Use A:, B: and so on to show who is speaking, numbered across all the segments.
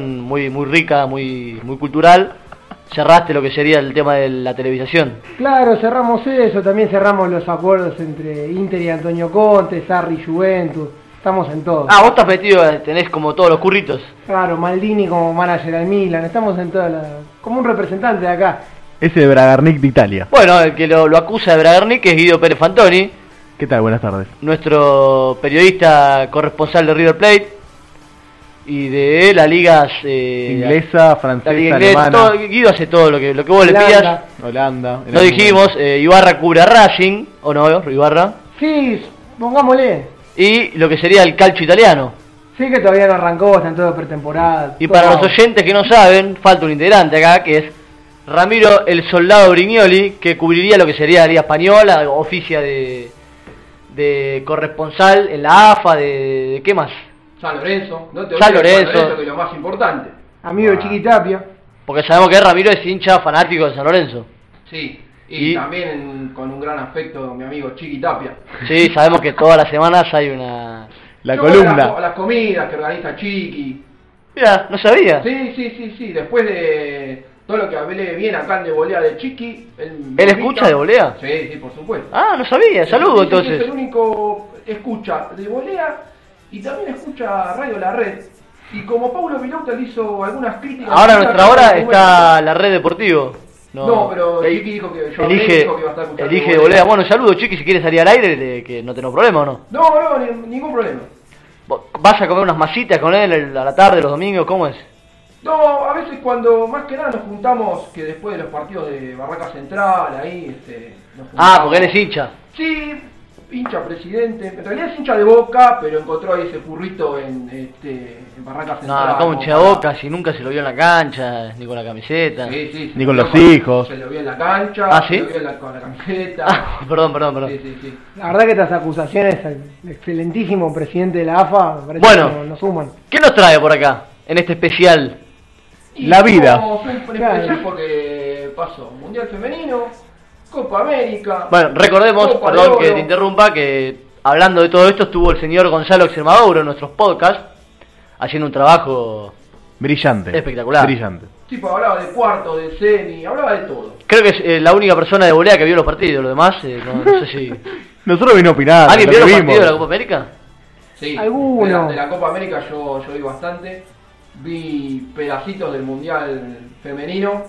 A: muy muy rica, muy muy cultural. Cerraste lo que sería el tema de la televisación.
B: Claro, cerramos eso, también cerramos los acuerdos entre Inter y Antonio Conte, Sarri Juventus, estamos en todo.
A: Ah, vos estás metido, tenés como todos los curritos.
B: Claro, Maldini como manager al Milan, estamos en toda la... como un representante de acá.
C: Ese de Bragarnik de Italia.
A: Bueno, el que lo, lo acusa de Bragarnik es Guido Pérez Fantoni,
C: ¿Qué tal? Buenas tardes.
A: nuestro periodista corresponsal de River Plate y de las ligas... eh,
C: Inglesa,
A: la
C: francesa,
A: liga inglesa,
C: alemana,
A: todo- Guido hace todo lo que, lo que vos le
B: Holanda.
A: pidas.
C: Holanda.
A: Lo dijimos, eh, Ibarra cubre a Racing, ¿o no, Ibarra?
B: Sí, pongámosle.
A: Y lo que sería el calcio italiano.
B: Sí que todavía no arrancó, están todos pretemporada.
A: Y
B: todo.
A: para los oyentes que no saben, falta un integrante acá, que es Ramiro el Soldado Brignoli, que cubriría lo que sería la Liga Española, oficia de, de corresponsal en la AFA, de, de- qué más.
D: San Lorenzo, no te
A: San
D: olvides de
A: Lorenzo.
D: que es lo más importante.
B: Amigo
A: Ah.
B: de Chiquitapia.
A: Porque sabemos que Ramiro es hincha fanático de San Lorenzo.
D: Sí, y,
A: Y-
D: también con un gran afecto mi amigo Chiqui Tapia.
A: Sí, sabemos que todas las semanas hay una...
C: La
D: Yo voy a
C: columna.
D: las co- A las, comidas que organiza Chiqui.
A: Mira, no sabía.
D: Sí, sí, sí, sí, después de todo lo que hablé bien acá en de volea de Chiqui. ¿Él,
A: ¿Él escucha de volea?
D: Sí, sí, por supuesto.
A: Ah, no sabía.
D: Sí,
A: Saludo
D: sí,
A: entonces.
D: Es el único escucha de volea y también escucha Radio La Red. Y como Paulo Vilauta le hizo algunas críticas.
A: Ahora a nuestra hora
D: Bueno,
A: está la red deportivo.
D: No, pero
A: Ey,
D: Chiqui dijo que yo hablé,
A: elige,
D: dijo que iba a estar escuchando
A: elige de volea.
D: volea.
A: Bueno, saludo, Chiqui, si quieres salir al aire, le- que no tenemos problema o no.
D: No, no, ni- ningún problema.
A: Vos- ¿Vas a comer unas masitas con él el- a la tarde, los domingos? ¿Cómo es?
D: No, a veces cuando más que nada nos juntamos, que después de los partidos de Barraca Central, ahí, este,
A: Ah,
D: nos juntamos.
A: porque él es hincha.
D: Sí, hincha presidente, en realidad es hincha de Boca, pero encontró ahí ese currito en, este, en Barraca Central.
A: No, como un hincha de
D: para-
A: boca, si nunca se lo vio en la cancha, ni con la camiseta.
D: Sí, sí, se
C: Ni con
D: lo
C: los
D: vio
C: hijos.
D: Se lo vio en la cancha,
A: Ah, ¿sí?
D: se lo vio en la, con la camiseta.
A: Ah, perdón, perdón, perdón.
D: sí, sí, sí.
B: La verdad que estas acusaciones al excelentísimo presidente de la AFA me parece
A: Bueno.
B: que no, no suman.
A: ¿Qué nos trae por acá, en este especial?
D: Y
C: La vida.
D: tuvimos Un especial
B: Claro.
D: porque pasó Mundial Femenino, Copa América.
A: Bueno, recordemos,
D: Copa de
A: perdón que
D: Oro.
A: te interrumpa, que hablando de todo esto estuvo el señor Gonzalo Extremaduro en nuestros podcasts, haciendo un trabajo
C: Brillante.
A: Espectacular.
C: Brillante.
D: Tipo, hablaba de cuarto, de semi, hablaba de todo.
A: Creo que es eh, la única persona de volea que vio los partidos, los demás, eh, no, no sé si...
C: Nosotros vino a opinar.
A: ¿Alguien
C: Ah, lo
A: vio
C: que
A: los
C: vimos.
A: partidos de la Copa América?
D: Sí,
B: Alguno.
D: de la, de la Copa América yo, yo vi bastante. Vi pedacitos del Mundial femenino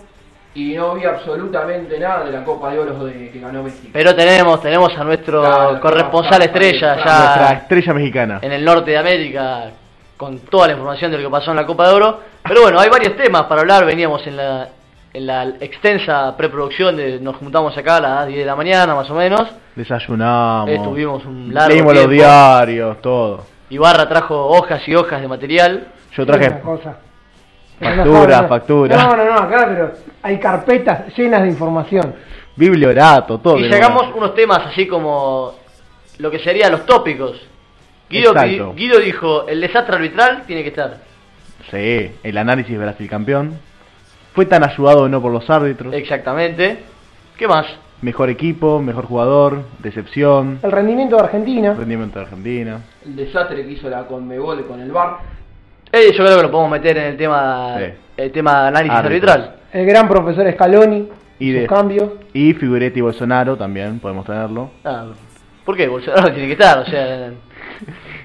D: y no vi absolutamente nada de la Copa de Oro de, que ganó México.
A: Pero tenemos, tenemos a nuestro
D: Claro,
A: corresponsal
D: claro,
A: estrella
D: claro,
C: Nuestra
A: ya
C: estrella mexicana.
A: en el norte de América con toda la información de lo que pasó en la Copa de Oro. Pero bueno, hay varios temas para hablar. Veníamos en la, en la extensa preproducción, de, nos juntamos acá a las 10 de la mañana más o menos.
C: Desayunamos.
A: Estuvimos un largo
C: Leímos los
A: tiempo.
C: diarios, todo.
A: Ibarra trajo hojas y hojas de material.
C: Yo traje
B: Una cosa.
C: factura,
B: No,
C: factura.
B: No, no, no, acá, pero hay carpetas llenas de información.
C: bibliorato, todo.
A: Y
C: de
A: sacamos
C: nuevo.
A: unos temas así como lo que serían los tópicos. Guido,
C: Exacto.
A: Guido dijo, el desastre arbitral tiene que estar.
C: Sí, el análisis Brasil campeón. Fue tan ayudado o no por los árbitros.
A: Exactamente. ¿Qué más?
C: Mejor equipo, mejor jugador, decepción,
B: El rendimiento de Argentina.
C: rendimiento de Argentina.
D: El desastre que hizo la Conmebol con el VAR.
A: Eh, yo creo que lo podemos meter en el tema
C: Sí.
A: el tema de análisis
C: Árbitros.
A: arbitral.
B: El gran profesor Scaloni.
C: Y
B: sus
C: de-
B: cambios.
C: Y Figuretti y Bolsonaro también, podemos tenerlo.
A: Ah, ¿Por qué? Bolsonaro tiene que estar, o sea,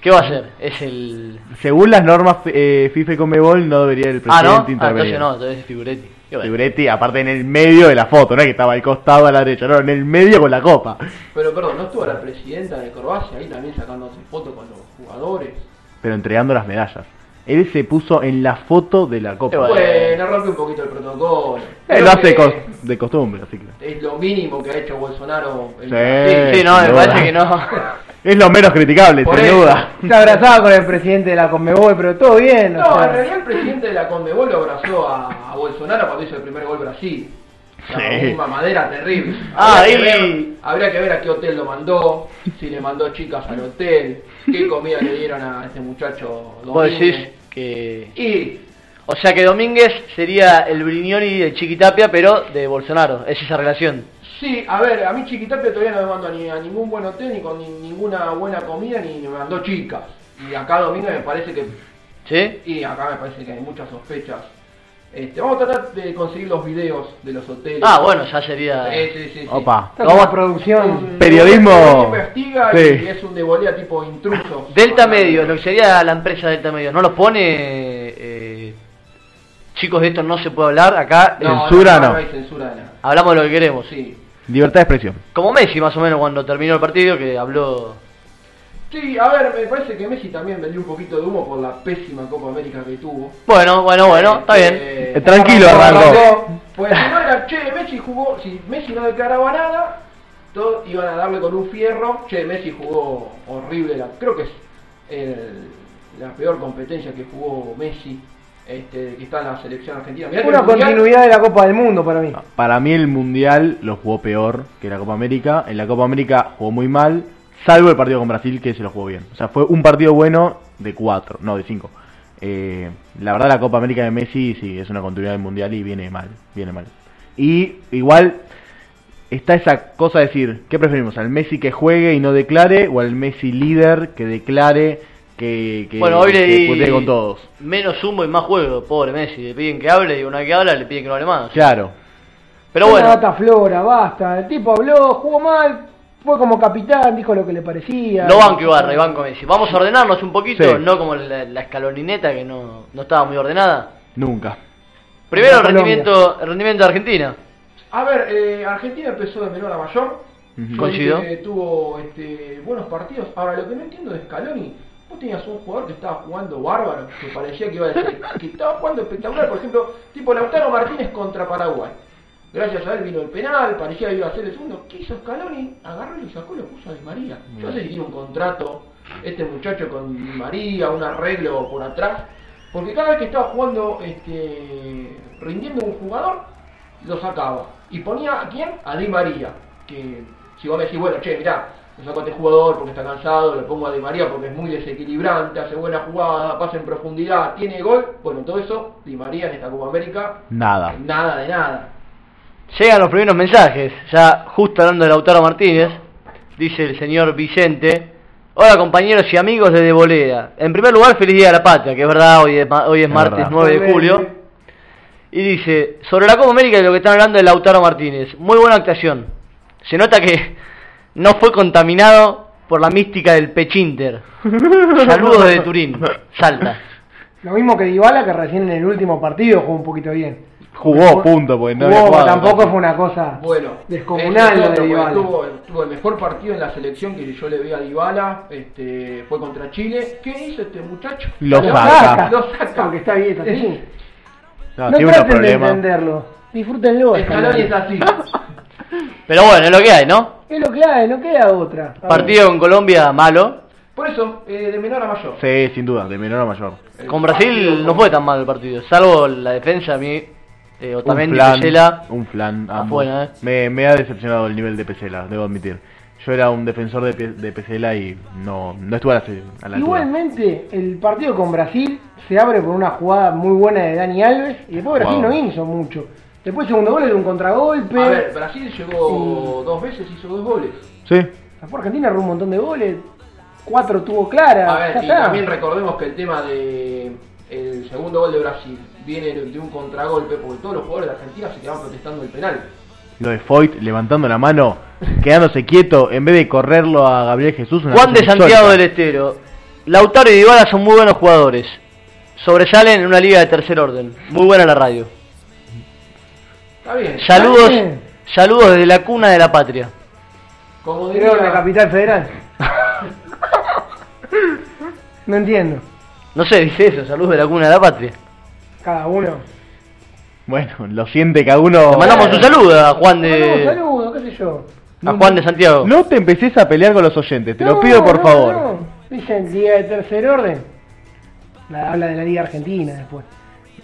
A: ¿qué va a hacer? Es el...
C: Según las normas eh, FIFA y Conmebol, no debería el
A: Ah,
C: presidente
A: ¿no? Ah,
C: intervenir.
A: entonces no, entonces es Figuretti. Qué bueno.
C: Figuretti, aparte en el medio de la foto, no es que estaba al costado a la derecha, no, en el medio con la copa.
D: Pero perdón, ¿no estuvo la presidenta de Croacia ahí también sacándose fotos con los jugadores?
C: Pero entregando las medallas. Él se puso en la foto de la copa.
A: Qué bueno.
D: Bueno, rompe un poquito el protocolo.
C: Él
D: Creo
C: Eh, lo hace
D: que
C: cos- de costumbre, así que.
D: Es lo mínimo que ha hecho Bolsonaro.
C: Sí.
D: en Brasil.
A: Sí, no, me
C: sin
A: parece
C: duda.
A: que no.
C: Es lo menos criticable,
D: Por
C: sin
D: eso.
C: duda.
B: Se abrazaba con el presidente de la Conmebol, pero todo bien. o
D: No,
B: sea,
D: en realidad el presidente de la Conmebol lo abrazó a, a Bolsonaro cuando hizo el primer gol Brasil. O sea,
C: Sí.
D: Una madera terrible.
A: Ah,
D: habría, que
A: ahí-
D: ver, habría que ver a qué hotel lo mandó, si le mandó chicas al hotel, qué comida le dieron a este muchacho
A: Vos
D: Domínguez.
A: decís que...
D: Y
A: O sea que Domínguez sería el Brignoni de Chiquitapia, pero de Bolsonaro. Es esa relación.
D: sí, a ver, a mí Chiquitapia todavía no me mandó ni a ningún buen hotel, ni con ni- ninguna buena comida, ni me mandó chicas. Y acá Domínguez me parece que
A: ¿Sí?
D: Y acá me parece que hay muchas sospechas. Este, vamos a tratar de conseguir los videos de los hoteles.
A: Ah, bueno, ya sería.
D: Sí, sí, sí, sí.
C: Opa.
B: Está
A: No,
B: con la
A: va-
B: producción.
C: Periodismo.
D: Uno investiga y
C: Sí.
D: es un devolía tipo intruso.
A: Delta Medios, lo que sería la empresa Delta Medios, ¿no los pone? eh, chicos, de esto no se puede hablar. Acá eh,
D: No,
C: Censura,
D: no, no,
C: no.
D: hay censura de nada.
A: hablamos de lo que queremos.
D: Sí.
C: Libertad de expresión.
A: Como Messi, más o menos, cuando terminó el partido, que habló.
D: Sí, a ver, me parece que Messi también vendió un poquito de humo por la pésima Copa América que tuvo.
A: Bueno, bueno, bueno, está bien.
D: Eh,
C: Eh, tranquilo, arrancó.
D: Pues si no era, che, Messi jugó, si Messi no declaraba nada, todos iban a darle con un fierro, che, Messi jugó horrible, la- creo que es el- la peor competencia que jugó Messi, este, que está en la selección argentina. Mirá que
B: Una
D: el Mundial-
B: continuidad de la Copa del Mundo para mí.
C: Ah. Para mí el Mundial lo jugó peor que la Copa América. En la Copa América jugó muy mal, salvo el partido con Brasil que se lo jugó bien. O sea, fue un partido bueno de cuatro, no, de cinco. Eh, la verdad la Copa América de Messi sí es una continuidad del Mundial y viene mal, viene mal. Y igual está esa cosa de decir, ¿qué preferimos? ¿Al Messi que juegue y no declare o al Messi líder que declare que, que,
A: bueno, hoy le
C: que
A: di
C: putea con todos?
A: menos humo y más juego, pobre Messi. Le piden que hable y una vez que habla le piden que no hable más.
C: Claro,
A: Pero
B: Una
A: bueno,
B: data flora, basta. El tipo habló, jugó mal, fue como capitán, dijo lo que le parecía.
A: lo banco Ibarra y banco Messi. Vamos a ordenarnos un poquito,
C: Sí.
A: no como la, la escalonineta que no, no estaba muy ordenada.
C: nunca.
A: Primero el
B: Colombia.
A: rendimiento, el rendimiento de Argentina.
D: A ver, eh, Argentina empezó de menor a mayor.
C: Ujú.
D: Yo
A: Coincido.
D: dije que tuvo este, buenos partidos. Ahora, lo que no entiendo de Scaloni, vos tenías un jugador que estaba jugando bárbaro, que parecía que iba a decir, que estaba jugando espectacular, por ejemplo, tipo Lautaro Martínez contra Paraguay. Gracias a él vino el penal, parecía que iba a ser el segundo. ¿Qué hizo Scaloni? Agarró y lo sacó y lo puso a Di María. Yo no sé si tiene un contrato este muchacho con Di María, un arreglo por atrás. Porque cada vez que estaba jugando, este, rindiendo un jugador, lo sacaba. ¿Y ponía a quién? A Di María. Que si vos me decís, bueno, che, mirá, lo saco a este jugador porque está cansado, lo pongo a Di María porque es muy desequilibrante, hace buena jugada, pasa en profundidad, tiene gol. Bueno, todo eso, Di María en esta Copa América,
C: Nada.
D: nada de nada.
A: Llegan los primeros mensajes, ya justo hablando de Lautaro Martínez, dice el señor Vicente. Hola compañeros y amigos de De Boleda. En primer lugar, feliz día de la patria, que es verdad, hoy es, ma- hoy es
C: Es
A: martes
C: verdad.
A: 9 de julio. Y dice, sobre la Copa América y lo que están hablando de Lautaro Martínez, muy buena actuación. Se nota que no fue contaminado por la mística del Pechinter. Saludos de Turín, Salta.
B: Lo mismo que Dybala, que recién en el último partido jugó un poquito bien.
C: Jugó, punto, porque no
B: Jugó,
C: había jugado.
B: Tampoco fue una cosa
D: Bueno,
B: descomunal
D: ese
B: lo de
D: es otro, porque
B: Dybala.
D: Tuvo, tuvo el mejor partido en la selección que yo le vi a Dybala, este, fue contra Chile. ¿Qué hizo este muchacho?
C: Lo
B: Lo
C: saca.
D: Lo saca.
B: Porque está bien, es así.
C: No,
B: No
C: Ah, tiene unos
B: traten de
C: problemas.
B: entenderlo. Disfrútenlo.
D: Scaloni es
B: Scaloni.
D: así.
A: Pero bueno, es lo que hay, ¿no?
B: Es lo que hay, no queda otra. A ver.
A: Partido en Colombia malo.
D: Por eso, eh, de menor a mayor.
C: Sí, sin duda, de menor a mayor.
D: El
A: Con
D: partido
A: Brasil no
D: con-
A: fue tan mal el partido, salvo la defensa a mí, eh, Otamendi y Pesela.
C: un flan. ambos.
A: afuera, eh.
C: me, me ha decepcionado el nivel de Pesela, debo admitir. Yo era un defensor de, Pe- de Pesela y no, no estuve a la, se- a la altura.
B: Igualmente, el partido con Brasil se abre por una jugada muy buena de Dani Alves y después Brasil
C: Wow.
B: no hizo mucho. Después segundo gol es un contragolpe.
D: A ver, Brasil llegó dos veces, hizo dos goles.
C: Sí,
B: Por Argentina robó un montón de goles. Cuatro tuvo clara.
D: A ver,
B: ya
D: y
B: está.
D: también recordemos que el tema de el segundo gol de Brasil viene de un contragolpe porque todos los jugadores de Argentina se quedaban protestando el penal.
C: lo de Foyt levantando la mano, quedándose quieto, en vez de correrlo a Gabriel Jesús. una
A: Juan
C: cosa
A: de Santiago
C: insólita.
A: del Estero. Lautaro y Dybala son muy buenos jugadores. Sobresalen en una liga de tercer orden. Muy buena la radio.
D: Está bien.
A: Saludos,
B: bien.
A: saludos desde la cuna de la patria.
D: Como diría,
B: Creo en la capital federal. no entiendo.
A: No sé, dice eso, saludos de la cuna de la patria.
B: Cada uno.
C: Bueno, lo siente cada uno.
A: Le Este. mandamos un saludo a Juan
C: Eh,
B: Bueno, un
A: de
B: saludo, qué sé yo.
A: a Juan de Santiago.
C: No te empeces a pelear con los oyentes, te
B: No,
C: lo pido por
B: no,
C: favor.
B: no. Dicen Liga de Tercer Orden. La- habla de la Liga Argentina después.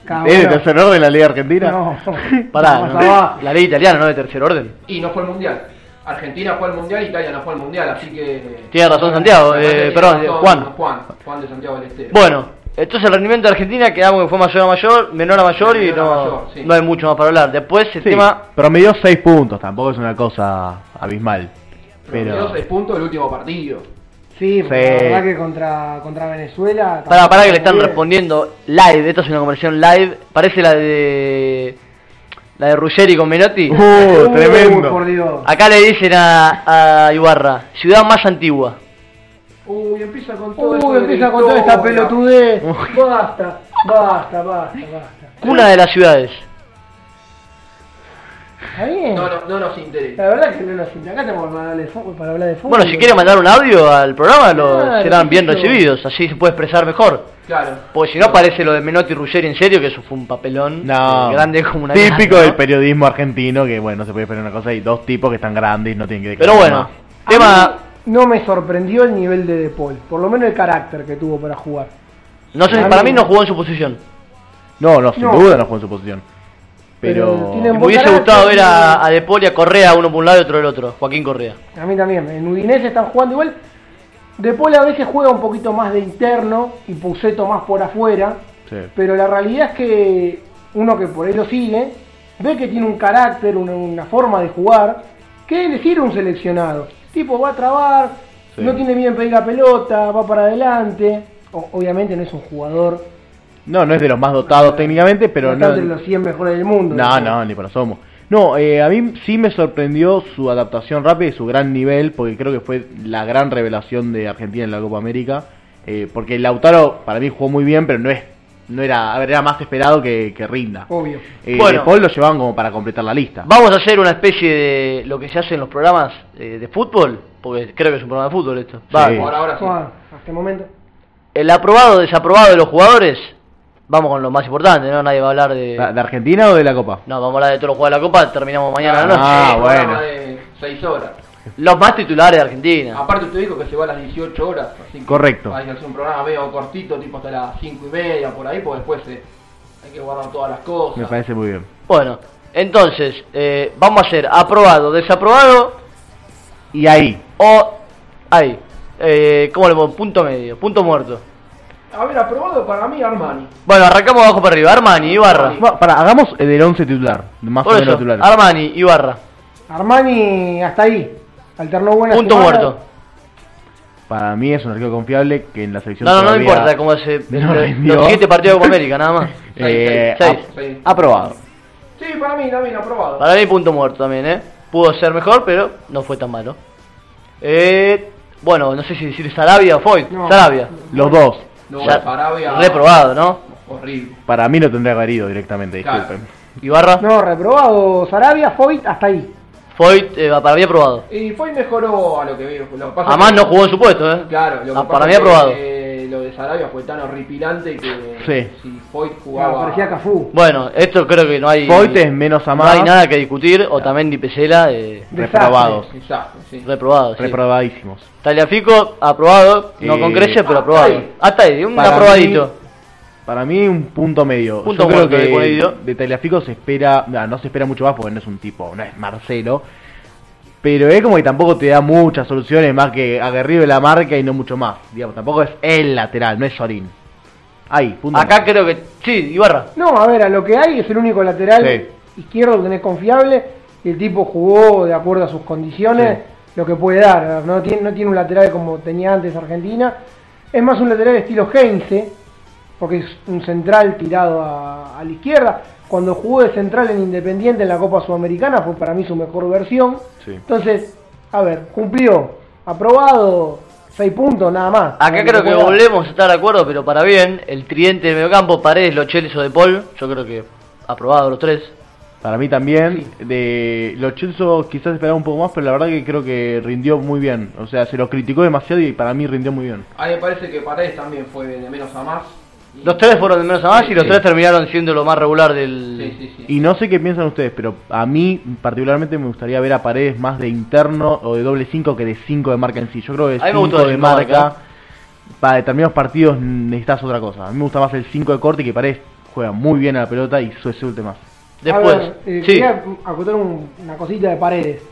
B: Cada
C: ¿Es de
B: uno-
C: tercer orden la Liga Argentina?
B: No,
A: Pará,
B: Vamos
A: ¿no?
B: abajo.
A: la ley italiana no de tercer orden.
D: Y no fue al mundial. Argentina fue al mundial, Italia no fue al mundial, así que. eh,
A: Tiene razón Santiago,
D: me parece
A: eh,
D: que
A: perdón,
D: tiene razón
A: Juan.
D: Juan. Juan de Santiago del Estero.
A: Bueno, entonces el rendimiento de Argentina quedamos que fue mayor a mayor, menor a mayor y
D: Menor a
A: no,
D: mayor, sí.
A: no hay mucho más para hablar. Después el
C: Sí,
A: tema
C: promedió 6 puntos, tampoco es una cosa abismal.
D: Promedió
C: Pero
D: seis puntos el último partido.
B: Sí, porque
C: Sí.
B: la verdad que contra, contra Venezuela.
A: Para, para que le están
B: tampoco-
A: respondiendo live. Esta es una conversación live. Parece la de. La de Ruggeri con Menotti.
C: ¡Uh,
B: Uy,
C: tremendo!
B: por Dios.
A: Acá le dicen a, a Ibarra: Ciudad más antigua.
D: Uy, empieza con todo esto
B: Uy,
D: de la
B: empieza con toda esta
D: historia.
B: pelotudez. Basta, basta, basta, basta.
A: Cuna de las ciudades.
B: ¿Está bien?
D: No, no, no nos interesa.
B: La verdad que no nos interesa. Acá estamos para hablar de fútbol. Para hablar de
C: Uh.
B: fútbol.
A: Bueno, si quiere mandar un audio al programa, lo
B: Claro,
A: serán bien
B: qué sé yo.
A: recibidos. Así se puede expresar mejor.
D: Claro.
A: Porque si no, parece lo de Menotti y Ruggeri en serio, que eso fue un papelón
C: No.
A: eh, grande como una
C: Típico
A: casa,
C: del
A: ¿no?
C: periodismo argentino que, bueno, se puede esperar una cosa y dos tipos que están grandes y no Ah, tienen que
A: Pero bueno,
C: declarar más.
B: A
A: tema.
B: mí No me sorprendió el nivel de De Paul. Por lo menos el carácter que tuvo para jugar.
A: No sé si
B: a
A: para
B: mí-
A: mí no jugó en su posición.
C: No, no, sin
B: No.
C: duda no jugó en su posición.
B: Pero
C: Pero.
B: tiene
A: Me
B: Vos
A: hubiese
B: parás,
A: gustado ver a,
B: sí.
A: a De Paul y a Correa, uno por un lado y otro del otro. Joaquín Correa.
B: A mí también. En Udinese están jugando igual. De Paul a veces juega un poquito más de interno y Puseto más por afuera.
C: Sí.
B: Pero la realidad es que uno que por ahí lo sigue, ve que tiene un carácter, una, una forma de jugar, que le sirve un seleccionado. Tipo, va a trabar,
C: Sí.
B: no tiene miedo en pedir la pelota, va para adelante. O- obviamente no es un jugador
C: No, no es de los más dotados técnicamente, pero
B: no está
C: no.
B: entre los 100 mejores del mundo.
C: No, no, ni para somos. No, eh, a mí sí me sorprendió su adaptación rápida y su gran nivel, porque creo que fue la gran revelación de Argentina en la Copa América. Eh, porque Lautaro para mí jugó muy bien, pero no es, no era, a ver, era más esperado que, que rinda.
B: Obvio.
C: Eh,
A: Oh. Bueno.
C: De Paul lo llevaban como para completar la lista.
A: Vamos a hacer una especie de lo que se hace en los programas eh, de fútbol, porque creo que es un programa de fútbol esto. Va.
C: Sí.
D: Ahora, ahora sí.
B: Juan, hasta el momento.
A: El aprobado o desaprobado de los jugadores, vamos con lo más importante, ¿no? Nadie va a hablar de...
C: ¿De Argentina o de la Copa?
A: No, vamos a hablar de todos los jugadores de la Copa, terminamos mañana a la noche.
C: Ah,
D: Sí,
C: bueno.
D: programa de seis horas.
A: Los más titulares de Argentina.
D: Aparte usted dijo que se va a las 18 horas. Así que
C: Correcto.
D: Hay que hacer un programa medio cortito, tipo hasta las 5 y media, por ahí, porque después eh, hay que guardar todas las cosas.
C: Me parece muy bien.
A: Bueno, entonces, eh, vamos a hacer aprobado, desaprobado
C: Y ahí,
A: o... Ahí. Eh, ¿Cómo le pongo? Punto medio, punto muerto.
D: A ver, aprobado para mí Armani.
A: Bueno, arrancamos abajo para arriba. Armani, Ibarra.
D: Armani.
C: Bueno, para, hagamos el del 11 titular, más
A: Por
C: o menos
A: eso,
C: titular.
A: Armani, Ibarra.
B: Armani, hasta ahí. Alternó buenas
A: Punto
B: jugadas.
A: muerto.
C: Para mí es un arquero confiable que en la selección
A: No, no, no me
C: todavía-
A: importa cómo se...
C: no rindió.
A: los siete partidos con América, nada más.
C: Eh,
A: Seis,
C: ap-
D: seis.
C: Aprobado.
D: Sí, para mí también aprobado.
A: Para mí punto muerto también, ¿eh? Pudo ser mejor, pero no fue tan malo. Eh, bueno, no sé si decir Sarabia o Foyt.
B: No.
A: Sarabia.
C: Los dos.
D: No,
A: Ya-
D: Sarabia.
A: Reprobado, ¿no?
D: Horrible.
C: Para mí lo tendría que haber ido directamente,
D: Claro.
C: disculpen.
A: Ibarra.
B: No, reprobado. Sarabia, Foyt, hasta ahí.
A: Foyt, eh, para mí aprobado.
D: Y fue y mejoró a lo que vio. Lo que pasa
A: Además
D: que-
A: no jugó en su puesto, ¿eh?
D: Claro, lo que
A: Ah,
D: pasa
A: para mí
D: es
A: aprobado.
D: que, eh, lo de Sarabia fue tan horripilante que
C: Sí.
D: si Foyt jugaba.
B: No, parecía Cafú.
A: Bueno, esto creo que no hay...
C: Foyt es menos
A: No
C: amado.
A: hay nada que discutir. O también Di Pesela, eh,
B: Desastre.
C: Reprobados.
D: Desastre, sí.
A: reprobado. sí.
C: Reprobadísimos.
A: Taliafico, aprobado. No
C: Eh,
A: con creces, pero
D: hasta
A: aprobado.
D: ahí.
A: Hasta ahí, un
C: Para
A: aprobadito.
C: mí- Para mí un punto medio.
A: Punto
C: Yo creo
A: muerto, de Guaidó.
C: que de Tagliafico se espera, nah, no se espera mucho más porque no es un tipo, no es Marcelo. Pero es como que tampoco te da muchas soluciones más que aguerrido de la marca y no mucho más. Digamos, tampoco es el lateral, no es Sorín. Ahí, punto.
A: Acá
C: muerto.
A: creo que... Sí, Ibarra.
B: No, a ver, a lo que hay es el único lateral
C: Sí.
B: izquierdo que tenés confiable. y El tipo jugó de acuerdo a sus condiciones,
C: Sí.
B: lo que puede dar. No tiene, no tiene un lateral como tenía antes Argentina. Es más un lateral estilo Heinze, porque es un central tirado a, a la izquierda. Cuando jugó de central en Independiente en la Copa Sudamericana fue para mí su mejor versión.
C: Sí.
B: Entonces, a ver, cumplió, aprobado, 6 puntos nada más.
A: Acá
B: No
A: creo que
B: puedo-
A: volvemos a estar de acuerdo, pero para bien. El tridente de mediocampo, Paredes, Lochelis o De Paul. Yo creo que aprobado los tres.
C: Para mí también, de los Chelsea quizás esperaba un poco más, pero la verdad que creo que rindió muy bien. O sea, se lo criticó demasiado y para mí rindió muy bien.
D: A mí me parece que Paredes también fue de menos a más. Y-
A: Los tres fueron de menos a más y los
C: Sí.
A: tres terminaron siendo lo más regular del...
D: Sí, sí, sí.
C: Y no sé qué piensan ustedes, pero a mí particularmente me gustaría ver a Paredes más de interno o de doble 5 que de 5 de marca en sí. Yo creo que
A: A mí me
C: 5
A: gustó
C: de,
A: de cinco de
C: marca,
A: marca.
C: para determinados partidos necesitas otra cosa. A mí me gusta más el 5 de corte que Paredes juega muy bien a la pelota y su suelte más.
A: Después,
B: A ver, eh,
A: sí.
B: Quería acotar un- una cosita de paredes.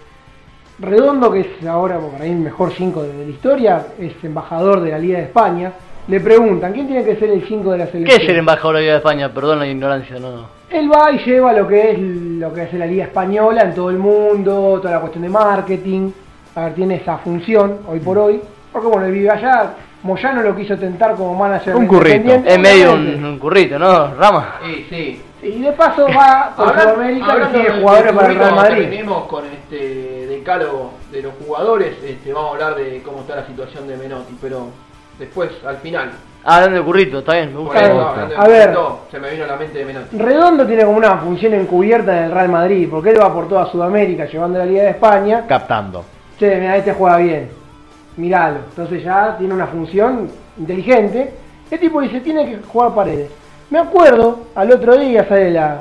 B: Redondo, que es ahora por ahí el mejor 5 de, de la historia, es embajador de la Liga de España. Le preguntan, ¿quién tiene que ser el 5 de la
A: ¿Qué
B: selección?
A: es el em- embajador de España? Perdón la ignorancia, no. no.
B: Él va y lleva lo que es lo que hace la Liga Española
A: Mm.
B: en todo el mundo, toda la cuestión de marketing. A ver, tiene esa función hoy por hoy. Porque bueno, el vive allá, Moyano lo quiso tentar como manager.
C: Un
B: de
C: currito.
B: Independiente.
A: Es medio un, un currito, ¿no? Rama.
D: Sí, sí.
B: Y de paso va por
D: Hablan-
B: Sudamérica y
D: hablando
B: sigue
D: de-
B: jugadores
D: de
B: para el Real
D: Curitiba,
B: Madrid.
D: Terminemos con este decálogo de los jugadores. Este, vamos a hablar de cómo está la situación de Menotti, pero después, al final.
A: Hablando de Ah, currito, está bien, me
D: Por
A: gusta.
B: Claro.
D: eso, hablando de
B: A ver.
D: Curito, se me vino a la mente de Menotti.
B: Redondo tiene como una función encubierta en el Real Madrid, porque él va por toda Sudamérica llevando la Liga de España.
C: Captando.
B: Che, mira, este juega bien. Miralo. Entonces ya tiene una función inteligente. El tipo dice, tiene que jugar paredes. Me acuerdo, al otro día sale la,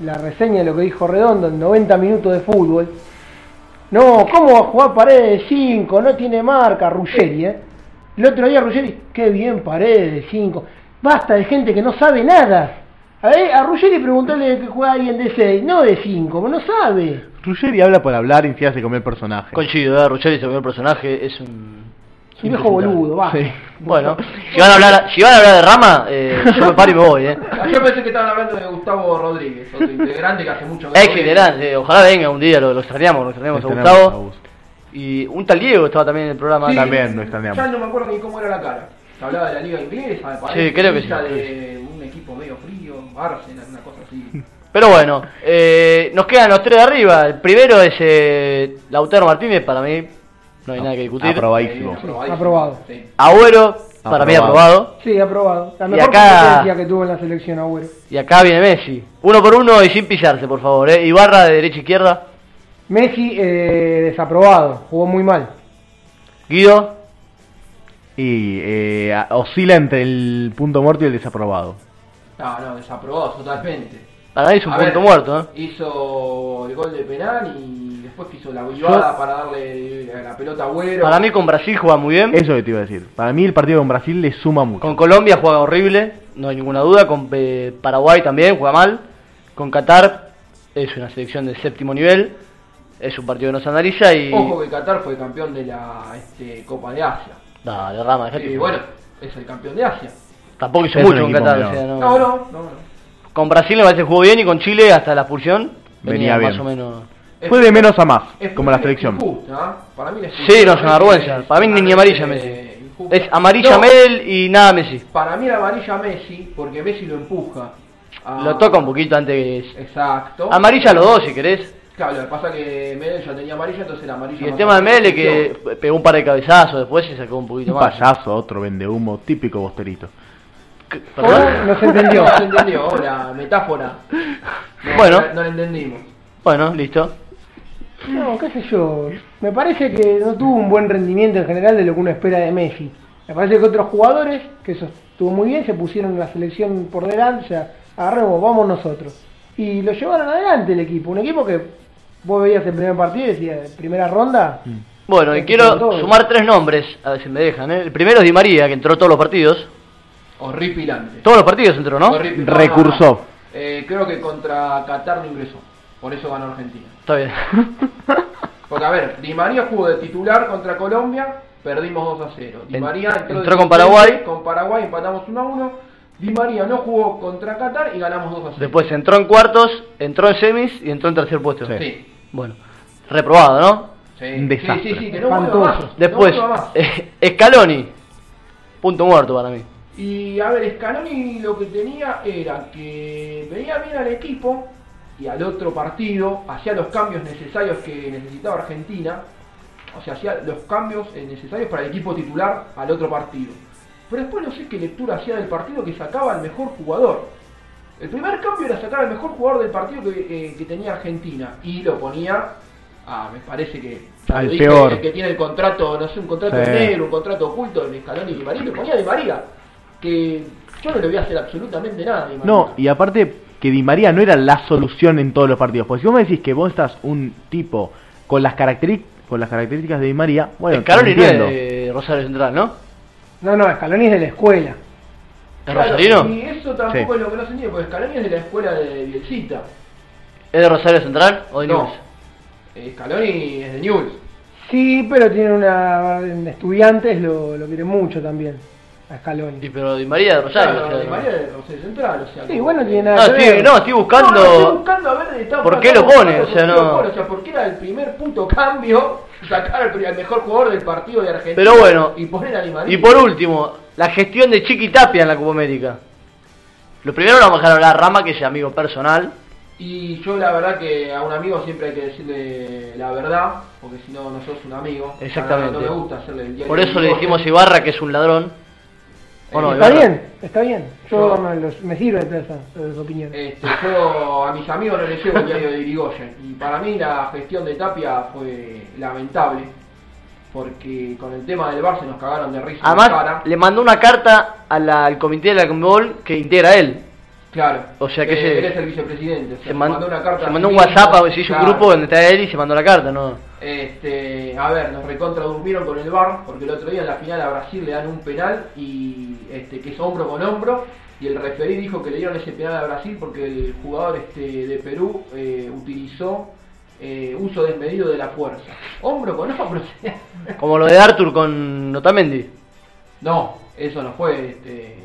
B: la reseña de lo que dijo Redondo en 90 minutos de fútbol. No, ¿cómo va a jugar paredes de 5? No tiene marca, Ruggeri, ¿eh? El otro día Ruggeri, qué bien paredes de 5. Basta de gente que no sabe nada. A, ver, a Ruggeri preguntarle que juega alguien de 6, no de 5, no sabe.
C: Ruggeri habla por hablar y se come el personaje. Este
A: Coincido, ¿eh? Ruggeri se comió el personaje, es un...
B: Es un viejo boludo, va.
C: Sí.
A: Bueno, si van a hablar, si van a hablar de Rama, eh, yo me paro y me voy, ¿eh?
D: Yo pensé que estaban hablando de Gustavo Rodríguez, otro integrante que hace mucho que
A: Es
D: no
A: que
D: viene.
A: verán, eh, ojalá venga un día, lo, lo extrañamos, lo extrañamos a
C: Extrañamos a
A: Gustavo.
C: Gus.
A: Y un tal Diego estaba también en el programa.
D: Sí,
A: antes.
C: También lo extrañamos.
D: Ya no me acuerdo ni cómo era la cara. Se hablaba de la liga inglesa, me parece.
A: Sí, creo que sí.
D: hincha de un equipo medio frío, Arsenal, una cosa así.
A: Pero bueno, eh, nos quedan los tres de arriba. El primero es eh, Lautaro Martínez, para mí no hay nada que discutir.
C: Aprobadísimo.
D: Aprobadísimo.
B: aprobado.
D: Sí.
A: Agüero, para mí
C: Aprobado.
A: aprobado.
B: Sí, aprobado. La
A: Y
B: mejor
A: acá-
B: competencia que tuvo en la selección Agüero.
A: Y acá viene Messi. Uno por uno y sin pisarse, por favor. ¿eh? Ibarra de derecha a izquierda.
B: Messi eh, desaprobado, jugó muy mal.
A: Guido,
C: Y eh, a- oscila entre el punto muerto y el desaprobado.
D: No, no, desaprobado totalmente.
A: para mí es un
D: A
A: punto
D: ver,
A: muerto. ¿eh?
D: Hizo el gol de penal y después que hizo la vivada para darle la, la pelota a Güero.
A: Para mí con Brasil juega muy bien.
C: Eso que te iba a decir. Para mí el partido con Brasil le suma mucho.
A: Con Colombia juega horrible, no hay ninguna duda. Con eh, Paraguay también juega mal. Con Qatar es una selección de séptimo nivel. Es un partido que no se analiza y...
D: Ojo que Qatar fue campeón de la este, Copa de Asia.
A: Dale, Rama, dejate.
D: Y bueno, es el campeón de Asia.
A: Tampoco hizo
C: Es
A: mucho con
C: un equipo
A: Qatar.
C: menor.
A: o sea, no-
D: No, no, no. no.
A: Con Brasil me parece que jugó bien y con Chile hasta la expulsión venía,
C: Venía bien.
A: más o menos.
D: Es-
C: Fue de menos a más,
D: es
C: como la
D: justa,
C: selección.
D: es injusta, ¿ah? Para mí la
A: Sí, no, es una vergüenza.
D: es
A: Para mí ni, ni
D: totalmente
A: amarilla Messi.
D: injusta.
A: Es amarilla
D: Eh, No,
A: Medel y nada Messi.
D: Para mí la amarilla Messi, porque Messi lo empuja. a-
A: Lo toca un poquito antes que...
D: Exacto.
A: Amarilla los dos si querés.
D: Claro, lo que pasa es que Medel ya tenía amarilla, entonces la amarilla.
A: Y el
D: más
A: tema de
D: amarilla
A: Medel es que
D: selección.
A: pegó un par de cabezazos, después se sacó un poquito
C: Un
A: más.
C: payaso, otro vende humo, típico bosterito.
A: Perdón.
B: Oh, no se entendió.
D: No se entendió oh, la metáfora. No,
A: Bueno.
D: No, la entendimos.
A: Bueno, listo.
B: No, qué sé yo. Me parece que no tuvo un buen rendimiento en general de lo que uno espera de Messi. Me parece que otros jugadores, que eso estuvo muy bien, se pusieron la selección por delante, o sea, agarremos, vamos nosotros. Y lo llevaron adelante el equipo, un equipo que vos veías el primer partido y decías, primera ronda,
A: Bueno, y
B: Es que
A: quiero
B: son todos.
A: sumar tres nombres, a ver si me dejan. ¿eh? El primero es Di María, que entró todos los partidos.
D: Horripilante.
A: Todos los partidos entró, ¿no?
D: Horripi- no,
C: Recursó.
D: no, no. Eh, creo que contra Qatar no ingresó. Por eso ganó Argentina.
A: Está bien.
D: Porque a ver, Di María jugó de titular contra Colombia, perdimos 2 a 0. Di
A: En-
D: María entró, de
A: entró con
D: suplente,
A: Paraguay.
D: Con Paraguay empatamos 1 a 1. Di María no jugó contra Qatar y ganamos 2 a 0.
A: Después entró en cuartos, entró en semis y entró en tercer puesto.
C: Sí.
D: Sí.
A: Bueno, reprobado, ¿no?
D: Sí,
C: Un desastre.
D: sí, sí, sí, que no vuelva
B: Espantoso.
D: más,
A: Después,
D: no vuelva más.
A: Escaloni. Punto muerto para mí.
D: Y a ver, Scaloni lo que tenía era que veía bien al equipo y al otro partido, hacía los cambios necesarios que necesitaba Argentina, o sea, hacía los cambios eh, necesarios para el equipo titular al otro partido. Pero después no sé qué lectura hacía del partido que sacaba al mejor jugador. El primer cambio era sacar al mejor jugador del partido que, eh, que tenía Argentina y lo ponía a, me parece que... ya lo
C: Al
D: dije,
C: peor.
D: el que tiene el contrato, no sé, un contrato
C: Sí.
D: negro, un contrato oculto de Escalón y Di María, lo ponía Di María, que yo no le voy a hacer absolutamente nada a Di María.
C: No, y aparte que Di María no era la solución en todos los partidos. Porque si vos me decís que vos estás un tipo con las, caracteri- con las características de Di María, bueno, te
A: Escaloni no es
C: entiendo.
A: de Rosario Central, ¿no?
B: no, no, Scaloni es de la escuela.
A: ¿Es
D: Claro,
A: rosarino?
D: Y eso tampoco
C: Sí.
D: es lo que no se entiende, porque Scaloni es de la escuela de Bielcita.
A: ¿Es de Rosario Central o de
D: No.
A: News?
D: Eh, Scaloni es de News.
B: Sí, pero tiene una... en Estudiantes lo, lo quieren mucho también, a Scaloni.
A: Y pero Di María de Rosario.
D: Claro,
A: o sea,
D: Di María es de Rosario Central, o sea...
B: Sí,
D: como
B: bueno,
D: que-
B: tiene nada-
A: No, estoy, no, estoy
D: No,
A: buscando.
D: no, estoy buscando a ver de
A: ¿Por qué lo pone? O sea, no-
D: O sea, porque era el primer puto cambio sacar al, pri- al mejor jugador del partido de Argentina
A: Pero bueno,
D: y poner a Di María.
A: Y por último, la gestión de Chiqui Tapia en la Copa América. Lo primero lo vamos a dejar hablar a Rama, que es amigo personal.
D: Y yo la verdad que a un amigo siempre hay que decirle la verdad, porque si no, no sos un amigo.
A: Exactamente.
D: No, no me gusta hacerle el diario
A: Por
D: del
A: eso le
D: bigote.
A: dijimos a Ibarra que es un ladrón. ¿O no,
B: Está
A: Ibarra?
B: bien, está bien. Yo
D: Yo-
B: me, los- me sirve todas esas, todas esas opiniones.
D: Este, yo a mis amigos no les llevo el diario de Irigoyen y para mí la gestión de Tapia fue lamentable porque con el tema del bar se nos cagaron de risa en la cara.
A: Además, le mandó una carta a la- al comité de la Conmebol que integra él.
D: claro,
A: o sea que
D: eh,
A: se-
D: él es el vicepresidente, o sea,
A: Se, man-
D: mandó una carta
A: se mandó
D: a
A: un
D: sí
A: WhatsApp,
D: mismo.
A: a- se hizo un
D: Claro.
A: grupo donde está él y se mandó la carta, ¿no?
D: Este, a ver, nos recontra durmieron con el bar porque el otro día en la final a Brasil le dan un penal y este que es hombro con hombro y el referí dijo que le dieron ese penal a Brasil porque el jugador este de Perú eh, utilizó eh, uso desmedido de la fuerza. Hombro con hombro. o sea,
A: Como lo de Arthur con Otamendi.
D: no, eso no fue este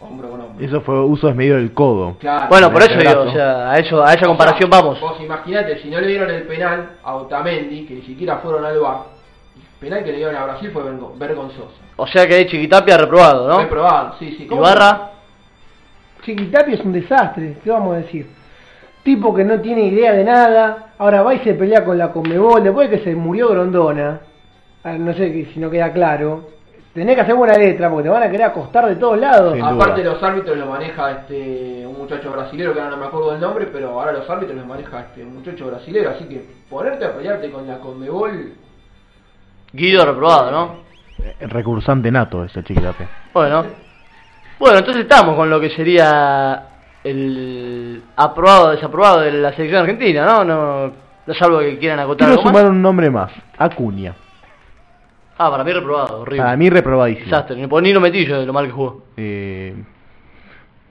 D: hombro con hombro.
C: Eso fue uso desmedido del codo.
D: Claro.
A: Bueno, por
C: el
A: eso digo,
C: brazo.
A: o sea, a, eso, a esa comparación vamos.
D: Ah, Vos imaginate, si no le dieron el penal a Otamendi, que ni siquiera fueron al bar, el penal que le dieron a Brasil fue vergo- vergonzoso.
A: O sea que Chiquitapia reprobado,
D: ¿No?
A: ¿no?
D: sí, sí. ¿Cómo?
A: Ibarra,
B: Chiquitapia es un desastre, ¿qué vamos a decir? Tipo que no tiene idea de nada, ahora va y se pelea con la Conmebol, después de que se murió Grondona, ah, no sé que- si no queda claro, tenés que hacer buena letra porque te van a querer acostar de todos lados.
C: Sí. Sin
D: Aparte
C: duda.
D: los árbitros los maneja este un muchacho brasilero que ahora no me acuerdo del nombre, pero ahora los árbitros los maneja este un muchacho brasilero, así que ponerte a pelearte con la Conmebol
A: Guido reprobado, ¿no?
C: Eh, Recursante nato ese chiquitape.
A: Bueno. Bueno, entonces estamos con lo que sería el aprobado o desaprobado de la selección argentina, ¿no? No, no salvo que quieran acotar
C: Quiero
A: algo
C: sumar
A: más.
C: un nombre más. Acuña.
A: Ah, para mí reprobado, horrible.
C: Para mí reprobadísimo.
A: Desastre, ni, ni lo metí yo de lo mal que jugó.
C: Eh,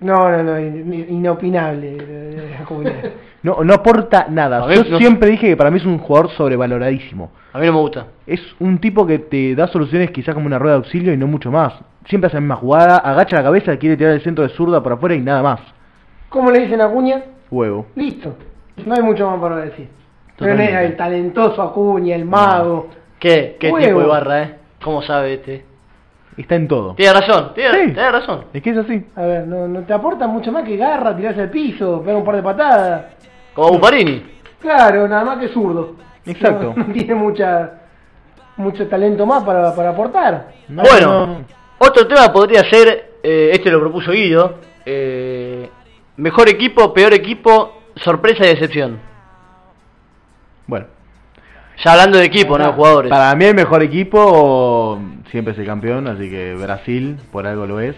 B: No, no, no, in- in- inopinable. eh, esa comunidad.
C: no, no aporta nada.
A: A ver,
C: Yo
A: no-
C: siempre dije que para mí es un jugador sobrevaloradísimo.
A: A mí no me gusta.
C: Es un tipo que te da soluciones quizás como una rueda de auxilio y no mucho más. Siempre hace la misma jugada, agacha la cabeza, quiere tirar el centro de zurda por afuera y nada más.
B: ¿Cómo le dicen a Acuña?
C: Huevo.
B: Listo, no hay mucho más para decir.
C: Totalmente.
B: Tenés el talentoso Acuña, el mago.
A: ¿Qué? ¿Qué
B: Huevo.
A: tipo de barra, eh? ¿Cómo sabe este?
C: Está en todo.
A: Tiene razón, tiene,
C: Sí.
A: tiene razón.
C: Es que es así.
B: A ver, no, no te aporta mucho más que garra, tirarse al piso, pegar un par de patadas.
A: Como Buffarini.
B: Claro, nada más que zurdo.
C: Exacto.
B: No, no tiene mucha mucho talento más para, para aportar.
C: No,
A: bueno,
C: no, no.
A: otro tema podría ser, eh, este lo propuso Guido, eh, mejor equipo, peor equipo, sorpresa y decepción.
C: Bueno.
A: Ya hablando de equipo, no de jugadores.
C: Para mí el mejor equipo siempre es el campeón, así que Brasil por algo lo es.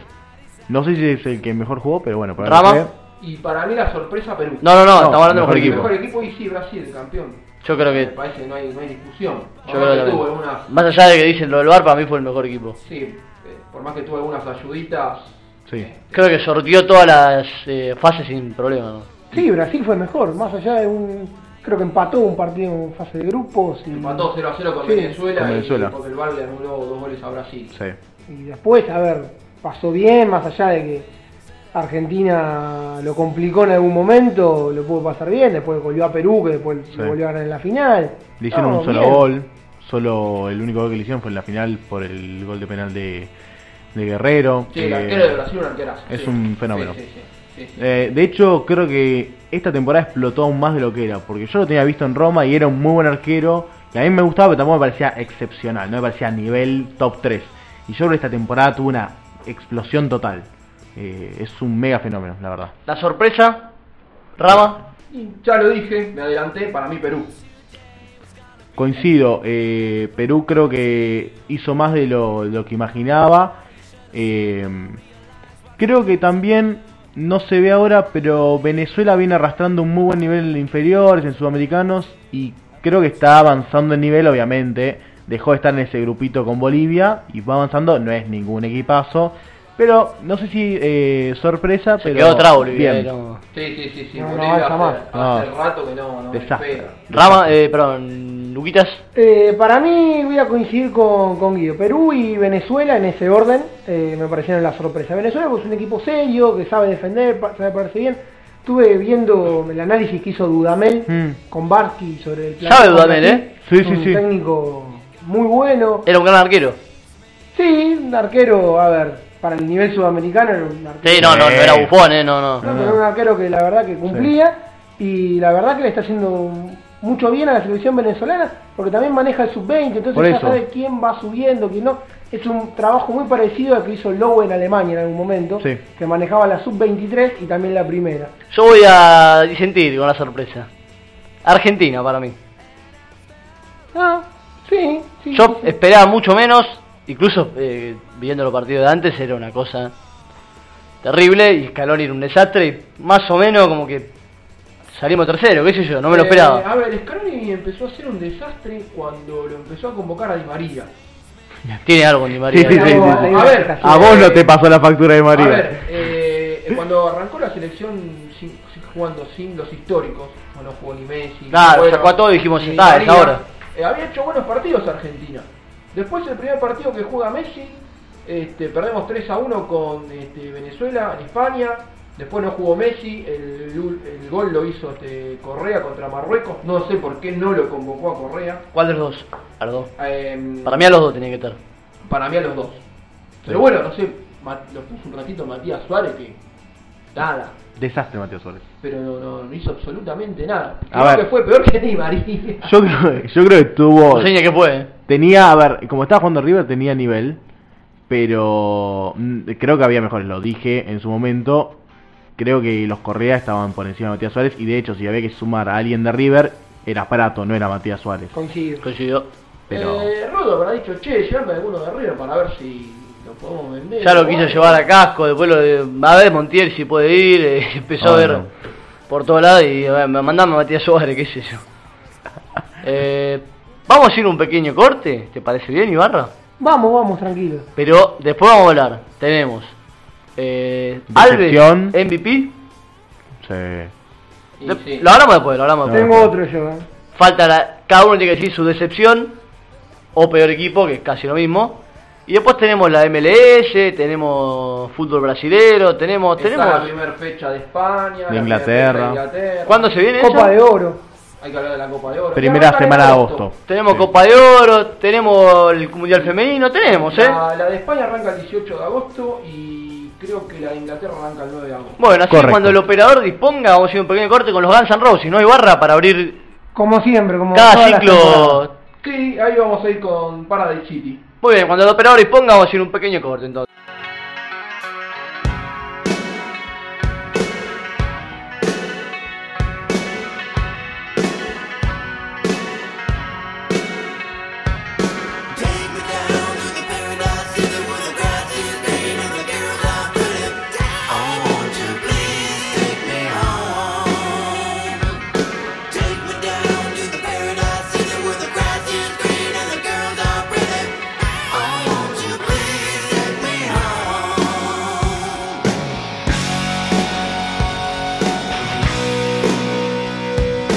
C: No sé si es el que mejor jugó, pero bueno, por algo
A: Rama.
C: fue.
D: y para mí la sorpresa Perú.
A: No, no, no,
C: No,
A: estamos hablando de
C: mejor
A: mejor
D: el
A: equipo.
D: mejor equipo y sí Brasil, campeón.
A: Yo creo
D: Me
A: que.
D: parece que no hay, no hay discusión. Por
A: Yo creo
D: más que
A: que
D: tuvo
A: también.
D: algunas,
A: Más allá de que dicen lo del bar, para mí fue el mejor equipo.
D: sí, eh, por más que tuvo algunas ayuditas,
C: Sí.
A: Creo que sortió todas las eh, fases sin problema. ¿no?
B: Sí, Brasil fue mejor, más allá de un... Creo que empató un partido en fase de grupos y,
D: empató 0 a 0 con
B: Sí,
D: Venezuela,
C: Mm. con Venezuela.
D: y porque el VAR le anuló dos goles a Brasil.
C: Sí.
B: y después, a ver, pasó bien, más allá de que Argentina lo complicó en algún momento, lo pudo pasar bien, después volvió a Perú, que después
C: Sí.
B: lo volvió a ganar en la final.
C: Le hicieron
B: No,
C: un solo
B: bien.
C: gol, solo el único gol que le hicieron fue en la final por el gol de penal de, de Guerrero.
D: Sí,
C: que-
D: el arquero de Brasil, un arquerazo.
C: es
D: sí.
C: un fenómeno.
D: Sí, sí, sí, sí, sí.
C: Eh, de hecho, creo que esta temporada explotó aún más de lo que era, porque yo lo tenía visto en Roma y era un muy buen arquero, y a mí me gustaba, pero tampoco me parecía excepcional, no me parecía nivel top 3. Y yo creo que esta temporada tuvo una explosión total. Eh, es un mega fenómeno, la verdad.
A: La sorpresa, Rama,
D: Y ya lo dije, me adelanté, para mí Perú.
C: Coincido, eh, Perú creo que hizo más de lo, lo que imaginaba. Eh, creo que también, no se ve ahora, pero Venezuela viene arrastrando un muy buen nivel en inferiores, en sudamericanos, y creo que está avanzando en nivel, obviamente. Dejó de estar en ese grupito con Bolivia y va avanzando, no es ningún equipazo. Pero no sé si eh, sorpresa,
A: se
C: pero.
A: quedó atrás Bolivia.
C: bien.
A: eh, no.
D: Sí, sí, sí, sí.
B: No, no
D: Bolivia
B: avanza
D: hace,
B: más.
D: hace
C: No.
D: rato que no, no me
C: Desastre.
D: pega.
A: Rama, eh, perdón, Luquitas,
B: Eh, para mí voy a coincidir con, con Guido. Perú y Venezuela en ese orden eh, me parecieron la sorpresa. Venezuela pues, es un equipo serio, que sabe defender, pa- sabe pararse bien. Estuve viendo el análisis que hizo Dudamel
C: Mm.
B: con Barsky sobre el
A: Sabe Dudamel,
B: Barsky.
A: ¿eh?
C: Sí,
B: Es
C: sí,
B: un
C: sí.
B: técnico muy bueno.
A: Era un gran arquero.
B: Sí, un arquero, a ver, para el nivel sudamericano era un arquero.
A: Sí, no, no, no
C: Sí.
A: era bufón, eh, no, no.
B: No, pero era un arquero que la verdad que cumplía y la verdad que le está haciendo mucho bien a la selección venezolana porque también maneja el sub-20,
C: Por
B: entonces ya
C: eso.
B: sabe quién va subiendo, quién no. Es un trabajo muy parecido al que hizo Lowe en Alemania en algún momento,
C: Sí.
B: que manejaba la sub-23 y también la primera.
A: Yo voy a disentir con la sorpresa. Argentina para mí.
B: Ah, sí, sí. sí,
A: Yo
B: sí.
A: esperaba mucho menos, incluso eh, viendo los partidos de antes era una cosa terrible y Scaloni era un desastre y más o menos como que salimos tercero, qué sé yo, no me lo
D: Eh,
A: esperaba.
D: a ver, Scaloni empezó a ser un desastre cuando lo empezó a convocar a Di María.
A: Tiene algo en Di María.
C: ah. Sí, sí, sí, sí, sí.
D: A ver,
C: A vos no te pasó la factura de
D: A
C: María.
D: ver, eh, cuando arrancó la selección sin- sin- jugando sin los históricos, no, no jugó ni Messi.
A: Claro,
D: bueno,
A: sacó a todo y dijimos,
D: ni
A: "Está, es
D: María".
A: ahora".
D: Eh, había hecho buenos partidos Argentina. Después el primer partido que juega Messi, este, perdemos 3 a 1 con este, Venezuela en España. Después no jugó Messi, el, ul- el gol lo hizo este, Correa contra Marruecos. No sé por qué no lo convocó a Correa.
A: ¿Cuál de los dos? A los dos.
D: Em,
A: Para mí a los dos tenía que estar.
D: para mí a los dos. Pero bueno, no sé, Ma- lo puso un ratito Matías Suárez que nada,
C: Desastre, Mateo Suárez.
D: pero no, no, no hizo absolutamente nada.
C: A
D: Creo
C: ver.
D: que fue peor que Di María.
C: Yo creo, yo creo que tuvo.
A: No sé ni a qué fue. eh.
C: Tenía, a ver, como estaba jugando River tenía nivel, pero mm, creo que había mejores, lo dije en su momento. Creo que los Correa estaban por encima de Matías Suárez y de hecho si había que sumar a alguien de River era Prato, no era Matías Suárez.
B: Coincido.
A: Coincidió.
C: Pero
D: Eh, Rodo habrá dicho, che, llévame alguno de River para ver si lo podemos vender.
A: Ya lo
D: O
A: quiso
D: algo.
A: llevar a casco, después lo de, a ver Montiel si puede ir, eh, empezó a
C: Ah,
A: ver
C: no.
A: por todos lados y a ver, me mandame a Matías Suárez, qué sé yo. Eh, vamos a ir un pequeño corte, ¿te parece bien Ibarra?
B: Vamos, vamos, tranquilo.
A: Pero después vamos a hablar, tenemos eh, Alves
C: Decepción.
A: MVP,
C: sí.
D: Y
A: De-
D: sí.
A: lo hablamos después, lo hablamos
C: No.
A: después.
B: Tengo otro yo. ¿eh?
A: Falta la- cada uno tiene que decir su decepción o peor equipo, que es casi lo mismo. Y después tenemos la MLS, tenemos fútbol brasilero, tenemos...
D: Está
A: tenemos
D: la primera fecha de España, la primera
C: Inglaterra.
D: fecha de Inglaterra.
A: ¿Cuándo se viene?
B: Copa
A: esa?
B: de Oro.
D: Hay que hablar de la Copa de Oro.
C: Primera
D: Ya va a estar en
C: semana de agosto.
A: Tenemos
C: Sí.
A: Copa de Oro, tenemos el Mundial Femenino, tenemos, ¿eh?
D: La, la de España arranca el 18 de agosto y creo que la de Inglaterra arranca el 9 de agosto.
A: Bueno, así
C: Correcto.
A: cuando el operador disponga, vamos a ir a un pequeño corte con los Guns N' Roses, ¿no? hay barra para abrir
B: Como siempre, como
A: cada
B: todas las temporadas.
A: ciclo.
D: Sí, ahí vamos a ir con Paradise City.
A: Muy bien, cuando el operador disponga, vamos a ir a un pequeño corte, entonces.
E: Take me down to the paradise city where the grass is green and the girls are pretty. Oh, won't you please take me home? Take me down to the paradise city where the grass is green and the girls are pretty. Oh, won't you please take me home? Oh, Oh,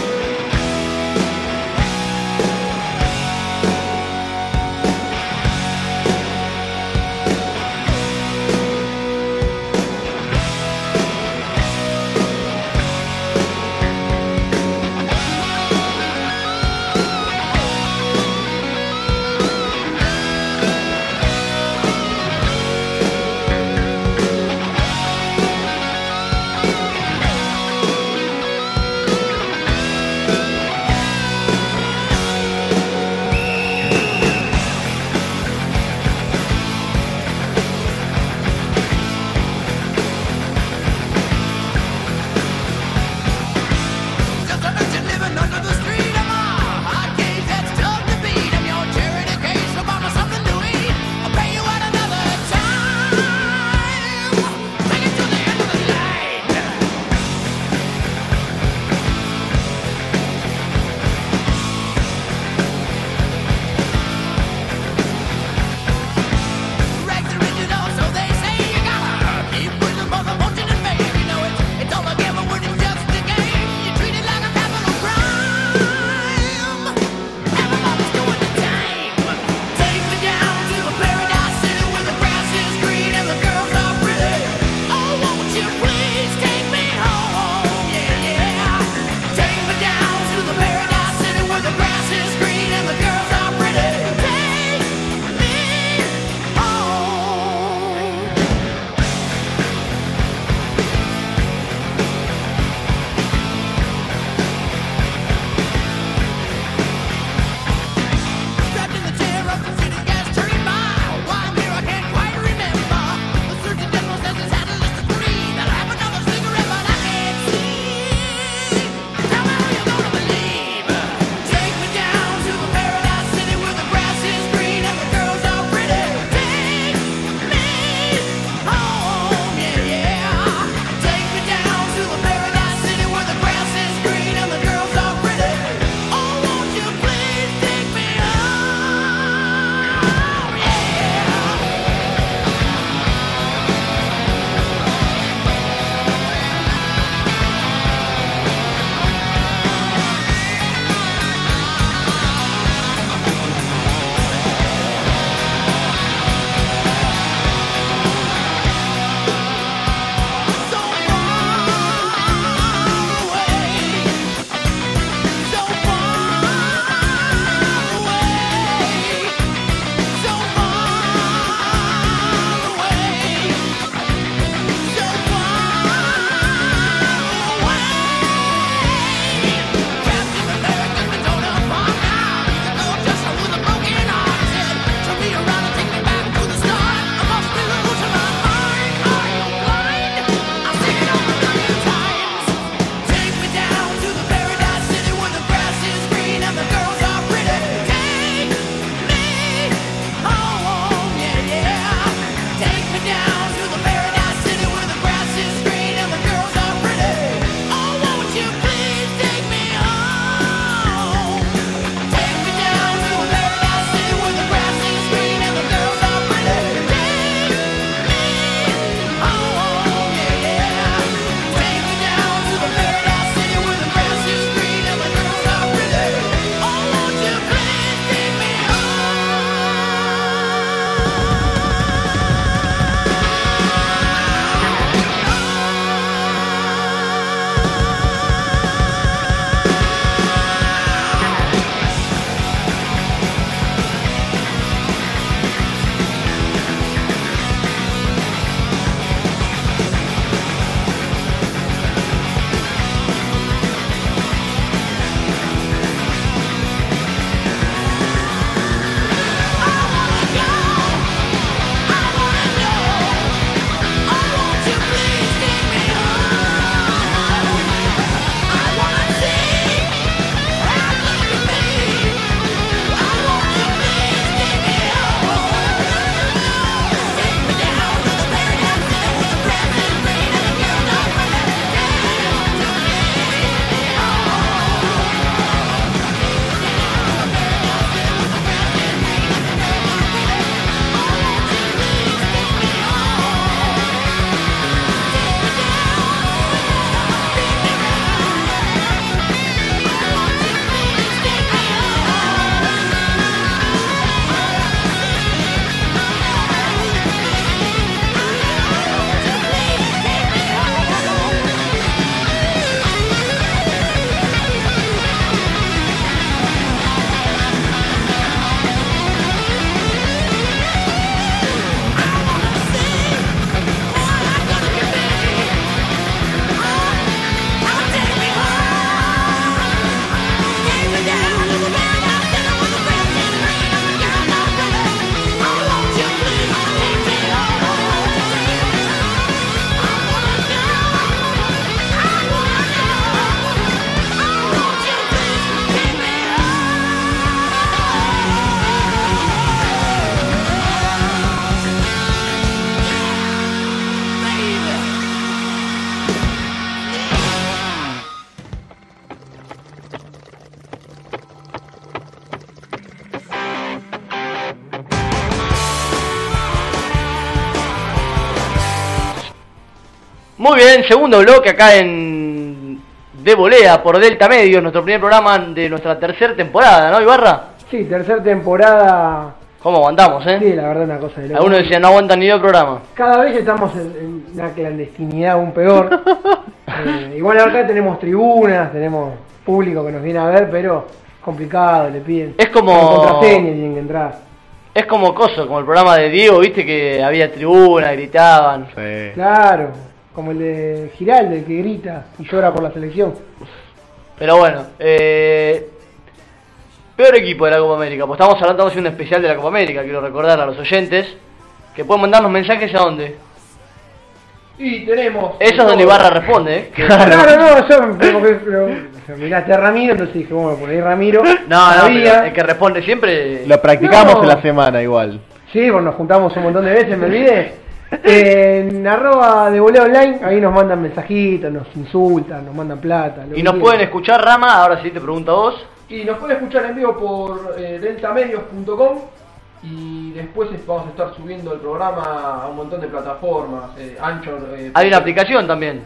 E: Oh, oh, Oh,
A: Muy bien, segundo bloque acá en De Volea por Delta Medio, nuestro primer programa de nuestra tercera temporada, ¿no, Ibarra?
B: Sí, tercera temporada.
A: ¿Cómo aguantamos, eh?
B: Sí, la verdad, una cosa de loco.
A: Algunos decían, no aguantan ni el programa.
B: Cada vez estamos en, en una clandestinidad aún peor. Eh, igual acá tenemos tribunas, tenemos público que nos viene a ver, pero complicado, le piden.
A: Es como-
B: Con contraseña tienen que entrar.
A: Es como coso, como el programa de Diego, viste que había tribuna, gritaban.
C: Sí.
B: Claro, como el de Giraldo, el que grita y llora por la selección.
A: Pero bueno, eh, peor equipo de la Copa América. Pues estamos hablando, estamos haciendo un especial de la Copa América, quiero recordar a los oyentes que pueden mandarnos mensajes a dónde.
D: Y tenemos.
A: Eso es donde Ibarra responde, eh. que-
B: Claro, no, yo porque, lo- o sea, miraste a Ramiro, entonces dije, bueno, por ahí Ramiro.
A: No, no,
B: sabía.
A: pero el que responde siempre.
C: Lo practicamos
B: No.
C: en la semana igual.
B: Sí, pues nos juntamos un montón de veces, me olvidé. En arroba de voleo online, ahí nos mandan mensajitos, nos insultan, nos mandan plata. lo
A: Y
B: que
A: nos
B: quieran.
A: pueden escuchar, Rama, ahora sí te pregunto a vos.
D: Y nos pueden escuchar en vivo por eh, deltamedios.com y después es- vamos a estar subiendo el programa a un montón de plataformas, eh, Anchor. eh,
A: Hay una aplicación también.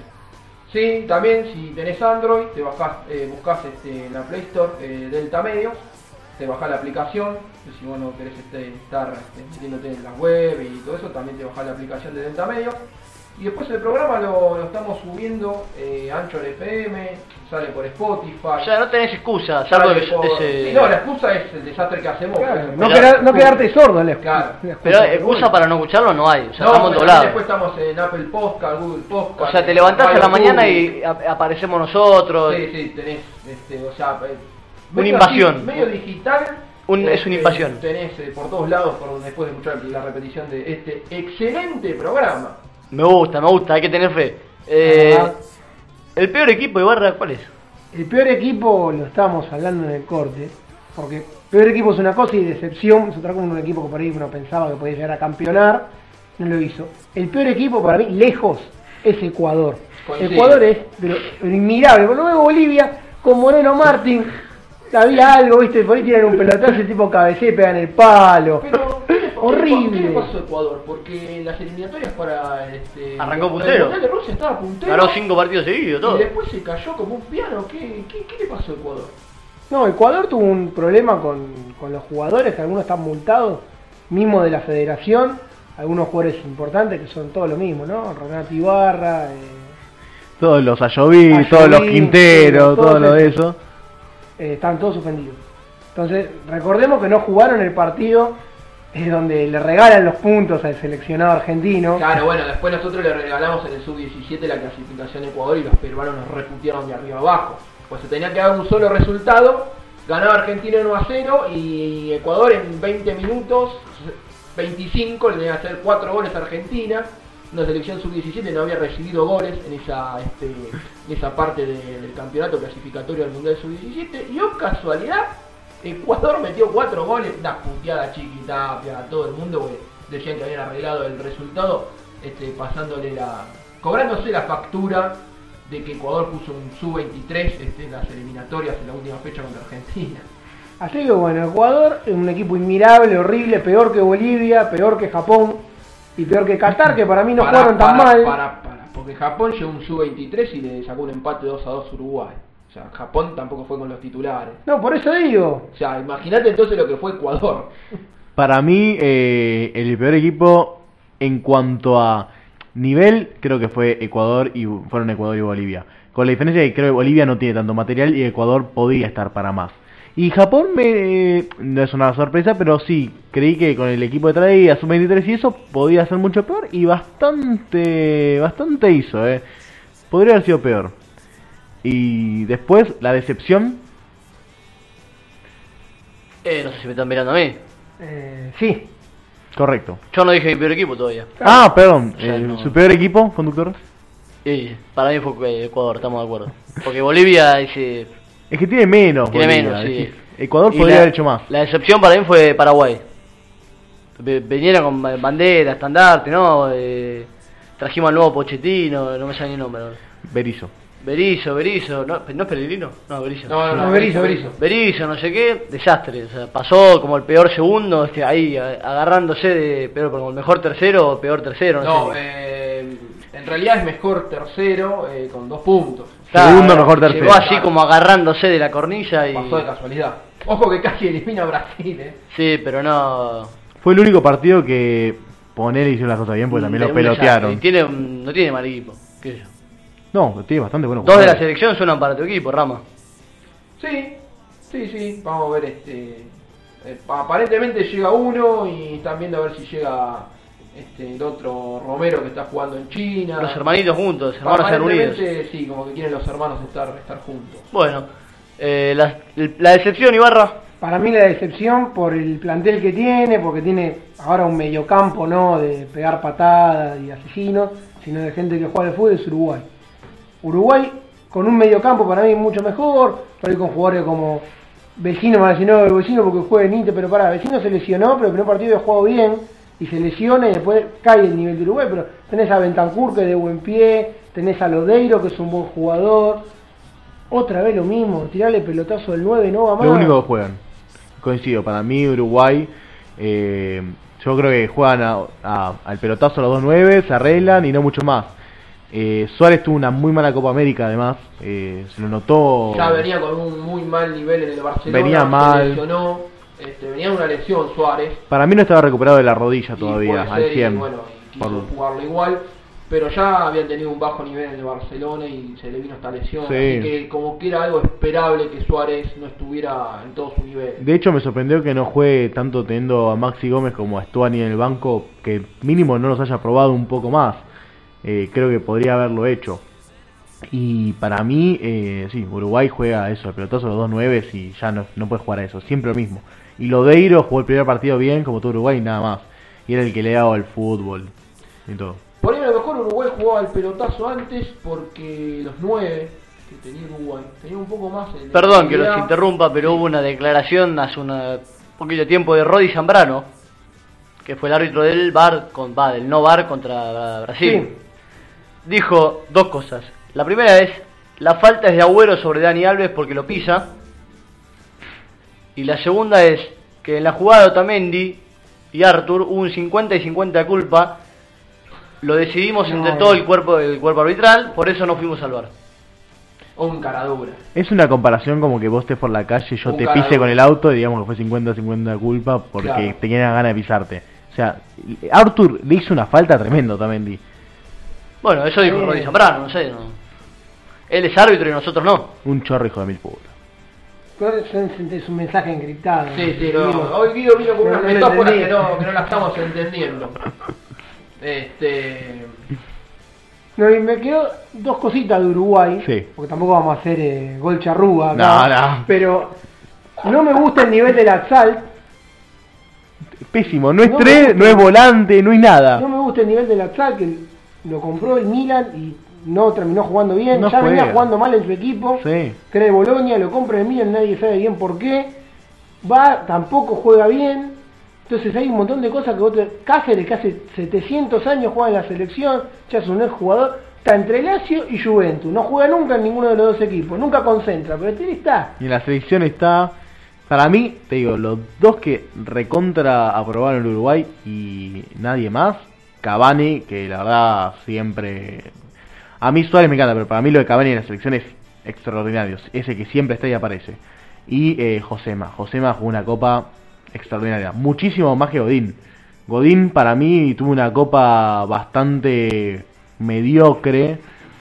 D: Sí, también si tenés Android, te bajás, eh, buscás este, en la Play Store eh, Delta Medios, te bajás la aplicación, y si vos no querés este, estar este, metiéndote en la web y todo eso, también te bajás la aplicación de Delta Medios. Y después el programa lo, lo estamos subiendo eh, Anchor FM, sale por Spotify.
A: O sea, no tenés excusa, salvo
D: sale
A: que
D: por-
A: ese-
D: Sí, no, la excusa es el desastre que hacemos.
B: Claro,
D: Pero-
B: no,
A: Pero-
B: quedar- no quedarte sordo es la
D: Claro.
B: excusa. es la
A: Pero
B: excusa.
A: excusa para no escucharlo no hay, o sea,
D: No,
A: estamos
D: pues,
A: doblados.
D: Después estamos en Apple Podcast, Google Podcast.
A: O sea, te
D: en
A: levantás a
D: Radio
A: la mañana
D: Public.
A: y ap- aparecemos nosotros.
D: Sí, sí, tenés, este, o sea, eh,
A: Una
D: medio
A: invasión.
D: así, medio digital. este,
A: Un- es una invasión.
D: Tenés eh, por todos lados, por donde después de escuchar la repetición de este excelente programa.
A: Me gusta, me gusta, hay que tener fe. Eh,
C: Ah.
A: el peor equipo de Barra, ¿cuál es?
B: El peor equipo lo estábamos hablando en el corte, porque peor equipo es una cosa y decepción es otra como un equipo que por ahí uno pensaba que podía llegar a campeonar, no lo hizo. El peor equipo para mí, lejos, es Ecuador.
D: Coincido.
B: Ecuador es pero, pero inmirable. Luego Bolivia, con Moreno Martín, había algo, viste, por ahí tiran un pelotazo, el tipo cabecea y pega en el palo.
D: Pero, ¿qué le pasó-
B: Horrible.
D: ¿Qué le pasó a Ecuador? Porque en las eliminatorias para este.
A: Arrancó
D: el
A: puntero.
D: Mundial de Rusia estaba puntero.
A: Ganó cinco partidos seguidos, todo.
D: Y después se cayó como un piano. ¿Qué, qué, qué le pasó a Ecuador?
B: No, Ecuador tuvo un problema con, con los jugadores, que algunos están multados, mismo de la federación, algunos jugadores importantes que son todos lo mismo, ¿no? Renato Ibarra, eh,
C: Todos los Ayoví,
B: Ayoví,
C: todos los Quinteros,
B: todos
C: todo lo de
B: esos.
C: eso.
B: eh, están todos suspendidos. Entonces, recordemos que no jugaron el partido eh, donde le regalan los puntos al seleccionado argentino.
D: Claro, bueno, después nosotros le regalamos en el sub-17 la clasificación a Ecuador y los peruanos nos reputearon de arriba abajo. Pues se tenía que dar un solo resultado, ganaba Argentina 1 a 0 y Ecuador en 20 minutos, 25, le tenía que hacer 4 goles a Argentina. Una selección sub-17 no había recibido goles en esa, este, en esa parte de- del campeonato clasificatorio del Mundial sub-17 y, oh casualidad, Ecuador metió cuatro goles, una puteada chiquita a todo el mundo, porque decían que habían arreglado el resultado, este, pasándole la. cobrándose la factura de que Ecuador puso un sub-23 este, en las eliminatorias en la última fecha contra Argentina.
B: Así que bueno, Ecuador es un equipo inmirable, horrible, peor que Bolivia, peor que Japón y peor que Qatar, que para mí no
D: Pará,
B: jugaron tan
D: pará,
B: mal.
D: pará, pará, porque Japón llegó un sub-23 y le sacó un empate 2 a 2 a Uruguay. O sea, Japón tampoco fue con los titulares.
B: No, por eso digo,
D: O sea, imagínate entonces lo que fue Ecuador.
C: Para mí, eh, el peor equipo en cuanto a nivel, creo que fue Ecuador y fueron Ecuador y Bolivia. Con la diferencia de que creo que Bolivia no tiene tanto material y Ecuador podía estar para más. Y Japón me, no es una sorpresa, pero sí, creí que con el equipo de traía sub-23 y eso podía ser mucho peor y bastante, bastante hizo, eh. Podría haber sido peor. Y después, la decepción,
A: Eh, no sé si me están mirando a mí.
B: eh, sí,
C: correcto.
A: Yo no dije mi peor equipo todavía.
C: Ah, perdón,
A: Ya
C: eh,
A: no.
C: su peor equipo, conductor.
A: Y para mí fue eh, Ecuador, estamos de acuerdo. Porque Bolivia dice.
C: Es que tiene menos.
A: Tiene
C: Bolivia,
A: menos, sí.
C: es que Ecuador
A: y
C: podría
A: la-
C: haber hecho más.
A: La decepción para mí fue Paraguay. Ve- Vinieron con ba- bandera, estandarte, ¿no? Eh, trajimos al nuevo Pochettino, no me sale ni el nombre. ahora.
C: Berizo.
A: Berizo, Berizo, ¿no, ¿no es Pellegrino? No, Berizo.
B: no, Berizzo, Berizzo.
A: Berizzo, no sé qué, desastre. O sea, pasó como el peor segundo, este, ahí a- agarrándose de peor, como el mejor tercero o peor tercero. No,
D: No,
A: sé.
D: eh, en En realidad es mejor tercero eh, con dos puntos.
C: Segundo, mejor
A: Llegó
C: tercero.
A: así como agarrándose de la cornilla y...
D: Pasó de casualidad. Ojo que casi elimina a Brasil, eh.
A: Sí, pero no...
C: Fue el único partido que poner hicieron las cosas bien porque también lo
A: Un desastre.
C: pelotearon.
A: Y tiene, un- no tiene mal equipo. qué sé yo.
C: No, tiene bastante buenos
A: Dos de la
C: jugadores.
A: selección suenan para tu equipo, Rama.
D: Sí, sí, sí. Vamos a ver este. eh, aparentemente llega uno y están viendo a ver si llega este, el otro Romero que está jugando en China.
A: Los hermanitos juntos, hermanos
D: Aparentemente,
A: reunidos.
D: Sí, como que quieren los hermanos estar, estar juntos.
A: Bueno, eh, la, la decepción, Ibarra.
B: Para mí la decepción por el plantel que tiene, porque tiene ahora un mediocampo no de pegar patadas y asesinos, sino de gente que juega de fútbol, es Uruguay. Uruguay con un mediocampo para mí mucho mejor, pero ahí con jugadores como Vecino, me va a decir, no, el vecino porque juega en Inter, pero para, Vecino se lesionó, pero el primer partido había jugado bien y se lesiona y después cae el nivel de Uruguay, pero tenés a Bentancur que es de buen pie, tenés a Lodeiro que es un buen jugador, otra vez lo mismo, tirarle pelotazo del 9 no va más.
C: Lo único que juegan. Coincido, para mí Uruguay, eh, yo creo que juegan a- a- al pelotazo a los dos nueve, se arreglan y no mucho más. Eh, Suárez tuvo una muy mala Copa América además, eh, se lo notó...
D: Ya venía con un muy mal nivel en el Barcelona.
C: Venía
D: se
C: mal.
D: lesionó, este, venía de una lesión Suárez.
C: Para mí no estaba recuperado de la rodilla
D: y
C: todavía,
D: puede
C: al
D: ser, y
C: 100.
D: bueno, y quiso
C: por-
D: jugarlo igual. Pero ya había tenido un bajo nivel en el Barcelona y se le vino esta lesión.
C: Sí.
D: Así que como que era algo esperable que Suárez no estuviera en todo su nivel.
C: De hecho me sorprendió que no juegue tanto teniendo a Maxi Gómez como a Stuani en el banco, que mínimo no los haya probado un poco más. Eh, creo que podría haberlo hecho. Y para mí, eh, sí, Uruguay juega eso, el pelotazo de los dos nueves y ya no, no puede jugar a eso, siempre lo mismo. Y Lodeiro jugó el primer partido bien, como todo Uruguay, nada más. Y era el que le daba el fútbol y todo.
D: Por ahí a lo mejor Uruguay jugaba al pelotazo antes porque los nueve que tenía Uruguay tenían un poco más... de
A: Perdón que los
D: calidad.
A: interrumpa, pero hubo una declaración hace una- un poquito de tiempo de Roddy Zambrano, que fue el árbitro del bar, con, va, del no bar contra Brasil.
B: Sí.
A: Dijo dos cosas. La primera es, la falta es de Agüero sobre Dani Alves porque lo pisa. Y la segunda es que en la jugada de Otamendi y Arthur hubo un 50 y 50 de culpa. Lo decidimos
B: No,
A: entre
B: no.
A: todo el cuerpo, el cuerpo arbitral, por eso no fuimos al bar.
D: O un caradura.
C: Es una comparación como que vos estés por la calle, yo
D: Un
C: te
D: cagador.
C: pise con el auto y digamos que fue 50-50 culpa porque
D: Claro.
C: tenía ganas de pisarte. O sea, Arthur le hizo una falta tremendo también, Di.
A: Bueno, eso dijo
B: Eh.
A: Rodri Zambrano, no sé. no. Él es árbitro y nosotros no.
C: Un chorro hijo de mil putas.
B: Es un mensaje encriptado.
D: Sí, sí, no. Hoy Guido vino con
B: No,
D: unas
B: no lo
D: metáforas que
B: entendí.
D: no, que no las estamos entendiendo. Este.
B: No, y me quedó dos cositas de Uruguay,
C: Sí.
B: porque tampoco vamos a hacer eh, gol charrúa.
C: No, no.
B: Pero no me gusta el nivel del Atsal,
C: Pésimo, no es
B: No,
C: tres,
B: no,
C: no es volante, no es nada.
B: no me gusta el nivel del Atsal, que lo compró el Milan y no terminó jugando bien,
C: No
B: ya venía
C: juega.
B: jugando mal en su equipo,
C: Sí.
B: cree Bolonia, lo compra el Milan, nadie sabe bien por qué, va, tampoco juega bien, entonces hay un montón de cosas que vos te- Cáceres, que hace 700 años juega en la selección, ya es un ex jugador, está entre Lazio y Juventus, no juega nunca en ninguno de los dos equipos, nunca concentra, pero este está.
C: Y en la selección está. Para mí, te digo, los dos que recontra aprobaron el Uruguay y nadie más. Cavani, que la verdad siempre. A mí Suárez me encanta, pero para mí lo de Cavani en la selección es extraordinario. Ese que siempre está y aparece. Y eh, Josema. Josema jugó una copa extraordinaria. Muchísimo más que Godín. Godín para mí tuvo una copa bastante mediocre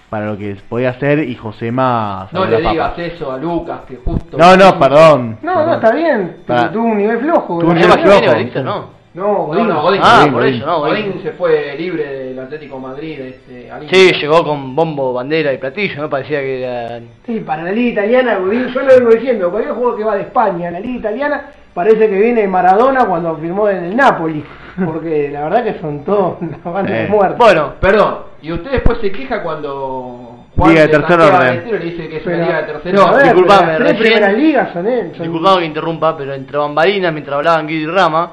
C: para lo que podía hacer y Josema...
D: No
C: salvó la
D: le
C: papa.
D: digas eh, eso a Lucas, que justo.
C: No, no, perdón.
B: No, no, está bien, pero
C: Pará.
B: tuvo un nivel flojo.
C: Ah. Tuvo un
A: Se
B: ¿verdad?
C: nivel flojo.
A: imagina, ¿viste? No.
B: No,
D: No,
B: Godín.
D: no, Godín.
A: Ah,
C: Godín,
A: por
C: Godín.
A: eso, no. Godín.
D: Godín se fue libre del Atlético de Madrid. Este, al
A: Sí,
D: Inter.
A: llegó con bombo, bandera y platillo, me parecía que era...
B: Sí, para la liga italiana, Godín, yo lo vengo diciendo, cualquier jugador que va de España a la liga italiana parece que viene de Maradona cuando firmó en el Napoli, porque la verdad que son todos una banda de
C: Eh.
B: muertos.
A: Bueno,
D: Perdón, y usted después se queja cuando.
C: Liga de
D: le
C: tercer
D: tantea a
C: orden.
D: Valentino y le dice que es una
B: Pero-
D: liga de tercer
B: pero a ver,
D: orden.
A: disculpame,
B: pero las tres
A: recién-
B: primeras ligas son, eh, son-
A: disculpado que interrumpa, pero entre bambalinas, mientras hablaban Guido y Rama,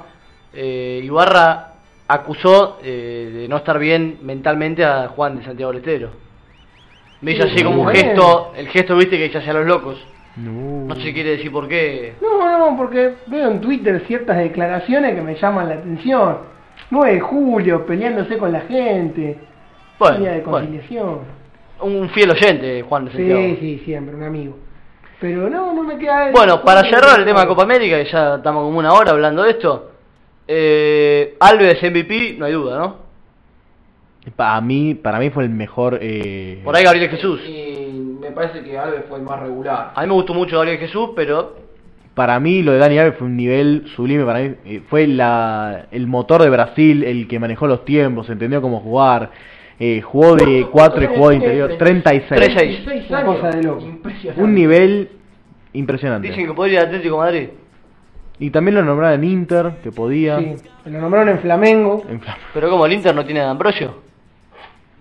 A: eh, Ibarra acusó eh, de no estar bien mentalmente a Juan de Santiago del Estero. Me hizo así como un
B: Bueno.
A: gesto, el gesto, viste, que se hace a los locos.
C: No.
A: No sé si quiere decir por qué.
B: No, no, porque veo en Twitter ciertas declaraciones que me llaman la atención. 9 de julio, peleándose con la gente. línea
A: Bueno,
B: de
A: bueno,
B: conciliación.
A: un fiel oyente, Juan de Santiago.
B: Sí, sí, siempre, un amigo. Pero no, no me queda.
A: Bueno, para cerrar el tema de Copa América, que ya estamos como una hora hablando de esto, eh, Alves MVP, no hay duda, ¿no?
C: Para mí, para mí fue el mejor. eh,
A: Por ahí Gabriel Jesús.
D: Y me parece que Alves fue el más regular.
A: A mí me gustó mucho Gabriel Jesús, pero
C: Para mí lo de Dani Alves fue un nivel sublime, para mí eh, fue la, el motor de Brasil, el que manejó los tiempos, entendió cómo jugar, eh, jugó de 4 y jugó de
B: eh,
C: interior, 36.
A: 36.
D: 16
B: Una
D: años.
B: cosa de loco.
D: Impresionante.
C: Un nivel impresionante.
A: dicen que podría ir a Atlético de Madrid.
C: Y también lo nombraron en Inter, que podía.
B: Sí, lo nombraron en Flamengo.
C: En Flam-
A: Pero como el Inter no tiene a D'Ambrosio,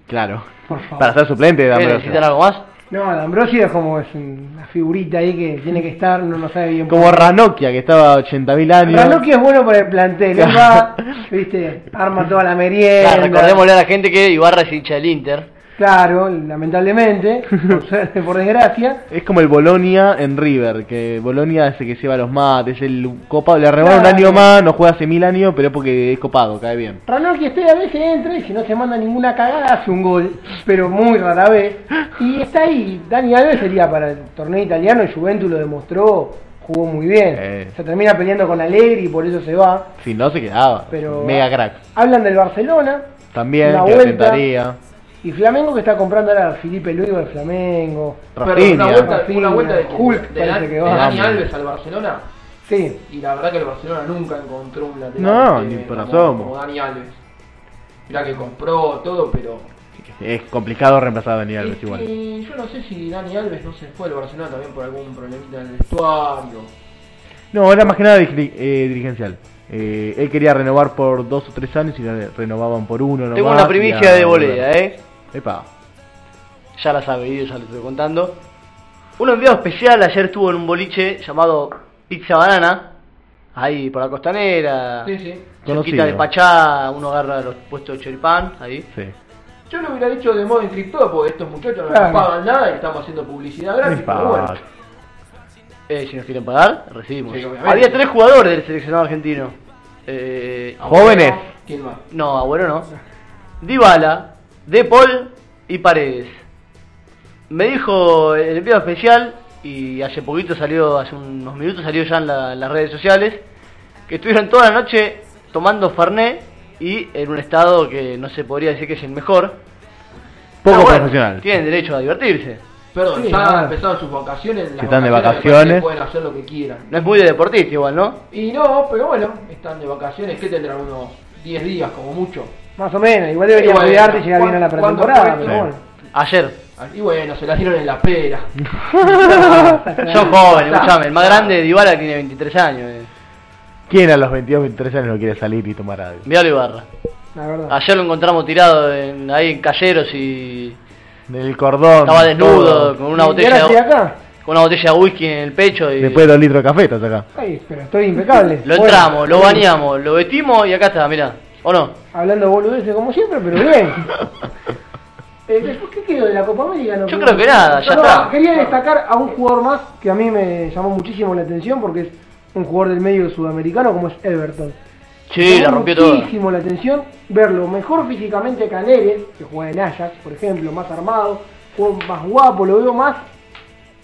C: Claro.
B: Por favor.
C: Para ser suplente de
A: ¿qué
C: D'Ambrosio.
A: necesitan algo más?
B: No, D'Ambrosio es como es una figurita ahí que tiene que estar, no lo sabe bien.
C: Como Ranocchia, que estaba a 80.000 años.
B: Ranocchi es bueno para el plantel, él va, viste, arma toda la merienda.
A: Claro, Ah, recordémosle a la gente que Ibarra es hincha del Inter.
B: Claro, lamentablemente, por, suerte, por desgracia.
C: Es como el Bolonia en River, que Bolonia es el que lleva los mates, el copado, le arreglaron un
B: Claro.
C: año más, no juega hace mil años, pero es porque es copado, cae bien.
B: Ranocchi este a veces entra y si no se manda ninguna cagada hace un gol, pero muy rara vez. Y está ahí, Dani Alves sería para el torneo italiano y Juventus lo demostró, jugó muy bien.
C: Eh.
B: Se termina peleando con Alegri y por eso se va.
C: Si no, se quedaba.
B: Pero
C: Mega crack.
B: Hablan del Barcelona
C: También,
B: Una
C: que lo
B: vuelta.
C: tentaría.
B: y Flamengo que está comprando ahora a Felipe Luis del Flamengo.
D: Pero
C: Rafinha.
D: una vuelta, una
B: Rafinha,
D: vuelta de,
B: Hulk,
D: de,
B: parece
D: Dan-
B: que
D: de
B: va.
D: Dani
C: Vamos.
D: Alves al Barcelona.
B: Sí,
D: Y la verdad que el Barcelona nunca encontró un lateral.
C: No,
D: eh,
C: ni por
D: como-
C: asomo.
D: Como Dani Alves. Mirá que compró todo, pero.
C: Es complicado reemplazar a Daniel Alves
D: Es
C: igual.
D: que yo no sé si Dani Alves no se fue al Barcelona también por algún problemita en el vestuario.
C: No, era más que nada diri- eh, dirigencial. Eh, él quería renovar por dos o tres años y le renovaban por uno. Nomás,
A: Tengo una primicia de volea, ¿eh?
C: Epa.
A: Ya la sabe, yo ya lo estoy contando. Un enviado especial ayer estuvo en un boliche llamado Pizza Banana, ahí por la costanera,
D: Sí, sí.
A: cerquita
C: Conocido.
A: de Pachá, uno agarra los puestos de choripán, ahí.
C: Sí.
D: Yo lo hubiera dicho de modo encriptado porque estos muchachos no
B: Claro.
D: nos pagan nada y estamos haciendo publicidad gratis. Pero bueno.
C: Epa.
A: Eh, si nos quieren pagar, recibimos.
D: Sí, obviamente.
A: Había tres jugadores del seleccionado argentino. Eh,
C: Jóvenes.
D: ¿Quién más?
A: no, Agüero no. Dybala, De Paul y Paredes. Me dijo el enviado especial, y hace poquito salió, hace unos minutos salió ya en, la- en las redes sociales, que estuvieron toda la noche tomando Fernet y en un estado que no se podría decir que es el mejor.
C: Poco
A: Ah, bueno,
C: profesional.
A: Tienen derecho a divertirse.
D: Perdón,
B: Sí,
D: ya
B: claro.
D: empezaron sus vacaciones. las
C: Que están de
D: parece
C: vacaciones.
D: que Pueden hacer lo que quieran.
A: No es muy de deportista igual, ¿no?
D: Y no, pero bueno, están de vacaciones. que tendrán? Unos 10 días como mucho.
B: más o menos. Igual debería
D: Igual,
B: cuidarte y llegar bien a la
D: ¿cuán- cuánto
B: pretemporada,
D: fue?
B: pero
C: Sí.
B: bueno.
A: Ayer.
D: Ah, Y bueno, se las dieron en la pera.
B: Ah,
A: Son jóvenes, escuchame. El más grande, Dybala, tiene 23 años. Eh.
C: ¿Quién a los 22, 23 años no quiere salir y tomar algo?
A: Miralo Ibarra.
B: La verdad.
A: Ayer lo encontramos tirado en- ahí en Calleros y
C: Del cordón.
A: estaba desnudo
C: todo.
A: con una
B: ¿Y ahora
A: botella
B: estoy
A: de,
B: acá?
A: con una botella de whisky en el pecho y
C: Después de dos litros de café estás acá.
B: Ay, pero estoy impecable.
A: lo
B: Bueno, eh,
A: entramos, lo bañamos, lo vestimos y acá está, mirá. ¿O no?
B: Hablando boludeces como siempre, pero bien. Eh, después, ¿qué quedó de la Copa América? No,
A: Yo creo que nada, ya
B: No,
A: está.
B: Quería destacar a un jugador más que a mí me llamó muchísimo la atención porque es un jugador del medio sudamericano como es Everton.
A: Sí,
B: Me
A: la
B: llamó
A: rompió todo.
B: muchísimo la atención verlo mejor físicamente que a Neres, que juega en Ajax, por ejemplo, más armado, juega más guapo, lo veo más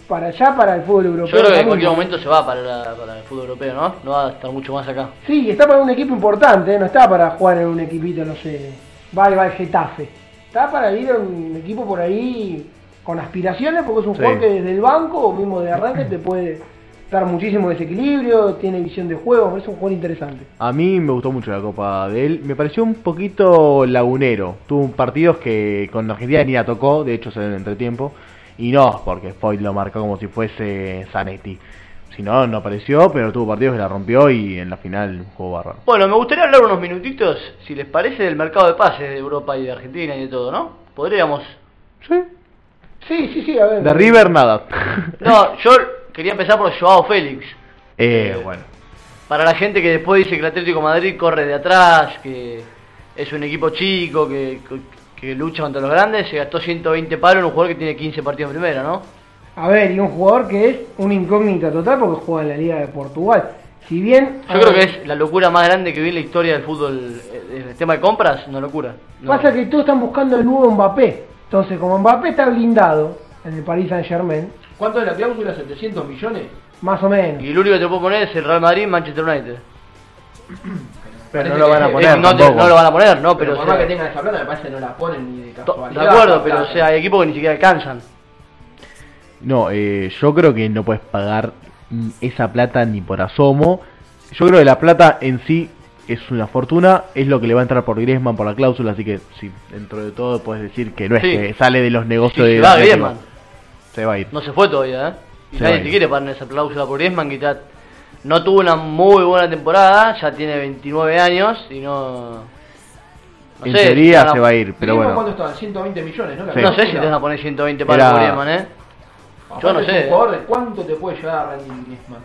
B: para allá, para el fútbol europeo.
A: Yo creo que en
B: también.
A: cualquier momento se va para, la- para el fútbol europeo, ¿no? No va a estar mucho más acá.
B: Sí, está para un equipo importante, ¿eh? no está para jugar en un equipito, no sé, va y va el Getafe. Está para ir a un equipo por ahí con aspiraciones, porque es un
C: Sí.
B: jugador que desde el banco o mismo de arranque te puede dar muchísimo desequilibrio, tiene visión de juego, es un jugador interesante.
C: A mí me gustó mucho la copa de él. Me pareció un poquito lagunero. Tuvo un partidos que con Argentina ni la tocó, de hecho se dio en el entretiempo. Y no, porque Foyt lo marcó como si fuese Zanetti. Si no, no apareció, pero tuvo partidos que la rompió y en la final jugó bárbaro.
A: Bueno, me gustaría hablar unos minutitos, si les parece, del mercado de pases de Europa y de Argentina y de todo, ¿no? Podríamos
B: Sí, sí, sí, a ver.
C: De River nada.
A: No, yo quería empezar por Joao Félix.
C: eh, bueno.
A: Para la gente que después dice que el Atlético de Madrid corre de atrás, que es un equipo chico, que, que- que lucha contra los grandes, se gastó 120 palos en un jugador que tiene 15 partidos en primera, ¿no?
B: A ver, y un jugador que es una incógnita total porque juega en la Liga de Portugal. Si bien.
A: Yo creo que es la locura más grande que vi en la historia del fútbol. eh, El tema de compras, una locura. No.
B: Pasa que todos están buscando el nuevo Mbappé. Entonces, como Mbappé está blindado en el Paris Saint Germain,
D: ¿Cuánto es la cláusula? ¿700 millones?
B: más o menos.
A: Y el único que te puedo poner es el Real Madrid Manchester United.
C: Pero no
D: Parece
C: lo van a
D: que-
A: Eh,
C: poner.
A: no, te-
C: tampoco.
A: no lo van a poner, no,
D: Pero,
A: pero.
D: por
A: o sea,
D: más que tengan esa plata, me parece que no la ponen ni de
A: to-
D: casualidad.
A: de acuerdo,
D: por
A: pero o
D: plata.
A: sea, hay equipos que ni siquiera alcanzan.
C: No, eh, yo creo que no puedes pagar mm, esa plata ni por asomo. Yo creo que la plata en sí es una fortuna, es lo que le va a entrar por Griezmann por la cláusula, así que sí, dentro de todo puedes decir que no es
A: Sí.
C: que sale de los
A: Sí,
C: negocios de
A: se va
C: Atlético.
A: Griezmann.
C: Se va a ir.
A: No se fue todavía, ¿eh? Y
C: Se va a
A: nadie
C: ir.
A: te quiere pagar esa cláusula por Griezmann, que ya no tuvo una muy buena temporada, ya tiene 29 años y no. no
C: en
A: sé,
C: teoría
A: ya no-
C: se va a ir, pero bueno.
D: Griezmann, ¿Cuánto estaban? 120 millones, ¿no? La
C: Sí.
A: No sé
D: cláusula.
A: si te van a poner 120
C: Era-
A: para por Griezmann, ¿eh?
D: Aparte
A: yo no
D: es
A: sé.
D: Un jugador de cuánto te puede llegar a rendir Griezmann.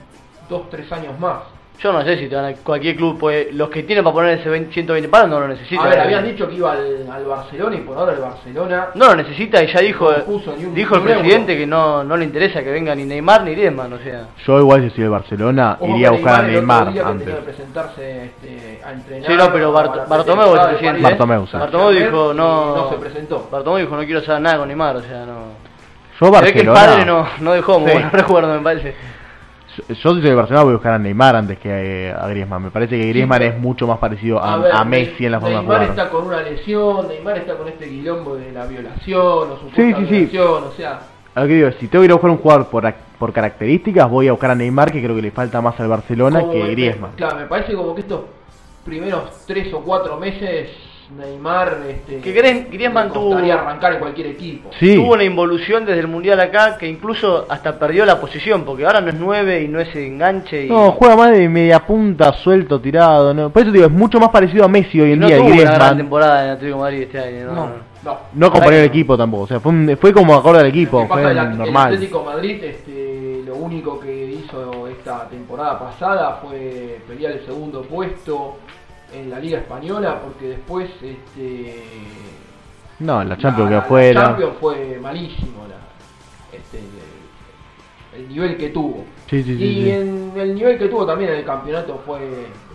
D: Dos, tres años más.
A: Yo no sé si te van a cualquier club, pues los que tienen para poner ese 20 120 palos no lo necesitan.
D: a ver, habían dicho que iba al, al Barcelona y por ahora el Barcelona.
A: No lo necesita y ya dijo,
D: No puso ni un-
A: dijo el
D: ni un euro.
A: presidente que no, no le interesa que venga ni Neymar ni Griezmann, o sea.
C: Yo igual si soy de Barcelona
D: Ojo
C: iría a
D: con
C: buscar a
D: el otro
C: Neymar
D: día que
C: antes.
D: tenía que presentarse este, a entrenar.
A: Sí, no, pero Bart-
D: para la
A: Bartomeu es el
D: pretemporada de
A: presidente. ¿eh?
D: París.
C: Bartomeu, sí.
A: Bartomeu dijo,
D: Y
A: no...
D: no se presentó.
A: Bartomeu dijo, no quiero saber nada con Neymar, o sea, no...
C: Yo
A: Se ve que el padre
C: Barcelona.
A: no, no dejó muy
C: Sí.
A: buenos recuerdos, me parece.
C: Yo yo si soy de Barcelona voy a buscar a Neymar antes que eh, a Griezmann. Me parece que Griezmann es mucho más parecido a,
D: A ver,
C: a Messi en la forma de
D: Neymar
C: jugar.
D: está con una lesión, Neymar está con este quilombo de la violación, o supuesta
C: Sí, sí, sí.
D: violación, o sea...
C: A lo que digo, si tengo que ir a buscar un jugador por, ac- por características, voy a buscar a Neymar, que creo que le falta más al Barcelona
D: como
C: que
D: me-
C: este Griezmann.
D: Claro, me parece como que estos primeros tres o cuatro meses Neymar... Este,
A: Que Gre- Griezmann
D: le costaría
A: tuvo-
D: arrancar en cualquier equipo.
C: Sí,
A: Tuvo una involución desde el Mundial acá que incluso hasta perdió la posición, porque ahora no es 9 y no es enganche. Y...
C: no, juega más de media punta, suelto, tirado. ¿no? Por eso digo, es mucho más parecido a Messi hoy en
A: no
C: día.
A: tuvo
C: y
A: una gran
C: Griezmann
A: temporada en Atlético de Madrid este año. No,
D: No, no.
C: no acompañó el equipo tampoco. O sea, fue, un- fue como acorde al equipo,
D: Lo que pasa
C: fue
D: es que la- El
C: normal.
D: Atlético de Madrid, este, lo único que hizo esta temporada pasada fue pelear el segundo puesto en la Liga Española, porque después este,
C: No, la Champions
D: la-
C: que afuera.
D: la Champions fue malísimo, la- este, el, el nivel que tuvo.
C: Sí, sí, sí,
D: y
C: sí.
D: en el nivel que tuvo también en el campeonato fue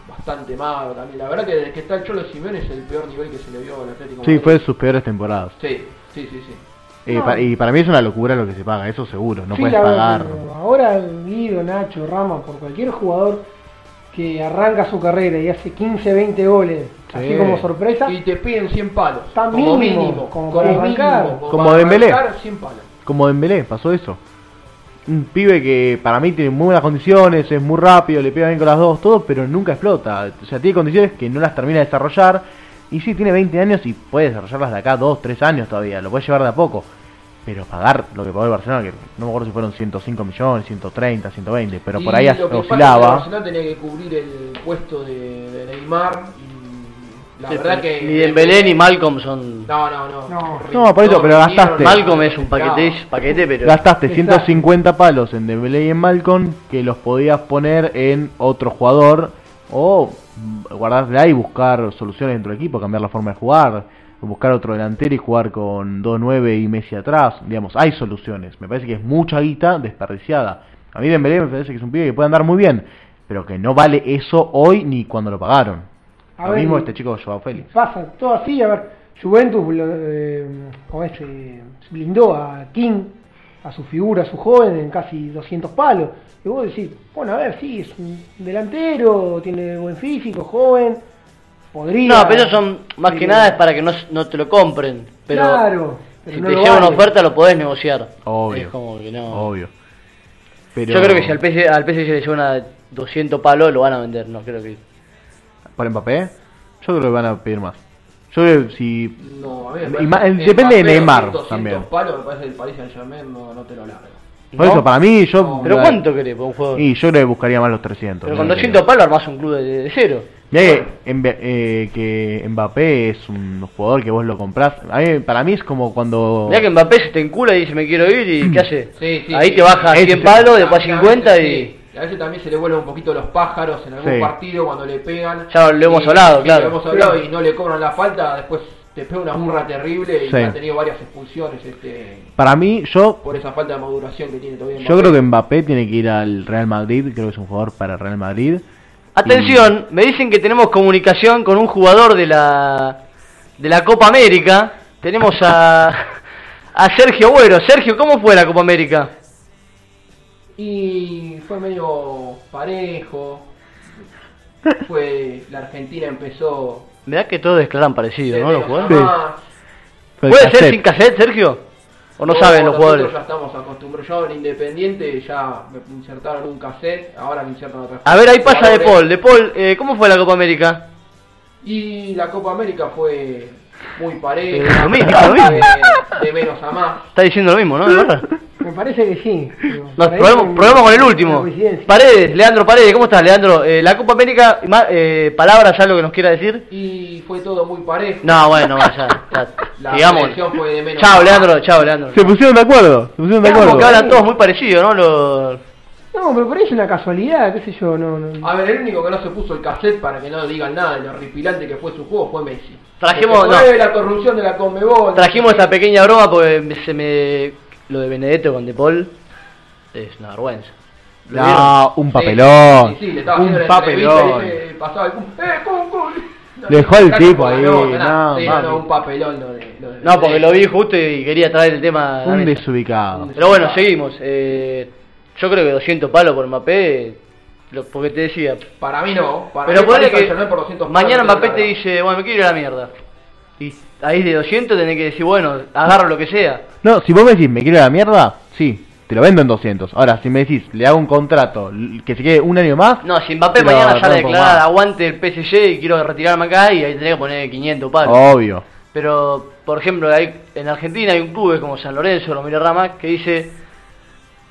D: bastante malo también. La verdad que desde que está el Cholo Simeone es el peor nivel que se le vio al Atlético. de
C: Sí,
D: Madrid.
C: fue de sus peores temporadas.
D: Sí, sí, sí, sí.
C: Eh, pa- y para mí es una locura lo que se paga, eso seguro, no
B: Sí,
C: puedes
B: la verdad,
C: pagar.
B: pero Ahora Guido, Nacho, Rama, por cualquier jugador que arranca su carrera y hace 15, 20 goles,
C: Sí.
B: así como sorpresa,
D: Y te piden 100 palos.
B: Está
D: como
B: mínimo,
D: mínimo.
B: como para arrancar.
C: Como
D: para
C: Dembélé.
D: arrancar, 100 palos.
C: Como Dembélé, pasó eso. Un pibe que para mí tiene muy buenas condiciones, es muy rápido, le pega bien con las dos, todo, pero nunca explota. O sea, tiene condiciones que no las termina de desarrollar. Y sí, tiene 20 años y puede desarrollarlas de acá 2, 3 años todavía, lo puede llevar de a poco. Pero pagar lo que pagó el Barcelona, que no me acuerdo si fueron 105 millones, 130, 120, pero por
D: Y
C: ahí
D: lo que pasa es que
C: oscilaba.
D: Barcelona tenía que cubrir el puesto de, de Neymar. Y la
A: Sí,
D: verdad
A: pero
D: que.
A: Ni Dembélé ni Malcolm son...
D: No, no, no.
B: No.
C: No, por eso, pero gastaste.
A: Malcolm es un paquete, paquete pero...
C: Gastaste
B: Exacto.
C: 150 palos en Dembélé y en Malcolm que los podías poner en otro jugador o guardarla y buscar soluciones dentro del equipo, cambiar la forma de jugar, buscar otro delantero y jugar con 2-9 y Messi atrás. Digamos, hay soluciones. Me parece que es mucha guita desperdiciada. A mí Dembélé me parece que es un pibe que puede andar muy bien, pero que no vale eso hoy ni cuando lo pagaron.
B: A
C: lo
B: ver,
C: mismo
B: y-
C: este chico Joao Félix.
B: pasa todo así. A ver, Juventus lo, eh, como este, blindó a King, a su figura, a su joven, en casi 200 palos. Y vos decís, bueno, a ver, sí, es un delantero, tiene buen físico, joven, podría.
A: No, pero eso son, más que
B: Eh,
A: nada es para que no, no te lo compren. Pero
B: claro, pero
A: si
B: no
A: te
B: lo
A: llega una
B: vale.
A: oferta lo podés negociar.
C: Obvio.
A: Es como que no...
C: Obvio. Pero
A: Yo creo que si al PSG, al PSG le llega una 200 palos lo van a vender, no creo que...
C: ¿Por Mbappé? Yo creo que van a pedir más. Yo creo que si.
D: No, a mí me
C: Y
D: parece
C: ma-
D: que
C: el- depende de
D: Mbappé,
C: Neymar
D: 200
C: también.
D: palos, me parece que el Paris Saint Germain no, no te lo larga.
C: Por
A: ¿No?
C: eso, para mí, yo.
A: ¿Pero cuánto querés por un jugador?
C: Y yo creo que buscaría más los 300.
A: Pero
C: no
A: con
C: creo.
A: 200 palos armás un club de, de cero.
C: Mirá que, Mbe- eh, que Mbappé es un jugador que vos lo comprás. A mí, para mí es como cuando.
A: Mirá que Mbappé se te encula y dice me quiero ir y ¿qué hace?
D: Sí, sí,
A: Ahí
D: sí.
A: te baja a
C: Ese
A: 100
C: es-
A: palos, después a 50 y...
D: sí. A veces también se le vuelven un poquito los pájaros en algún
C: Sí.
D: partido cuando le pegan.
A: Ya lo hemos hablado,
D: sí,
A: claro.
D: Lo hemos hablado y no le cobran la falta, después te pega una burra terrible y
C: Sí.
D: ha tenido varias expulsiones este,
C: Para mí, yo
D: por esa falta de maduración que tiene todavía.
C: Yo creo que Mbappé tiene que ir al Real Madrid, creo que es un jugador para el Real Madrid.
A: Atención, me dicen que tenemos comunicación con un jugador de la de la Copa América. Tenemos a, a Sergio Bueno. Sergio, ¿cómo fue la Copa América?
D: Y fue medio parejo. Fue la Argentina empezó
A: Mirá que todos declaran parecido, ¿no? Los jugadores.
D: Ah,
C: Pero
A: ¿Puede ser
C: Cassette,
A: sin cassette, Sergio? ¿O no, saben los
D: nosotros
A: jugadores?
D: Ya estamos acostumbrados. Yo en Independiente ya me insertaron un cassette, ahora me insertan otra
A: A ver, ahí pasa De
D: Jugadores.
A: Paul. De Paul, eh, ¿cómo fue la Copa América?
D: Y la Copa América fue muy
A: Eh,
D: pareja.
A: lo mismo, lo mismo.
D: de, de menos a más.
A: Está diciendo lo mismo, ¿no? ¿De verdad?
B: Me parece que sí. digo,
A: Nos
B: por ahí
A: probemos,
B: un-
A: probemos con el
B: una
A: último.
B: coincidencia.
A: Paredes, Leandro Paredes, ¿cómo estás, Leandro? Eh, la Copa América, ma- eh, palabras, algo que nos quiera decir.
D: Y fue todo muy parejo.
A: No, bueno, bueno, ya, ya,
D: La
A: sigamos.
D: selección fue de menos
A: Chao,
D: a más.
A: Leandro, chao, Leandro.
C: Se pusieron de acuerdo, se pusieron de
B: Veamos
A: Como que
C: acuerdo.
A: hablan todos muy parecido, ¿no? Los...
B: No, pero por ahí es una casualidad, qué sé yo, no, no.
D: A ver, el único que no se puso el cassette para que no digan nada de lo horripilante que fue su juego fue Messi.
A: Trajimos-
D: Porque fue
A: no.
D: la corrupción de la Conmebol.
A: Trajimos esta pequeña broma porque me- se me... Lo de Benedetto con De Paul es una vergüenza. ¿Lo vieron?
C: No, un papelón.
D: Sí, sí, le estaba
C: un
D: haciendo la
C: papelón.
D: entrevista y le pasaba el cum- ¡Eh, cum, cum! No,
C: Dejó el
D: saca
C: tipo
D: un
C: ahí,
D: papelón,
C: no,
D: sí, no,
C: mami.
D: no, un papelón lo de- lo de-
A: No, porque lo vi justo y quería traer el tema. a la
C: Un
A: mesa.
C: desubicado.
A: Pero bueno, seguimos. Eh, yo creo que 200 palos por Mbappé, lo- porque te decía.
D: Para mí no. Para
A: Pero
D: mí
A: ponele
D: Paris
A: que
D: Saint-Germain por 200
A: mañana
D: palos,
A: Mbappé te
D: no.
A: dice, bueno, me quiero ir a la mierda. Y ahí de 200 tenés que decir, bueno, agarro lo que sea.
C: No, si vos me decís, me quiero ir a la mierda, sí, te lo vendo en 200. Ahora, si me decís, le hago un contrato, l- que se quede un año más,
A: No, si Mbappé
C: Pero
A: mañana sale a
C: rompo
A: declarar
C: más.
A: aguante el PSG y quiero retirarme acá y ahí tenés que poner 500
C: Oh.
A: palos.
C: obvio.
A: Pero, por ejemplo, hay- en Argentina hay un club como San Lorenzo, Romero Rama, que dice,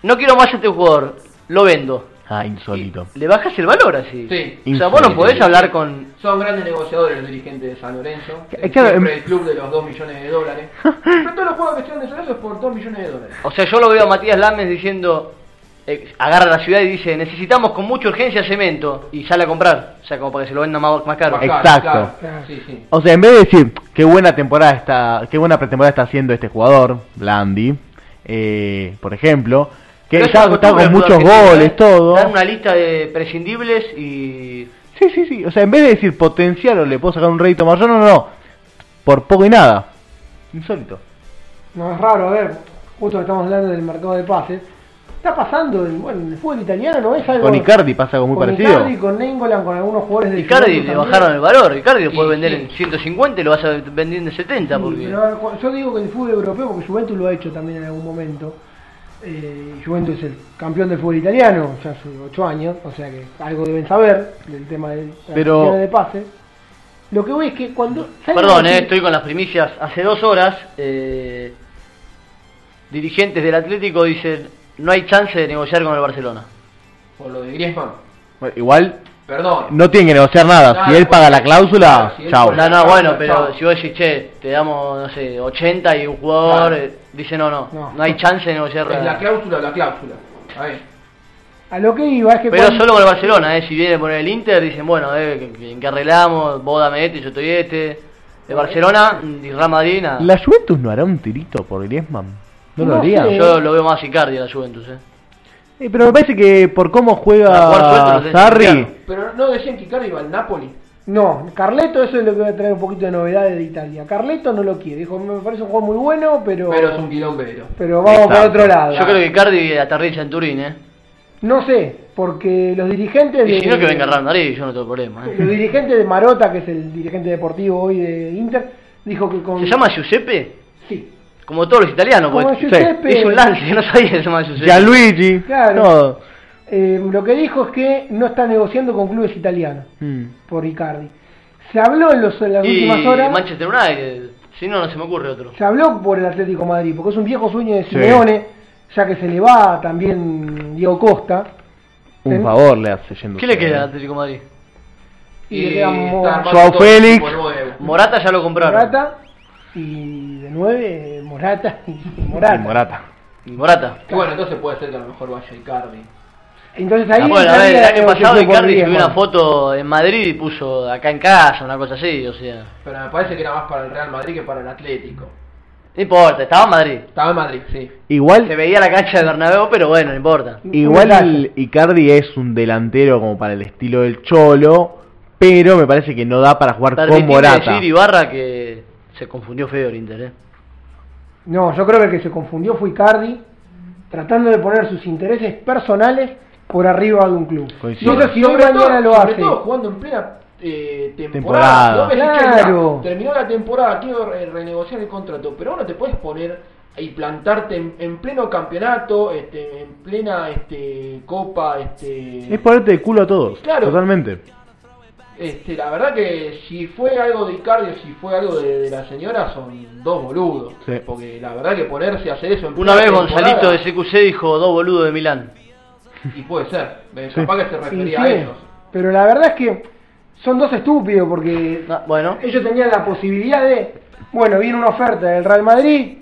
A: no quiero más a este jugador, lo vendo.
C: Ah, insólito.
A: Le bajas el valor así.
D: Sí.
A: O sea, vos no
C: Insólito.
A: podés hablar con...
D: Son grandes negociadores los dirigentes de San Lorenzo.
C: Eh,
D: Eh,
C: claro,
D: siempre
C: em-
D: el club de los 2 millones de dólares. Pero todos los juegos que están de San Lorenzo es por 2 millones de dólares.
A: O sea, yo lo veo a Matías Lames diciendo, eh, agarra la ciudad y dice, necesitamos con mucha urgencia cemento y sale a comprar. O sea, como para que se lo venda más, más caro.
D: Más caro,
C: Exacto.
D: claro. Sí, sí.
C: O sea, en vez de decir qué buena temporada está, qué buena pretemporada está haciendo este jugador, Blandi, eh, por ejemplo, que
A: Pero es
C: está,
A: una
C: está
A: costumbre
C: con
A: del
C: muchos
A: fútbol argentino,
C: goles,
A: ¿eh?
C: todo.
A: Dar una lista de prescindibles y...
C: Sí, sí, sí. O sea, en vez de decir potencial o le puedo sacar un rédito mayor, no, no, no. Por poco y nada. Insólito.
B: No es raro, a ver, justo que estamos hablando del mercado de pases. Está pasando, en- bueno, en el fútbol italiano no es algo.
C: Con Icardi pasa algo muy
B: con
C: parecido.
B: Icardi, con Nengolan, con algunos jugadores de
A: Icardi le bajaron el valor, Icardi lo
D: Y
A: puedes vender
D: sí.
A: en 150 y lo vas a vender en 70 porque...
B: yo digo que el fútbol europeo, porque Juventus lo ha hecho también en algún momento. Eh, Juventus es el campeón del fútbol italiano, ya hace 8 años, o sea que algo deben saber del tema de las
C: Pero-
B: acciones de pases. Lo que voy es que cuando. ¿sabes
A: Perdón,
B: lo
A: eh,
B: que-
A: estoy con las primicias. Hace dos horas, eh, dirigentes del Atlético dicen no hay chance de negociar con el Barcelona.
D: Por lo de Griezmann.
C: Bueno, igual
D: Perdón.
C: no tiene que negociar nada.
D: Claro,
C: si él
D: pues,
C: paga la cláusula,
D: claro, si él
C: chao.
D: paga-
A: No, no, bueno, pero
D: Chao.
A: si vos decís, che, te damos, no sé, 80 y un jugador,
D: Claro.
A: eh, dice no, no, no,
B: No.
A: hay chance de negociar.
D: Es la
A: nada.
D: cláusula, la cláusula. A ver.
B: A lo que iba es que.
A: Pero
B: cuando-
A: solo con el Barcelona, eh, si viene por el Inter, dicen, bueno, eh, que- que- ¿en qué arreglamos? Vos dame este, yo te doy este. El Barcelona mm, y Real Madrid, nada.
C: ¿La Juventus no hará un tirito por Griezmann? ¿No, lo
B: No
C: haría?
B: sé.
A: Yo lo veo más Icardi en la Juventus, eh.
C: Eh, pero me parece que por cómo
A: Para jugar suelto lo
C: juega
A: tenés que
C: Sarri...
A: limpiar.
D: Pero no decían que Icardi iba al Napoli.
B: No, Carleto, eso es lo que va a traer un poquito de novedades de Italia. Carleto no lo quiere, dijo, me parece un juego muy bueno, pero.
D: Pero es un quilombero.
B: pero vamos para
C: Exacto.
B: otro lado.
A: Yo creo que Icardi aterriza en Turín, eh.
B: No sé, porque los dirigentes de.
A: Y si no, que venga Real Madrid, yo no tengo problema.
B: Los
A: ¿eh?
B: dirigentes de Marota, que es el dirigente deportivo hoy de Inter, dijo que con.
A: ¿Se llama Giuseppe?
B: Sí.
A: Como todos los italianos,
B: Como
A: pues.
B: Giuseppe.
A: Es un lance, no sabía que se llama Giuseppe.
C: Gianluigi.
B: Claro.
C: todo.
B: Eh, lo que dijo es que no está negociando con clubes italianos
C: Mm.
B: por Icardi. Se habló en, los, en las
A: y
B: últimas horas.
A: Manchester United. Si no, no se me ocurre otro.
B: Se habló por el Atlético de Madrid, porque es un viejo sueño de
C: Sí.
B: Simeone, ya que se le va también Diego Costa.
C: Un
B: Ten-
C: favor le hace yendo. eh?
A: ¿Qué le queda al Atlético de Madrid?
B: Y le quedan Mo-
D: está armando
C: Joao
D: todo
C: Félix.
D: tipo nuevo.
A: Morata ya lo compraron.
B: Morata. Y de nueve, eh, Morata y Morata.
C: Morata.
A: Y Morata.
D: Y bueno, entonces puede ser que a lo mejor vaya Icardi.
B: Entonces ahí.
A: Ah, bueno, a ver, el
B: entraría
A: año
B: lo que
A: pasado
B: yo por
A: Icardi subió
B: Griezmann.
A: una foto en Madrid y puso acá en casa, una cosa así, o sea.
D: Pero me parece que era más para el Real Madrid que para el Atlético.
A: No importa, estaba en Madrid.
D: Estaba en Madrid, sí.
A: Se
C: Igual,
A: veía la cancha de Bernabéu, pero bueno, no importa.
B: un
C: igual
B: detalle.
C: Icardi es un delantero como para el estilo del Cholo, pero me parece que no da para jugar con
A: Permitime
C: Morata.
A: decir, Ibarra, que se confundió feo el Inter, ¿eh?
B: No, yo creo que el que se confundió fue Icardi, tratando de poner sus intereses personales por arriba de un club.
C: Coincido.
B: No sé si hoy
D: Sobre
B: mañana
D: todo-
B: lo
D: sobre
B: hace.
D: todo jugando en plena eh, temporada.
C: Temporada.
D: Vos me decís, che, mirá,
B: Claro.
D: terminó la temporada, quiero re- renegociar el contrato, pero ahora te puedes poner y plantarte en, en pleno campeonato, este, en plena este, copa, este,
C: Es ponerte el culo a todos,
D: Claro.
C: totalmente.
D: este, la verdad que si fue algo de Icardi o si fue algo de, de la señora son dos boludos,
C: Sí.
D: porque la verdad que ponerse a hacer eso en
A: Una
D: plena
A: vez
D: temporada-
A: Gonzalito de CQC dijo dos boludos de Milán.
D: y puede ser, eh, capaz que se
B: Sí,
D: refería a
B: sí.
D: ellos.
B: Pero la verdad es que son dos estúpidos porque
A: Ah, bueno,
B: ellos tenían la posibilidad de, bueno, viene una oferta del Real Madrid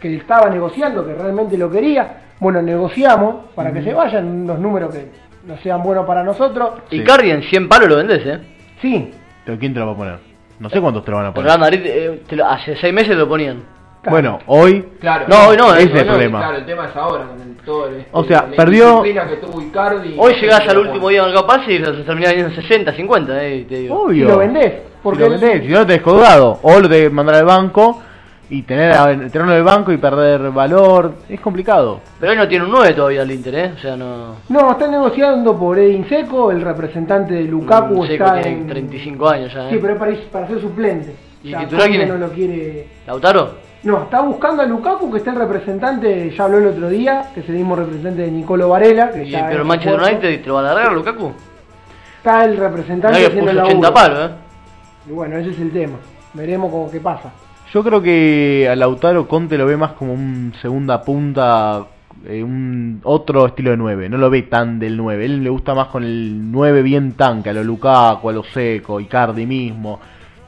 B: que estaba negociando, que realmente lo quería, bueno, negociamos para que se vayan unos números que no sean buenos para nosotros.
C: Sí.
A: Icardi en 100 palos lo vendés, ¿eh?
B: Sí,
C: Pero ¿quién te lo va a poner? No sé cuántos te lo van a
A: Pero Real
C: poner.
A: Madrid eh, te lo- hace 6 meses lo ponían.
B: claro.
C: Bueno, hoy
D: Claro.
A: No, hoy no,
D: Sí,
A: ese
C: es el
D: no,
C: problema.
D: Claro, el tema es ahora, con el- todo el-
C: O
D: este,
C: sea,
D: la
C: perdió-
D: indisciplina que tuvo Icardi.
A: Hoy llegás al último día del capaz y se terminaba vendiendo 60, 50, ¿eh? Te digo.
C: Obvio.
B: si lo vendés, porque
C: Porque lo vendés, si no lo tenés colgado, o lo tenés que mandar al banco y tener a- tenerlo en el banco y perder valor, es complicado.
A: Pero hoy no tiene un 9 todavía el Inter, ¿eh? O sea, no.
B: No, están negociando por Edin Seco, el representante de Lukaku
A: Mm, Seco
B: está
A: tiene
B: en...
A: 35 años ya, ¿eh?
B: Sí, pero es para, para ser suplente.
A: ¿Y
B: O sea,
A: titular quién
B: no
A: es?
B: lo quiere...
A: ¿Lautaro?
B: No, está buscando a Lukaku, que está el representante, ya habló el otro día, que es el mismo representante de Nicolo Varela. Que
A: Y-
B: está
A: pero
B: en
A: Manchester
B: Porto.
A: United te lo va a alargar, Lukaku.
B: Está el
A: No
B: representante
A: que
B: haciendo el
A: puso
B: laburo.
A: 80 palos, ¿eh?
B: Y bueno, ese es el tema. Veremos cómo qué pasa.
C: Yo creo que a Lautaro Conte lo ve más como un segunda punta, eh, un otro estilo de 9, no lo ve tan del 9, él le gusta más con el 9 bien tanque, a lo Lukaku, a lo Seco, Icardi mismo,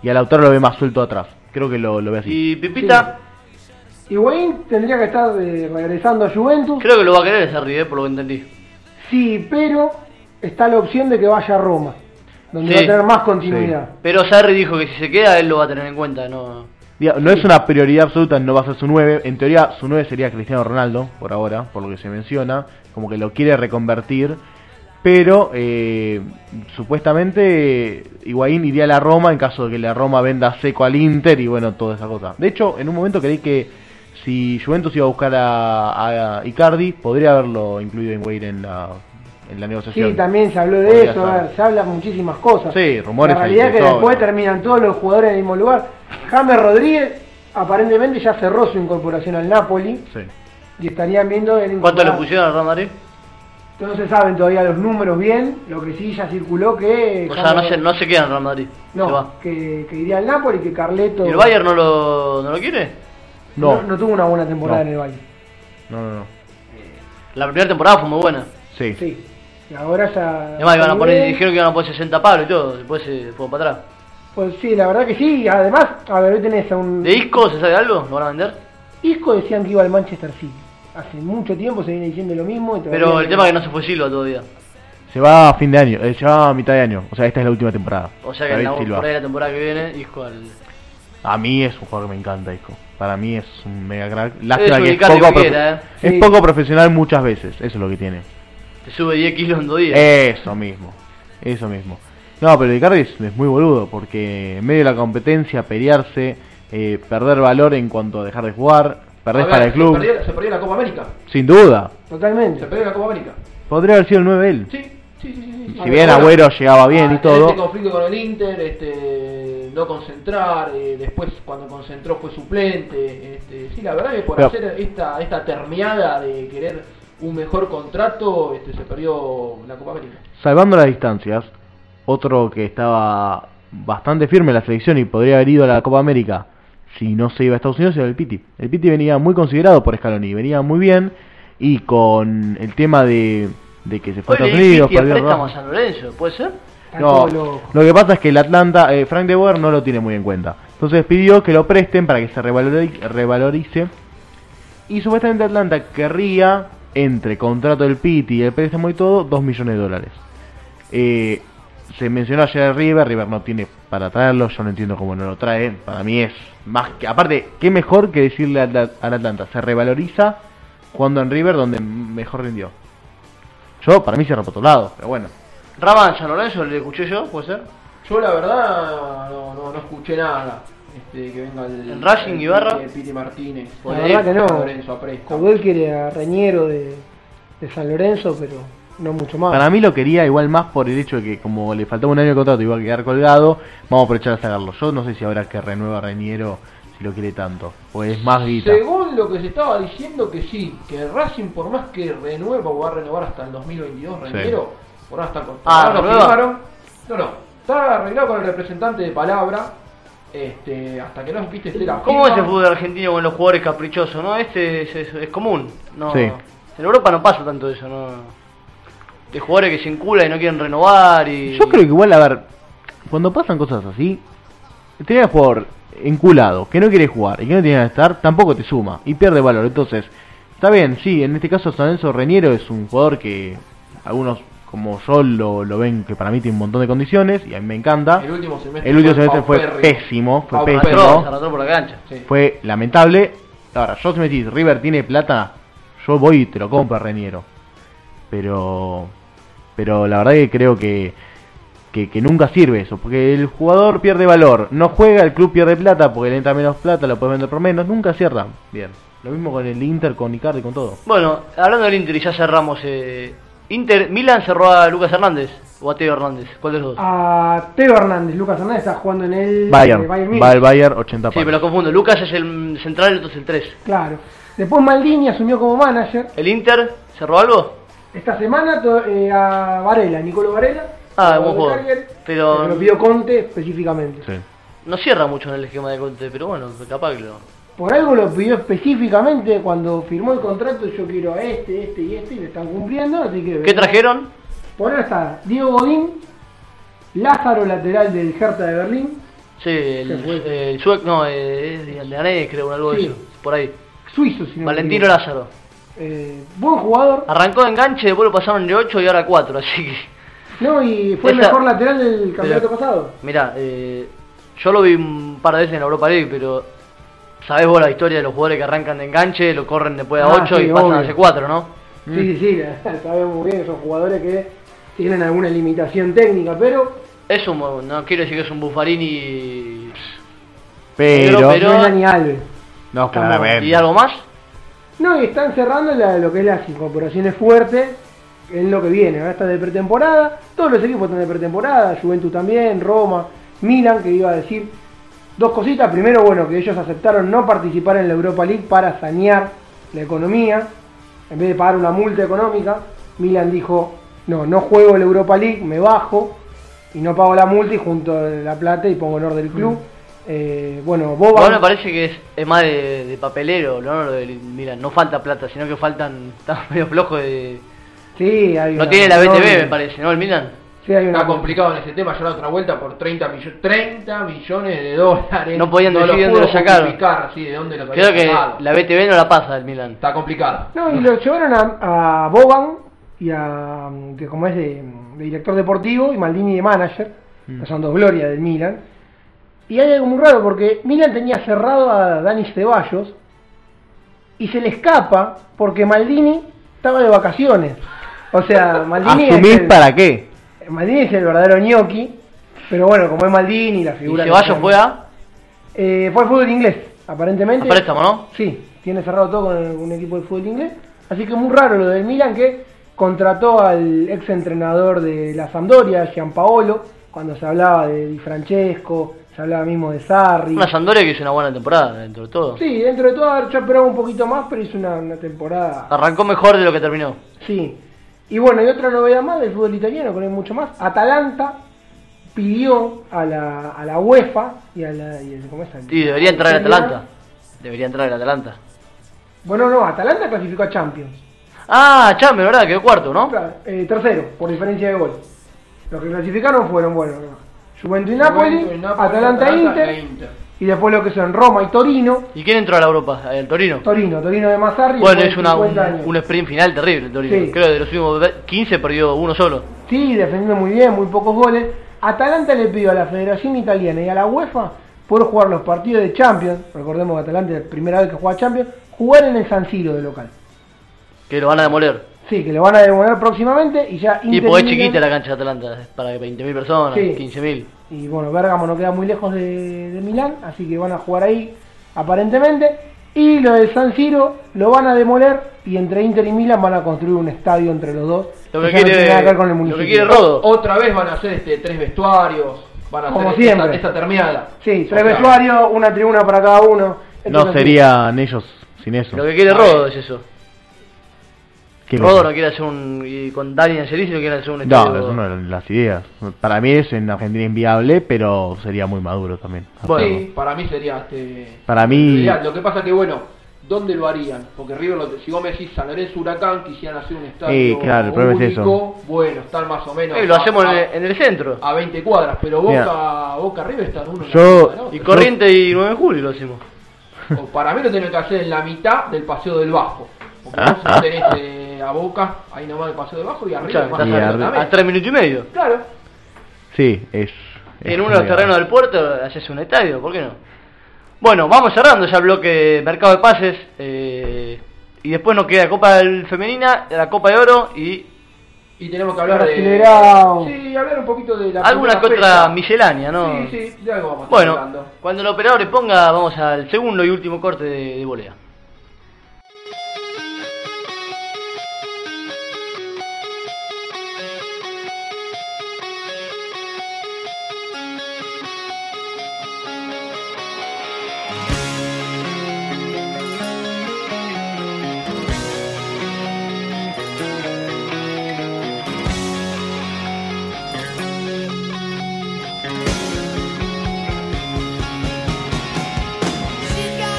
C: y a Lautaro lo ve más suelto atrás, creo que lo, lo ve así.
A: Y Pipita,
B: Higuaín tendría que estar eh, regresando a Juventus.
A: creo que lo va a querer Sarri, ¿eh? por lo que entendí.
B: Sí, pero está la opción de que vaya a Roma, donde
A: Sí.
B: va a tener más continuidad.
A: Pero Sarri dijo que si se queda, él lo va a tener en cuenta, no.
C: Diga, No es una prioridad absoluta, no va a ser su 9. En teoría, su 9 sería Cristiano Ronaldo, por ahora, por lo que se menciona. Como que lo quiere reconvertir. Pero eh, supuestamente Higuaín iría a la Roma en caso de que la Roma venda seco al Inter y bueno, toda esa cosa. De hecho, en un momento creí que si Juventus iba a buscar a, a Icardi, podría haberlo incluido Higuaín en la, en la negociación.
B: Sí, también se habló de
C: Podría
B: eso, a
C: ser.
B: ver, se habla muchísimas cosas.
C: Sí, rumores
B: La
C: hay
B: realidad
C: de
B: es que
C: todo.
B: después terminan todos los jugadores en el mismo lugar. James Rodríguez aparentemente ya cerró su incorporación al Napoli
C: Sí.
B: y estarían viendo el
A: ¿Cuánto le pusieron al Real Madrid?
B: No se saben todavía los números bien, lo que sí ya circuló que
A: O sea, no se,
B: James-
A: no se queda en Real Madrid.
B: no,
A: Se va.
B: que, que iría al Napoli, que Carleto
A: ¿Y el Bayern no lo, no lo quiere?
B: no,
C: No,
B: no tuvo una buena temporada
C: No.
B: en el Bayern.
C: no, no. no.
A: La primera temporada fue muy buena.
C: Sí.
B: Sí. Y ahora ya
A: Además, iban a poner,
B: Bien.
A: dijeron que iban a poner 60 palos y todo. Después se fue para atrás.
B: Pues sí, la verdad que sí, además, a ver, hoy tenés a un
A: ¿De Isco se sabe algo? ¿Lo van a vender?
B: Isco decían que iba al Manchester City. Hace mucho tiempo se viene diciendo lo mismo. y todavía
A: Pero el
B: no-
A: tema es que no se fue Silva todavía.
C: Se va a fin de año, eh, se va a mitad de año. O sea, esta es la última temporada.
A: O sea que en
C: David
A: la,
C: Silva.
A: por ahí la temporada que viene, Isco al...
C: A mí es un jugador que me encanta, Isco. Para mí es un mega crack.
A: Es
C: Lástima
A: un
C: que es
A: Icardi
C: poco,
A: cualquiera,
C: profe-
A: eh.
C: es
B: Sí.
C: poco profesional muchas veces. Eso es lo que tiene.
A: Te sube 10 kilos en dos días.
C: Eh, Eso mismo. Eso mismo. No, pero Icardi es, es muy boludo porque en medio de la competencia, pelearse, eh, perder valor en cuanto a dejar de jugar, perdés
D: A ver,
C: para el club.
D: Se perdió, se perdió la Copa América.
C: Sin duda.
D: Se
B: Totalmente.
D: perdió la Copa América.
C: Podría haber sido el 9 él.
D: Sí, sí, sí. sí, sí, sí.
C: Si bien Agüero llegaba bien
D: Ah,
C: y todo.
D: Este conflicto con el Inter, este, no concentrar, eh, después cuando concentró fue suplente. Este, sí, la verdad que por
C: Pero-
D: hacer esta, esta termiada de querer un mejor contrato, este, se perdió la Copa América.
C: Salvando las distancias, otro que estaba bastante firme en la selección y podría haber ido a la Copa América si no se iba a Estados Unidos era el Piti. El Piti venía muy considerado por Scaloni, venía muy bien y con el tema de, de que se fue
A: Hoy
C: a Estados
A: le di
C: Unidos,
A: Cristian
C: perdió el
A: préstamo a
C: Ronaldo.
A: San Lorenzo, ¿puede ser?
B: Está
C: No,
B: todo loco.
C: lo que pasa es que el Atlanta, eh, Frank de Boer no lo tiene muy en cuenta. Entonces pidió que lo presten para que se revalori- revalorice. Y supuestamente Atlanta querría entre contrato del Piti, el préstamo y todo, 2 millones de dólares. Eh, se mencionó ayer a River, River no tiene para traerlo, yo no entiendo cómo no lo trae, para mí es más que... Aparte, qué mejor que decirle al Atla- al Atlanta, se revaloriza jugando en River donde mejor rindió. Yo, para mí se por otro lado, pero bueno.
A: Raman San Lorenzo, ¿le escuché yo? ¿Puede ser?
D: Yo la verdad no, no, no escuché nada. Este, que venga el,
A: ¿El Racing
D: el
A: Ibarra?
D: Piti- el Piti Martínez.
B: La
A: Por
D: Poné
B: verdad
A: ahí,
B: que no.
D: a Lorenzo a préstamo.
B: Cobel quiere a Reñero de, de San Lorenzo, pero no mucho más.
C: Para mí lo quería igual más por el hecho de que como le faltaba un año de contrato y iba a quedar colgado, vamos a aprovechar a sacarlo. Yo no sé si habrá que renueva Reñero si lo quiere tanto, pues es más guita.
D: Según lo que se estaba diciendo que sí, que el Racing por más que renueva o va a renovar hasta el 2022,
C: Sí.
D: Reñero, por ahora está con
A: Ah,
D: por ahora
A: ¿renueva?
D: firmaron. No, no, está arreglado con el representante de palabra, este, hasta que no viste esté la
A: ¿Cómo es
D: firma.
A: el fútbol argentino con los jugadores caprichosos, no? Este es, es- es común. No,
C: Sí.
A: En Europa no pasa tanto eso, ¿no? De jugadores que se enculan y no quieren renovar y...
C: Yo creo que igual, a ver, cuando pasan cosas así, tener al jugador enculado, que no quiere jugar y que no tiene que estar, tampoco te suma y pierde valor. Entonces, está bien, sí, en este caso San Lorenzo Reñero es un jugador que algunos como yo lo, lo ven que para mí tiene un montón de condiciones y a mí me encanta.
D: El último semestre
C: El último semestre fue
D: paupérrimo.
C: pésimo, fue
D: Paupérrimo.
A: Arrastró,
C: pésimo.
A: se arrastró por la cancha.
D: Sí.
C: Fue lamentable. Ahora, yo si me decís, River tiene plata, yo voy y te lo compro a Reñero. Pero. Pero la verdad que creo que, que. que nunca sirve eso. Porque el jugador pierde valor. No juega, el club pierde plata porque le entra menos plata, lo puede vender por menos. Nunca cierra. Bien. Lo mismo con el Inter, con Icardi, con todo.
A: Bueno, hablando del Inter y ya cerramos. Eh, Inter, Milan cerró a Lucas Hernández o a Teo Hernández. ¿Cuál de los dos?
C: Ah,
B: A Teo Hernández, Lucas Hernández está jugando en el
C: Bayern.
B: eh, Múnich.
C: Va el Bayern 80
A: sí, me lo
C: palos.
A: confundo. Lucas es el mm, central, entonces el 3.
B: Claro. Después Maldini asumió como manager.
A: ¿El Inter cerró algo?
B: Esta semana to- eh, a Varela, Nicolo Varela.
A: Ah,
B: jugador
A: buen
B: de
A: jugador.
B: Target,
A: Pero-
B: que lo pidió Conte específicamente.
C: Sí.
A: No cierra mucho en el esquema de Conte, pero bueno, capaz que lo...
B: Por algo lo pidió específicamente cuando firmó el contrato. Yo quiero a este, este y este, y le están cumpliendo. Así que
A: ¿Qué trajeron?
B: Por ahora está Diego Godín, Lázaro, lateral del Hertha de Berlín,
A: Sí, el,
B: Se fue.
A: el suec, no, eh, es de Anés, creo, algo de
B: Sí.
A: eso, por ahí.
B: suizo, si no me
A: Valentino
B: equivoco.
A: Lázaro.
B: Eh, buen jugador,
A: Arrancó de enganche, después lo pasaron de 8 y ahora 4, así que.
B: ¿no? Y fue el
A: Esa-
B: mejor lateral del campeonato
A: Pero-
B: pasado.
A: Mirá, eh, yo lo vi un par de veces en Europa League, pero. Sabés vos la historia de los jugadores que arrancan de enganche, lo corren después a
B: Ah,
A: 8
B: sí,
A: y pasan
B: obvio.
A: a C4, ¿no?
B: Sí, sí, sí, sabemos muy bien, son jugadores que tienen alguna limitación técnica, pero
A: Es un. No quiero decir que es un Buffarini.
C: Pero.
A: Pero-
B: no es Dani Alves.
C: no,
A: ¿Y
C: claramente.
A: algo más?
B: No, y están cerrando la- lo que es las incorporaciones fuertes en lo que viene. Ahora está de pretemporada, todos los equipos están de pretemporada, Juventus también, Roma, Milan, que iba a decir dos cositas. Primero, bueno, que ellos aceptaron no participar en la Europa League para sanear la economía. En vez de pagar una multa económica, Milan dijo, no, no juego la Europa League, me bajo y no pago la multa y junto la plata y pongo honor del club. Eh, bueno, Boba...
A: Ahora Mm. me parece que es, es más de, de papelero, ¿no? Lo del- Mira, no falta plata, sino que faltan. Están medio flojos de.
B: Sí, hay
A: No
B: una-
A: tiene la BTV,
B: no,
A: me parece, ¿no? El Milan.
B: Sí, hay una
D: Está complicado en ese tema, yo la otra vuelta por 30, millo- 30 millones de dólares.
A: No podían
D: lo
A: decir dónde
D: pudo
A: lo sacaron.
D: justificar, sí, de dónde lo
A: Creo
D: habían
A: que
D: sacado.
A: la BTV no la pasa el Milan.
D: Está complicado.
B: No, y lo llevaron a, a Boban y a mm, que como es de, de director deportivo y Maldini de manager,
A: Mm.
B: que son dos glorias del Milan. Y hay algo muy raro porque Milan tenía cerrado a Dani Ceballos y se le escapa porque Maldini estaba de vacaciones. O sea, Maldini es
C: ¿Asumís
B: el,
C: para qué?
B: Maldini es el verdadero ñoqui, pero bueno, como es Maldini, la
A: Y
B: figura que
A: Ceballos
B: tiene-
A: fue a. Ah,
B: eh, fue al fútbol inglés, aparentemente.
A: A préstamo, ¿no?
B: Sí, tiene cerrado todo con un equipo de fútbol inglés. Así que muy raro lo del Milan que contrató al ex entrenador de la Sampdoria, Gianpaolo, cuando se hablaba de Di Francesco, se hablaba mismo de Sarri.
A: Una Sandoria que hizo una buena temporada, dentro de todo.
B: Sí, dentro de todo, a ver, yo esperaba un poquito más, pero hizo una, una temporada.
A: Arrancó mejor de lo que terminó.
B: Sí. Y bueno, y otra novedad más del fútbol italiano, que no hay mucho más. Atalanta pidió a la, a la UEFA y a la. Y, al- ¿cómo es? Al-
A: Y debería entrar el
B: Serie A.
A: Atalanta. Debería entrar el Atalanta.
B: Bueno, no, Atalanta clasificó a Champions.
A: Ah, Chamber, ¿verdad? Quedó cuarto, ¿no?
B: Claro, eh, tercero, por diferencia de gol. Los que clasificaron fueron, bueno, Juventud y Napoli,
D: Juventus,
B: Atalanta, Inter,
D: e Inter.
B: Y después lo que son Roma y Torino.
A: ¿Y quién entró a la Europa? El Torino.
B: Torino, Torino de Mazzarri.
A: Bueno,
B: después de
A: es una,
B: 50
A: un,
B: años.
A: un sprint final terrible el Torino.
B: Sí.
A: Creo que de los últimos 15 perdió uno solo.
B: Sí, defendiendo muy bien, muy pocos goles. Atalanta le pidió a la Federación Italiana y a la UEFA poder jugar los partidos de Champions. Recordemos que Atalanta es la primera vez que juega Champions. Jugar en el San Siro de local.
A: Que lo van a demoler.
B: Sí, que lo van a demoler próximamente y ya
A: Y
B: Inter
A: pues es
B: Milan-
A: chiquita la cancha de Atalanta, es para 20.000 personas,
B: Sí.
A: 15.000.
B: Y bueno, Bergamo no queda muy lejos de, de Milán, así que van a jugar ahí aparentemente. Y lo del San Siro lo van a demoler y entre Inter y Milan van a construir un estadio entre los dos.
A: Lo que
B: ya no
A: quiere-
B: tiene nada que ver con el
A: lo que
B: municipio.
A: quiere Rodo.
D: Otra vez van a hacer este tres vestuarios, van a
B: Como
D: hacer
B: siempre.
D: Esta, esta terminada.
B: Sí, tres
D: O sea,
B: vestuarios, una tribuna para cada uno.
C: No
B: Entonces,
C: serían ellos sin eso.
A: Lo que quiere Rodo es eso.
C: ¿Qué
A: Rodo
C: cosa?
A: no quiere hacer un. Y con Dani Angelisi no quiere hacer un
C: No,
A: estadio-
C: eso no eran las ideas. Para mí es en Argentina inviable, pero sería muy maduro también.
A: Bueno.
C: hacerlo.
D: Sí, para mí sería este.
C: Para mí,
D: Mirá, lo que pasa que bueno, ¿dónde lo harían? Porque River, lo- si vos me decís San Lorenzo Huracán, quisieran hacer un estadio
C: Eh, claro, el problema es
D: único, bueno, están más o menos
A: Eh, lo
D: a-
A: hacemos en
D: a,
A: el, en el centro.
D: a 20 cuadras, pero Boca,
C: Mirá.
D: Boca River están uno en
C: Yo-
D: la mitad de la otra.
A: Y Corriente y 9 de julio lo hacemos.
D: O para mí lo tienen que hacer en la mitad del Paseo del Bajo. Porque vos tenés eh, a Boca, ahí nomás el Paseo del Bajo y arriba
A: Escuchá,
D: más
A: estás
C: Y
D: arriba
A: a-
C: arriba.
A: a,
D: también.
A: 3 minutos y medio.
D: Claro.
C: sí, es. es
A: En uno de los
C: complicado.
A: terrenos del puerto haces un estadio, ¿por qué no? Bueno, vamos cerrando ya el bloque de mercado de pases. eh, y después nos queda Copa del Femenina, la Copa de Oro y
D: Y tenemos que hablar
B: Brasilerao.
D: de. Sí, hablar un poquito de la.
A: alguna que
D: primera
A: otra
D: fecha.
A: miscelánea, ¿no?
D: Sí, sí, de algo vamos a estar
A: Bueno,
D: hablando.
A: cuando el operador le ponga, vamos al segundo y último corte de, de volea.
E: She's got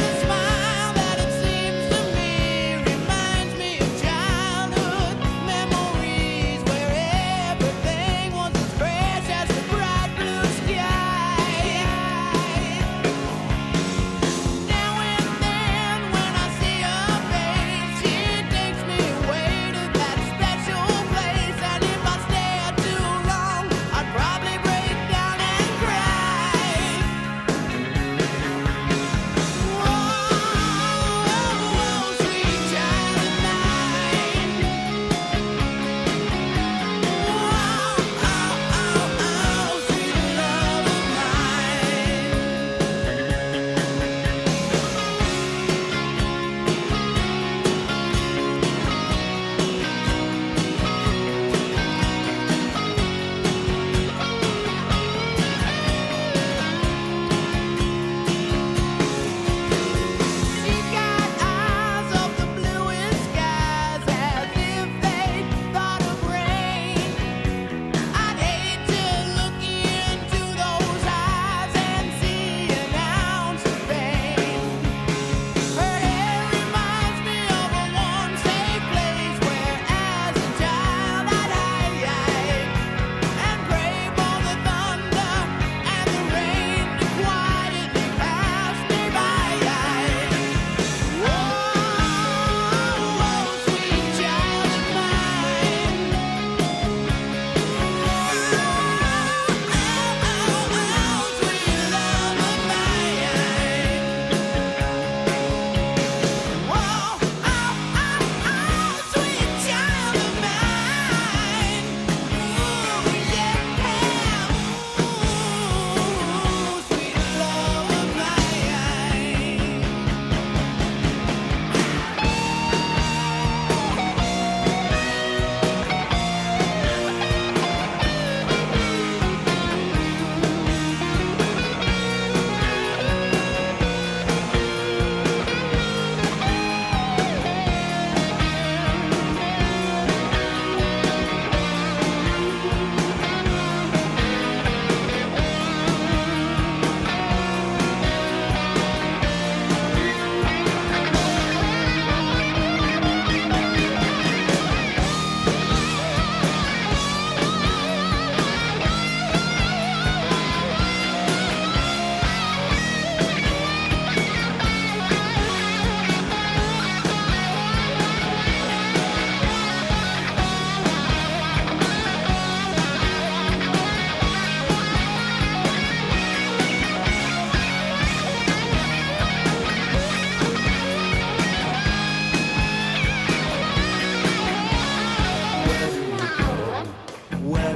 E: a smile that a Oh, oh,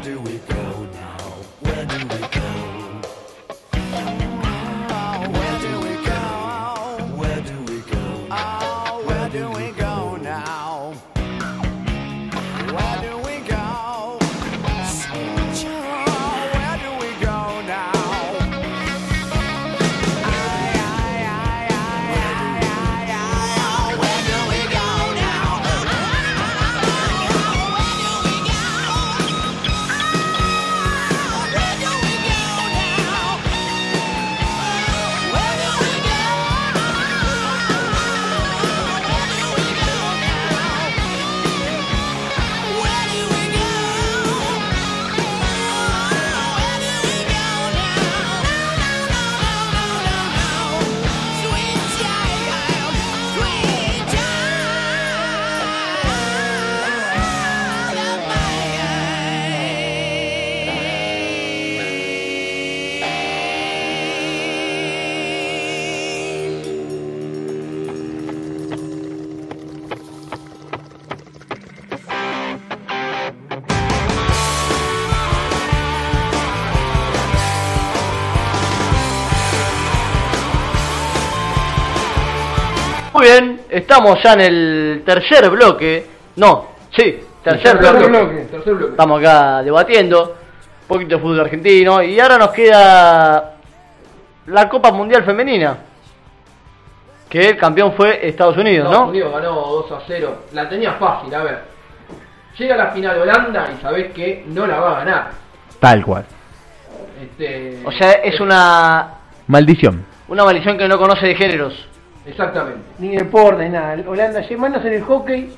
E: do we go now? Where do we go? Oh, Where do we go? Where do we go? Oh, where do we go now? Where do we go? Oh, Where do we go now?
A: Muy bien, estamos ya en el tercer bloque. No, sí, tercer, bloque.
D: Tercer bloque.
A: Estamos acá debatiendo un poquito de fútbol argentino y ahora nos queda la Copa Mundial Femenina. Que el campeón fue Estados Unidos,
D: Estados
A: ¿no?
D: Unidos ganó 2 a 0. La tenía fácil, a ver. Llega la final Holanda y sabés que no la va a ganar.
C: Tal cual.
D: Este,
A: O sea, es una
C: Maldición.
A: una maldición que no conoce de géneros.
D: Exactamente.
B: Ni deportes, nada. Holanda, llega- menos en el hockey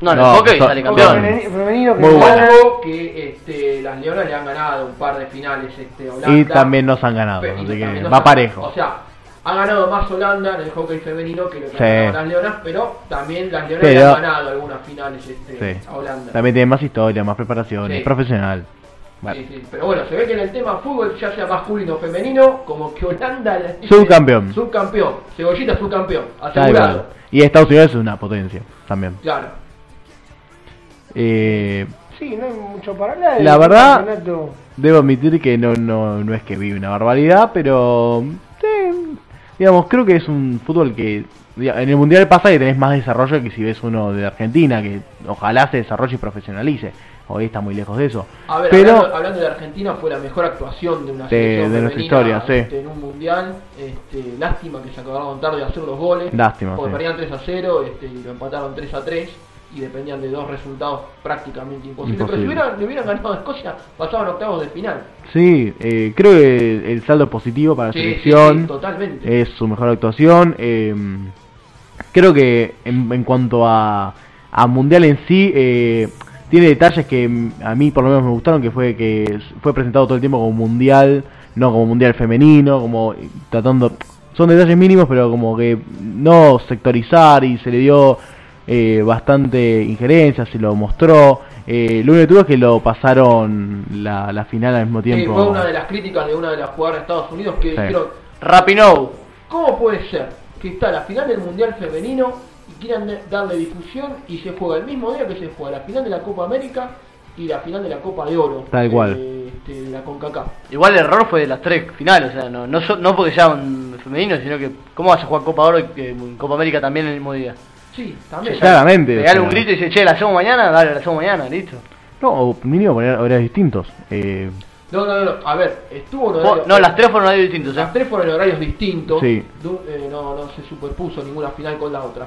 A: No, no,
C: No,
A: hockey
C: so-
A: sale
B: hockey
A: campeón.
B: femeni- femenino que
C: Muy
B: no
C: bueno.
B: gana.
D: Algo que este, las Leonas le han ganado un par de finales este, a Holanda.
C: Y también nos han ganado,
D: Pero-
C: Ah, pues, así
D: y
C: que
D: también
C: va
D: nos han-
C: parejo.
D: O sea, ha ganado más Holanda en el hockey femenino que lo que
C: Sí.
D: han ganado las Leonas, pero también las Leonas le
C: Pero-
D: han ganado algunas finales este,
C: Sí.
D: a Holanda.
C: También tiene más historia, más preparación,
D: Sí.
C: es profesional. Vale.
D: Sí, sí, Pero bueno, se ve que en el tema fútbol, ya sea masculino o femenino, como que Holanda... la tiene-
C: Subcampeón.
D: Subcampeón. Cebollita subcampeón.
C: Tal
D: Asegurado.
C: cual. Y Estados Unidos es una potencia también.
D: Claro.
C: Eh,
B: Sí, no hay mucho para hablar.
C: La
B: El
C: verdad-
B: campeonato-
C: debo admitir que no, no, no es que vi una barbaridad, pero eh, digamos, creo que es un fútbol que diga- en el mundial pasa que tenés más desarrollo que si ves uno de Argentina, que ojalá se desarrolle y profesionalice. Hoy está muy lejos de eso.
D: A ver,
C: pero
D: hablando, hablando de Argentina, fue la mejor actuación de una
C: De-
D: selección
C: de nuestra
D: femenina,
C: historia, sí.
D: este, en un mundial. Este, lástima que se acabaron tarde de hacer los goles.
C: Lástima,
D: Porque
C: sí.
D: perdían 3 a 0 este, y lo empataron 3 a 3 y dependían de dos resultados prácticamente imposibles. Pero si
C: Imposible.
D: hubieran, le hubieran ganado a Escocia, pasaban octavos de final.
C: sí, eh, creo que el saldo es positivo para la
D: Sí, sí,
C: selección.
D: sí, totalmente. Eh,
C: es su mejor actuación. eh, creo que en, en cuanto a, a Mundial en sí, eh, tiene detalles que mm, a mí por lo menos me gustaron, que fue que s- fue presentado todo el tiempo como Mundial, no como Mundial femenino, como eh, tratando... Son detalles mínimos, pero como que no sectorizar y se le dio eh, bastante injerencia, se lo mostró. Eh, lo único que tuvo es que lo pasaron la, la final al mismo
D: Eh,
C: tiempo.
D: fue una de las críticas de una de las jugadoras de Estados Unidos que
C: Sí.
D: dijeron,
A: Rapinoe.
D: ¿Cómo puede ser que está la final del Mundial Femenino y quieran de- darle difusión y se juega el mismo día que se juega la final de la Copa América y la final de la Copa de Oro?
C: Tal
D: eh,
C: cual.
D: este, de la CONCACAF.
A: Igual el error fue de las tres finales, o sea, no, no, so- no porque sean femeninos, sino que cómo vas a jugar Copa Oro y que- Copa América también en el mismo día.
D: Sí, también.
C: Claramente. o
A: Pegale
C: sea.
A: un grito y dice, che, la hacemos mañana, dale, la hacemos mañana, listo.
C: No, o mínimo poner horarios distintos. Eh,
D: No, no, no, no, a ver, estuvo en
A: Vos-
D: horario-
A: Oh, no, las tres fueron horarios distintos, ¿eh?
D: Las tres fueron en horarios distintos,
C: Sí.
D: du- eh, no, no se superpuso ninguna final con la otra.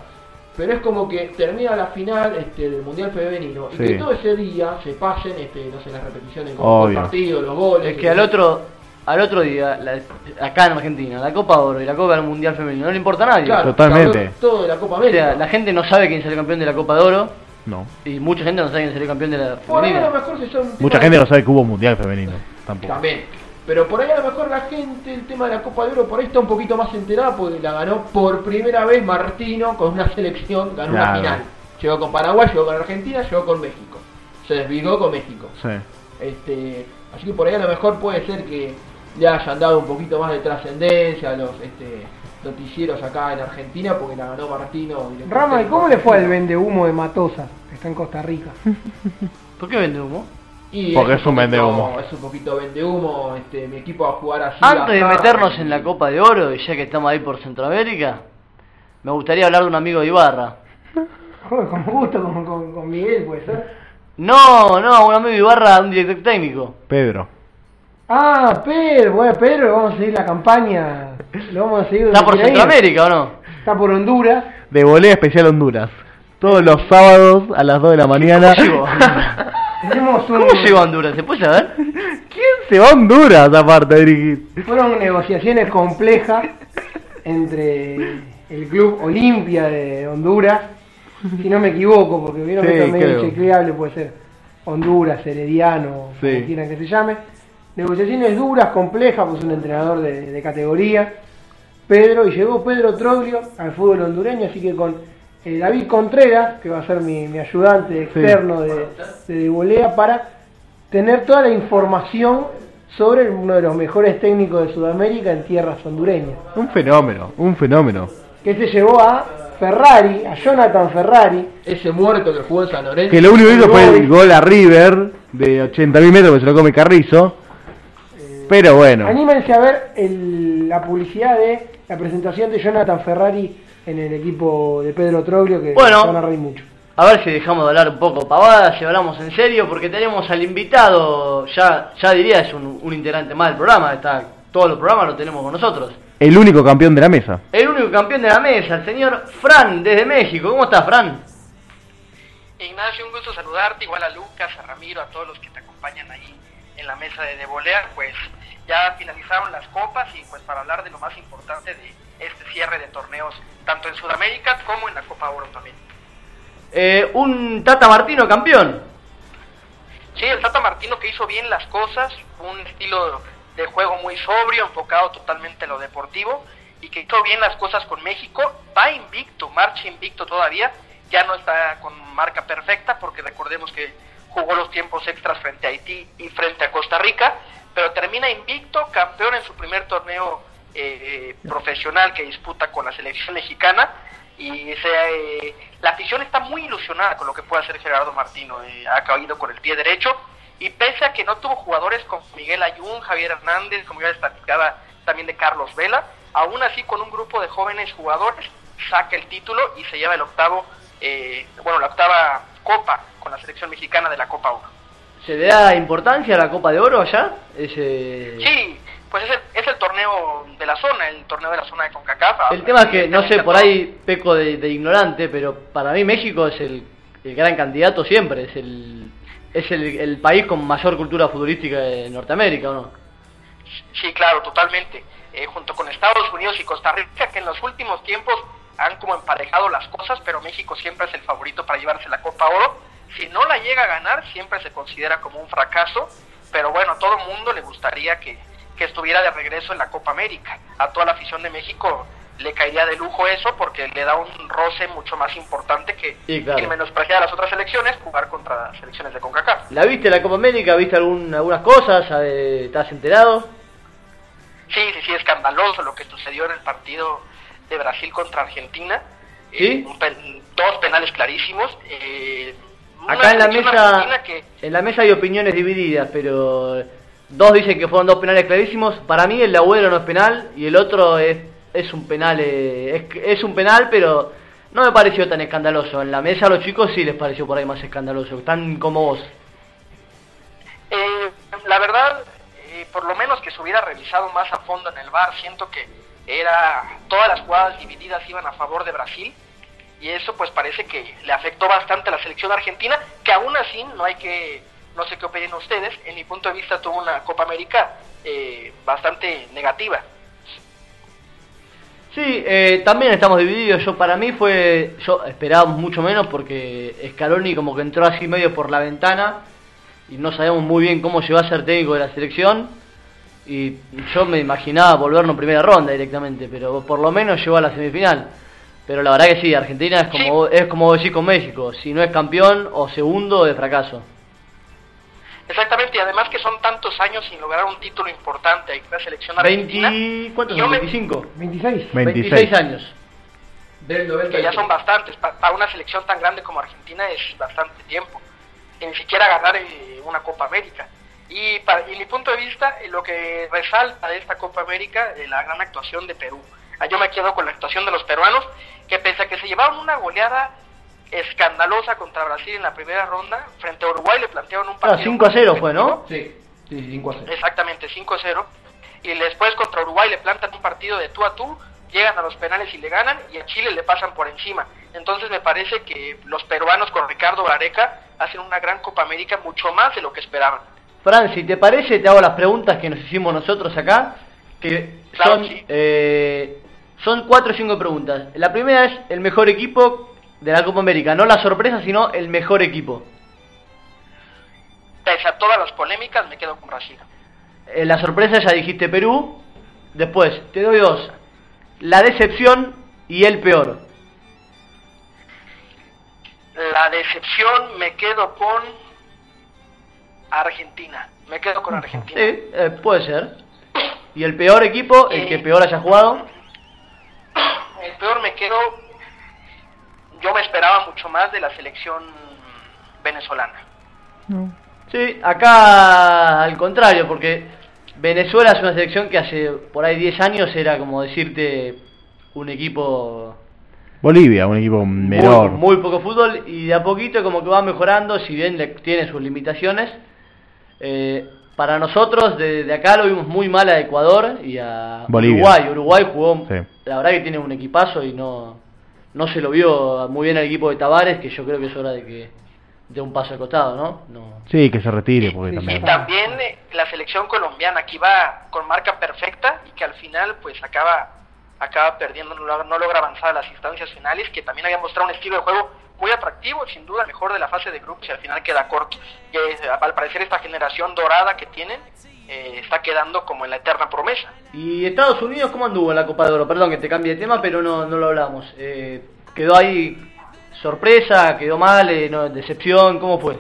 D: Pero es como que termina la final este, del Mundial Femenino y
C: Sí.
D: que todo ese día se pasen, este, no sé, las repeticiones con
C: Obvio.
D: el partido, los goles.
A: Es que al otro, al otro día, la- acá en Argentina, la Copa Oro y la Copa del Mundial Femenino, no le importa a nadie.
D: Claro,
C: Totalmente.
D: se habló Todo de la Copa
A: O sea,
D: América.
A: la gente no sabe quién salió campeón de la Copa de Oro
C: no.
A: y mucha gente no sabe quién salió campeón de la
D: Por ahí a lo
A: femenina.
D: mejor se son temas
C: Mucha
D: de-
C: gente no sabe que hubo mundial femenino. Tampoco.
D: También. Pero por ahí a lo mejor la gente, el tema de la Copa de Oro, por ahí está un poquito más enterada porque la ganó por primera vez Martino con una selección, ganó una
C: Claro.
D: final. Llegó con Paraguay, llegó con Argentina, llegó con México. Se desvigó con México.
C: Sí.
D: Este, así que por ahí a lo mejor puede ser que le hayan dado un poquito más de trascendencia a los este, noticieros acá en Argentina porque la ganó Martino. director
B: Rama, ¿y
D: técnico
B: cómo le fue al
D: argentino.
B: vendehumo de Matosa? Que está en Costa Rica.
A: ¿Por qué vende humo?
F: Y
C: Porque es
F: poquito-
C: un vendehumo.
F: Es un poquito vendehumo, este, mi equipo va a jugar así.
A: Antes de
F: acá,
A: meternos
F: y-
A: en la Copa de Oro, y ya que estamos ahí por Centroamérica, me gustaría hablar de un amigo de Ibarra.
B: Joder, con gusto, con, con, con Miguel, pues, ¿eh? puede ser.
A: No, no, un amigo de Ibarra, un director técnico.
C: Pedro.
B: Ah, Pedro, bueno, Pedro, vamos a seguir la campaña. Lo vamos a seguir.
A: ¿Está
B: donde
A: por
B: quiera ir.
A: Centroamérica o no?
B: Está por Honduras.
C: De volea especial Honduras. Todos los sábados a las 2 de la mañana.
A: ¿Cómo llegó?
B: Tenemos un.
A: ¿Cómo llegó a Honduras? ¿Se puede saber?
C: ¿Quién se va a Honduras aparte, Ricky?
B: Fueron negociaciones complejas entre el club Olimpia de Honduras, si no me equivoco, porque vieron
C: Sí,
B: que esto es medio
C: creo.
B: inchequeable, puede ser Honduras, Herediano,
C: Sí.
B: como quieran que se llame. Negociaciones duras, complejas, pues un entrenador de, de categoría, Pedro, y llegó Pedro Troglio al fútbol hondureño, así que con eh, David Contreras, que va a ser mi, mi ayudante externo de, de, de volea, para tener toda la información sobre uno de los mejores técnicos de Sudamérica en tierras hondureñas,
C: Un fenómeno, un fenómeno.
B: que se llevó a Ferrari, a Jonathan Ferrari,
F: Ese muerto que jugó en San Lorenzo.
C: Que lo único que hizo fue el gol a River de 80.000 metros que se lo come Carrizo. Pero bueno,
B: Anímense a ver el- la publicidad de la presentación de Jonathan Ferrari en el equipo de Pedro Troglio que
A: Bueno.
B: se van a reír mucho.
A: A ver si dejamos de hablar un poco pavadas, si hablamos en serio, porque tenemos al invitado, ya, ya diría es un, un integrante más del programa, está, todos los programas lo tenemos con nosotros.
C: el único campeón de la mesa.
A: El único campeón de la mesa, el señor Fran, desde México. ¿Cómo estás, Fran?
D: Ignacio, un gusto saludarte, igual a Lucas, a Ramiro, a todos los que te acompañan ahí en la mesa de Devolea, pues ya finalizaron las copas y pues para hablar de lo más importante de este cierre de torneos, tanto en Sudamérica como en la Copa Oro también.
A: Eh, un Tata Martino campeón.
D: Sí, el Tata Martino que hizo bien las cosas, un estilo de juego muy sobrio, enfocado totalmente en lo deportivo, y que hizo bien las cosas con México, va invicto, marcha invicto todavía, ya no está con marca perfecta, porque recordemos que jugó los tiempos extras frente a Haití y frente a Costa Rica, pero termina invicto, campeón en su primer torneo eh, eh, profesional que disputa con la selección mexicana, y se, eh, la afición está muy ilusionada con lo que puede hacer Gerardo Martino. eh, ha caído con el pie derecho y pese a que no tuvo jugadores como Miguel Ayun, Javier Hernández, como ya les platicaba también de Carlos Vela, aún así con un grupo de jóvenes jugadores saca el título y se lleva el octavo, eh, bueno, la octava copa con la selección mexicana de la Copa Oro.
A: ¿Se le da importancia a la Copa de Oro allá? Ese...
D: Sí, pues es el, es el torneo de la zona, el torneo de la zona de CONCACAF.
A: El tema es que, no sé, por
D: Todo.
A: ahí peco de, de ignorante, pero para mí México es el, el gran candidato siempre, es el, es el, el país con mayor cultura futbolística de Norteamérica, ¿o no?
D: Sí, claro, totalmente. Eh, junto con Estados Unidos y Costa Rica, que en los últimos tiempos han como emparejado las cosas, pero México siempre es el favorito para llevarse la Copa Oro. Si no la llega a ganar, siempre se considera como un fracaso, pero bueno, a todo el mundo le gustaría que, que estuviera de regreso en la Copa América. A toda la afición de México le caería de lujo eso porque le da un roce mucho más importante que,
A: Sí, claro.
D: que menospreciar a las otras selecciones, jugar contra las selecciones de CONCACAF.
A: ¿La viste la Copa América? ¿Viste algún, algunas cosas? ¿Sabe- ¿Estás enterado?
D: Sí, sí, sí, escandaloso lo que sucedió en el partido de Brasil contra Argentina.
A: ¿Sí?
D: Eh, un pen- dos penales clarísimos. eh, una
A: Acá en la
D: selección
A: mesa
D: argentina que-
A: en la mesa hay opiniones divididas, pero dos dicen que fueron dos penales clarísimos. Para mí el de Agüero no es penal y el otro es es un penal eh, es, es un penal, pero no me pareció tan escandaloso. En la mesa a los chicos sí les pareció por ahí más escandaloso, tan como vos.
D: Eh, la verdad, eh, por lo menos que se hubiera revisado más a fondo en el bar, siento que era todas las jugadas divididas iban a favor de Brasil y eso pues parece que le afectó bastante a la selección argentina, que aún así no hay que no sé qué opinen ustedes, en mi punto de vista tuvo una Copa América eh, bastante negativa.
A: Sí, eh, también estamos divididos. Yo para mí fue, yo esperaba mucho menos porque Scaloni como que entró así medio por la ventana y no sabemos muy bien cómo llegó a ser técnico de la selección y yo me imaginaba volvernos primera ronda directamente, pero por lo menos llegó a la semifinal. Pero la verdad que sí, Argentina es como
D: Sí.
A: vos- es como vos decís con México, si no es campeón o segundo de fracaso.
D: Exactamente, y además que son tantos años sin lograr un título importante en la selección argentina.
A: 20, ¿cuántos
D: Y yo
A: son?
D: me-
A: 25.
B: 26.
C: 26.
A: 26 años.
F: Del 90
D: que ya son bastantes. Pa- Para una selección tan grande como Argentina es bastante tiempo. que ni siquiera ganar eh, una Copa América. Y, para, y mi punto de vista, eh, lo que resalta de esta Copa América es la gran actuación de Perú. Ah, Yo me quedo con la actuación de los peruanos, que pese a que se llevaron una goleada escandalosa contra Brasil en la primera ronda, frente a Uruguay le plantearon un partido...
A: 5 Ah, a 0 fue, ¿no?
G: Sí, sí, sí, 5 a 0.
D: Exactamente, 5-0. Y después contra Uruguay le plantan un partido de tú a tú, llegan a los penales y le ganan, y a Chile le pasan por encima. Entonces me parece que los peruanos con Ricardo Areca hacen una gran Copa América mucho más de lo que esperaban.
A: Fran, si te parece, te hago las preguntas que nos hicimos nosotros acá, que
D: Claro,
A: son,
D: sí.
A: eh, son cuatro o cinco preguntas. La primera es el mejor equipo de la Copa América, no la sorpresa, sino el mejor equipo.
D: Pese a todas las polémicas, me quedo con Brasil.
A: Eh, la sorpresa ya dijiste Perú, después te doy dos, la decepción y el peor.
D: La decepción me quedo con Argentina. Me quedo con
A: Sí,
D: Argentina.
A: eh, puede ser. Y el peor equipo, el
D: Eh,
A: que peor haya jugado.
D: El peor me quedo. Yo me esperaba mucho más de la selección venezolana.
A: Sí, acá al contrario, porque Venezuela es una selección que hace por ahí 10 años era como decirte un equipo
C: Bolivia, un equipo
A: muy-
C: menor.
A: Muy, poco fútbol y de a poquito como que va mejorando, si bien le- tiene sus limitaciones. Eh, para nosotros, de, de acá lo vimos muy mal a Ecuador y a
C: Bolivia.
A: Uruguay. Uruguay jugó,
C: Sí.
A: la verdad que tiene un equipazo y no, no se lo vio muy bien al equipo de Tavares, que yo creo que es hora de que dé un paso al costado, ¿no? no
C: Sí, que se retire porque
B: Sí, sí,
D: Y
C: también.
B: está.
D: también eh, la selección colombiana que iba con marca perfecta y que al final pues acaba acaba perdiendo, no logra, no logra avanzar a las instancias finales, que también había mostrado un estilo de juego muy atractivo, sin duda el mejor de la fase de grupos y al final queda corto. Y, eh, al parecer esta generación dorada que tienen eh, está quedando como en la eterna promesa.
A: ¿Y Estados Unidos cómo anduvo en la Copa de Oro? Perdón que te cambie de tema, pero no, no lo hablamos. Eh, ¿Quedó ahí sorpresa? ¿Quedó mal? Eh, no, ¿Decepción? ¿Cómo fue?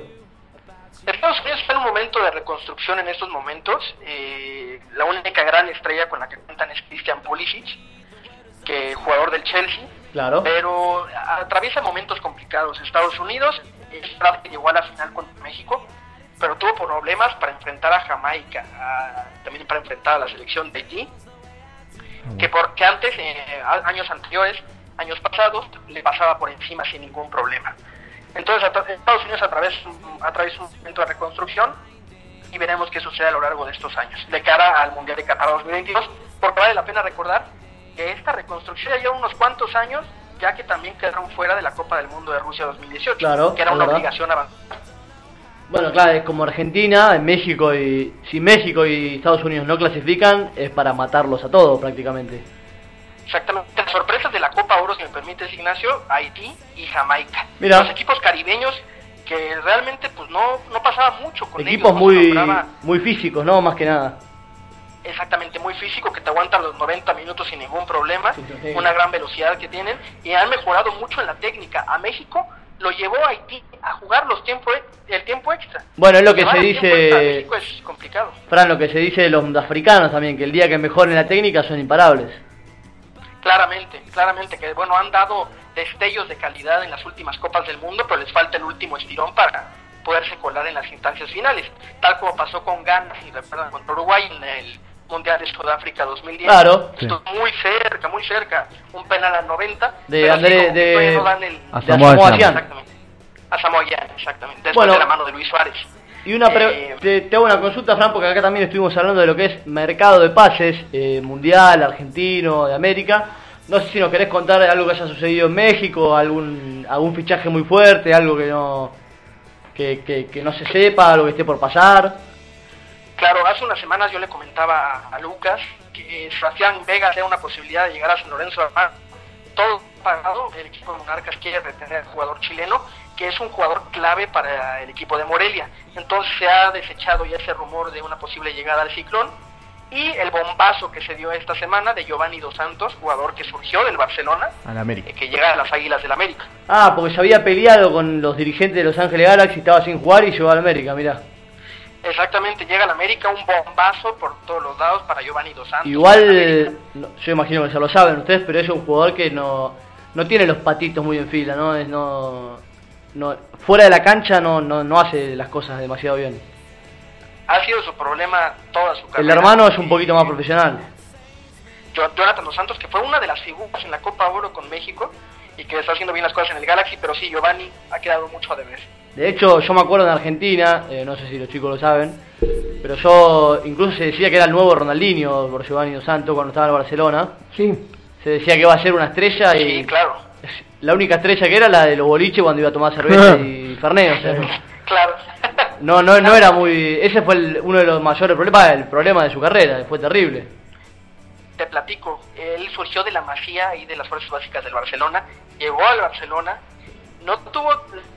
D: Estados Unidos está en un momento de reconstrucción en estos momentos. Eh, la única gran estrella con la que cuentan es Christian Pulisic, que jugador del Chelsea,
A: Claro.
D: pero atraviesa momentos complicados. Estados Unidos es verdad que llegó a la final contra México, pero tuvo problemas para enfrentar a Jamaica, a- también para enfrentar a la selección de Haití, que porque antes, eh, a- años anteriores, años pasados, le pasaba por encima sin ningún problema. Entonces atra- Estados Unidos atraviesa un- atraviesa un momento de reconstrucción y veremos qué sucede a lo largo de estos años, de cara al Mundial de Qatar 2022, porque vale la pena recordar que esta reconstrucción ya lleva unos cuantos años, ya que también quedaron fuera de la Copa del Mundo de Rusia 2018,
A: Claro,
D: que era
A: es
D: una
A: verdad.
D: obligación avanzada.
A: Bueno, claro, es como Argentina, en México y si México y Estados Unidos no clasifican es para matarlos a todos prácticamente.
D: Exactamente, las sorpresas de la Copa Oro, si me permites Ignacio, Haití y Jamaica.
A: Mira.
D: Los equipos caribeños que realmente pues no, no pasaba mucho con ellos,
A: Equipos
D: no se
A: muy
D: lograba-
A: muy físicos, no, más que nada.
D: exactamente muy físico que te aguantan los 90 minutos sin ningún problema,
A: Sin problema.
D: una gran velocidad que tienen y han mejorado mucho en la técnica. A México lo llevó a Haití a jugar los tiempo e- el tiempo extra.
A: Bueno, es lo que
D: Llevar
A: se
D: el tiempo extra a
A: dice,
D: México es complicado.
A: Fran, lo que se dice de los africanos también, que el día que mejoren la técnica son imparables.
D: Claramente, claramente que bueno, han dado destellos de calidad en las últimas copas del mundo, pero les falta el último estirón para poderse colar en las instancias finales, tal como pasó con Ghana y recuerdan contra Uruguay en el Mundial de Sudáfrica 2010.
A: Claro.
D: Estuvo muy cerca, muy cerca, un penal al 90,
A: De
D: pero así
A: André-
D: como que
A: de-
D: todavía no dan el-
C: A
A: De
C: Samoa
A: Asamoah
C: Gyan.
A: Gyan.
D: exactamente. A Samoa Gyan, exactamente, después
A: Bueno.
D: de la mano de Luis Suárez.
A: Y una pre-
D: Eh,
A: te, te hago una consulta, Fran, porque acá también estuvimos hablando de lo que es mercado de pases eh, mundial, argentino, de América. No sé si nos querés contar algo que haya sucedido en México, algún algún fichaje muy fuerte, algo que no que, que- que no se sepa, algo que esté por pasar.
D: Claro, hace unas semanas yo le comentaba a, a Lucas que Sebastián Vega era una posibilidad de llegar a San Lorenzo de Almagro. Todo pagado, el equipo de Monarcas quiere retener al jugador chileno, que es un jugador clave para el equipo de Morelia. Entonces se ha desechado ya ese rumor de una posible llegada al ciclón. Y el bombazo que se dio esta semana de Giovanni Dos Santos, jugador que surgió del Barcelona,
C: Al América.
D: eh, que llega a las Águilas del América.
A: Ah, porque se había peleado con los dirigentes de Los Ángeles Galaxy, estaba sin jugar y llegó a la América, mirá.
D: Exactamente, llega al América un bombazo por todos los lados para Giovanni Dos Santos. América.
A: Igual, no, yo imagino que ya lo saben ustedes, pero es un jugador que no, no tiene los patitos muy en fila, ¿no? Es, no no fuera de la cancha no, no, no hace las cosas demasiado bien.
D: Ha sido su problema toda su carrera.
A: El hermano es un poquito más profesional.
D: Jo- Jonathan Dos Santos, que fue una de las figuras en la Copa Oro con México y que está haciendo bien las cosas en el Galaxy, pero sí, Giovanni ha quedado mucho a deber.
A: De hecho, yo me acuerdo en Argentina, eh, no sé si los chicos lo saben, pero yo incluso se decía que era el nuevo Ronaldinho por Giovanni Dos Santos cuando estaba en Barcelona.
B: Sí,
A: Se decía que iba a ser una estrella y
D: Sí, claro,
A: la única estrella que era la de los boliches cuando iba a tomar cerveza y fernet, o sea,
D: claro.
A: no, no, no era muy... Ese fue el- uno de los mayores problemas, el problema de su carrera, fue terrible.
D: Te platico, él surgió de la Masía y de las fuerzas básicas del Barcelona, llegó al Barcelona, no tuvo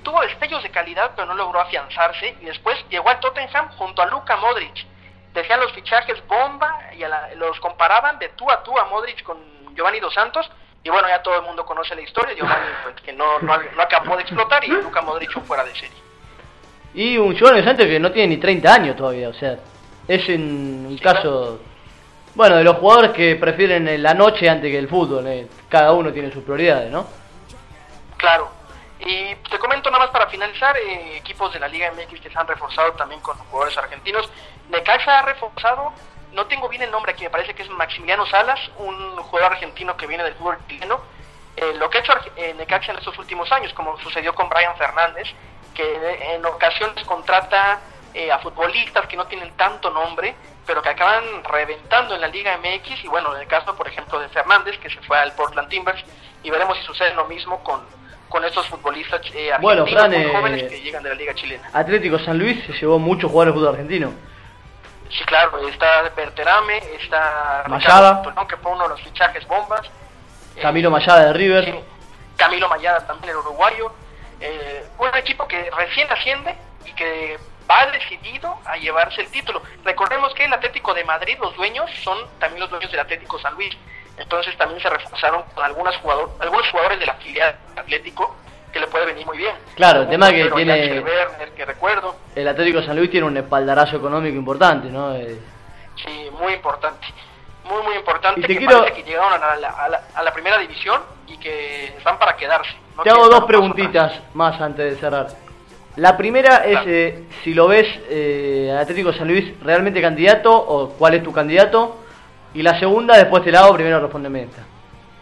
D: tuvo destellos de calidad, pero no logró afianzarse y después llegó al Tottenham junto a Luka Modric. Decían los fichajes bomba y a la- los comparaban de tú a tú a Modric con Giovanni Dos Santos. Y bueno, ya todo el mundo conoce la historia. Giovanni, pues, que no, no, no acabó de explotar y Luka Modric fue fuera de serie.
A: Y un Giovanni Dos Santos que no tiene ni 30 años todavía, o sea, es en un caso... Bueno, de los jugadores que prefieren eh, la noche antes que el fútbol, eh, cada uno tiene sus prioridades, ¿no?
D: Claro. Y te comento nada más para finalizar, eh, equipos de la Liga MX que se han reforzado también con jugadores argentinos. Necaxa ha reforzado, no tengo bien el nombre aquí, me parece que es Maximiliano Salas, un jugador argentino que viene del fútbol chileno. Eh, lo que ha hecho Arge- eh, Necaxa en estos últimos años, como sucedió con Brian Fernández, que eh, en ocasiones contrata eh, a futbolistas que no tienen tanto nombre, pero que acaban reventando en la Liga MX. Y bueno, en el caso, por ejemplo, de Fernández, que se fue al Portland Timbers, y veremos si sucede lo mismo con, con estos futbolistas eh, argentinos
A: Bueno, Fran,
D: muy
A: eh,
D: jóvenes que llegan de la Liga Chilena.
A: Atlético San Luis se llevó muchos jugadores de fútbol argentino.
D: Sí, claro, está Berterame, está
A: Mayada.
D: Ricardo Tolón, que fue uno de los fichajes bombas. eh,
A: Camilo Mayada de River.
D: Sí. Camilo Mayada también, el uruguayo. Eh, un equipo que recién asciende y que va decidido a llevarse el título. Recordemos que el Atlético de Madrid, los dueños, son también los dueños del Atlético San Luis. Entonces también se reforzaron con algunas jugador, algunos jugadores de la filial Atlético que le puede venir muy bien.
A: Claro, el tema que
D: Pero
A: tiene-
D: Axel Werner, que recuerdo,
A: El Atlético San Luis tiene un espaldarazo económico importante, ¿no? Eh,
D: sí, muy importante. Muy, muy importante.
A: Y te
D: que
A: quiero-
D: parece que llegaron a la, a la- a la primera división y que están para quedarse. No
A: Te hago
D: quieren dar
A: dos
D: un paso atrás.
A: preguntitas más antes de cerrar. La primera es
D: Claro.
A: eh, si lo ves eh, al Atlético San Luis realmente candidato o cuál es tu candidato. Y la segunda, después te la hago, primero respóndeme esta.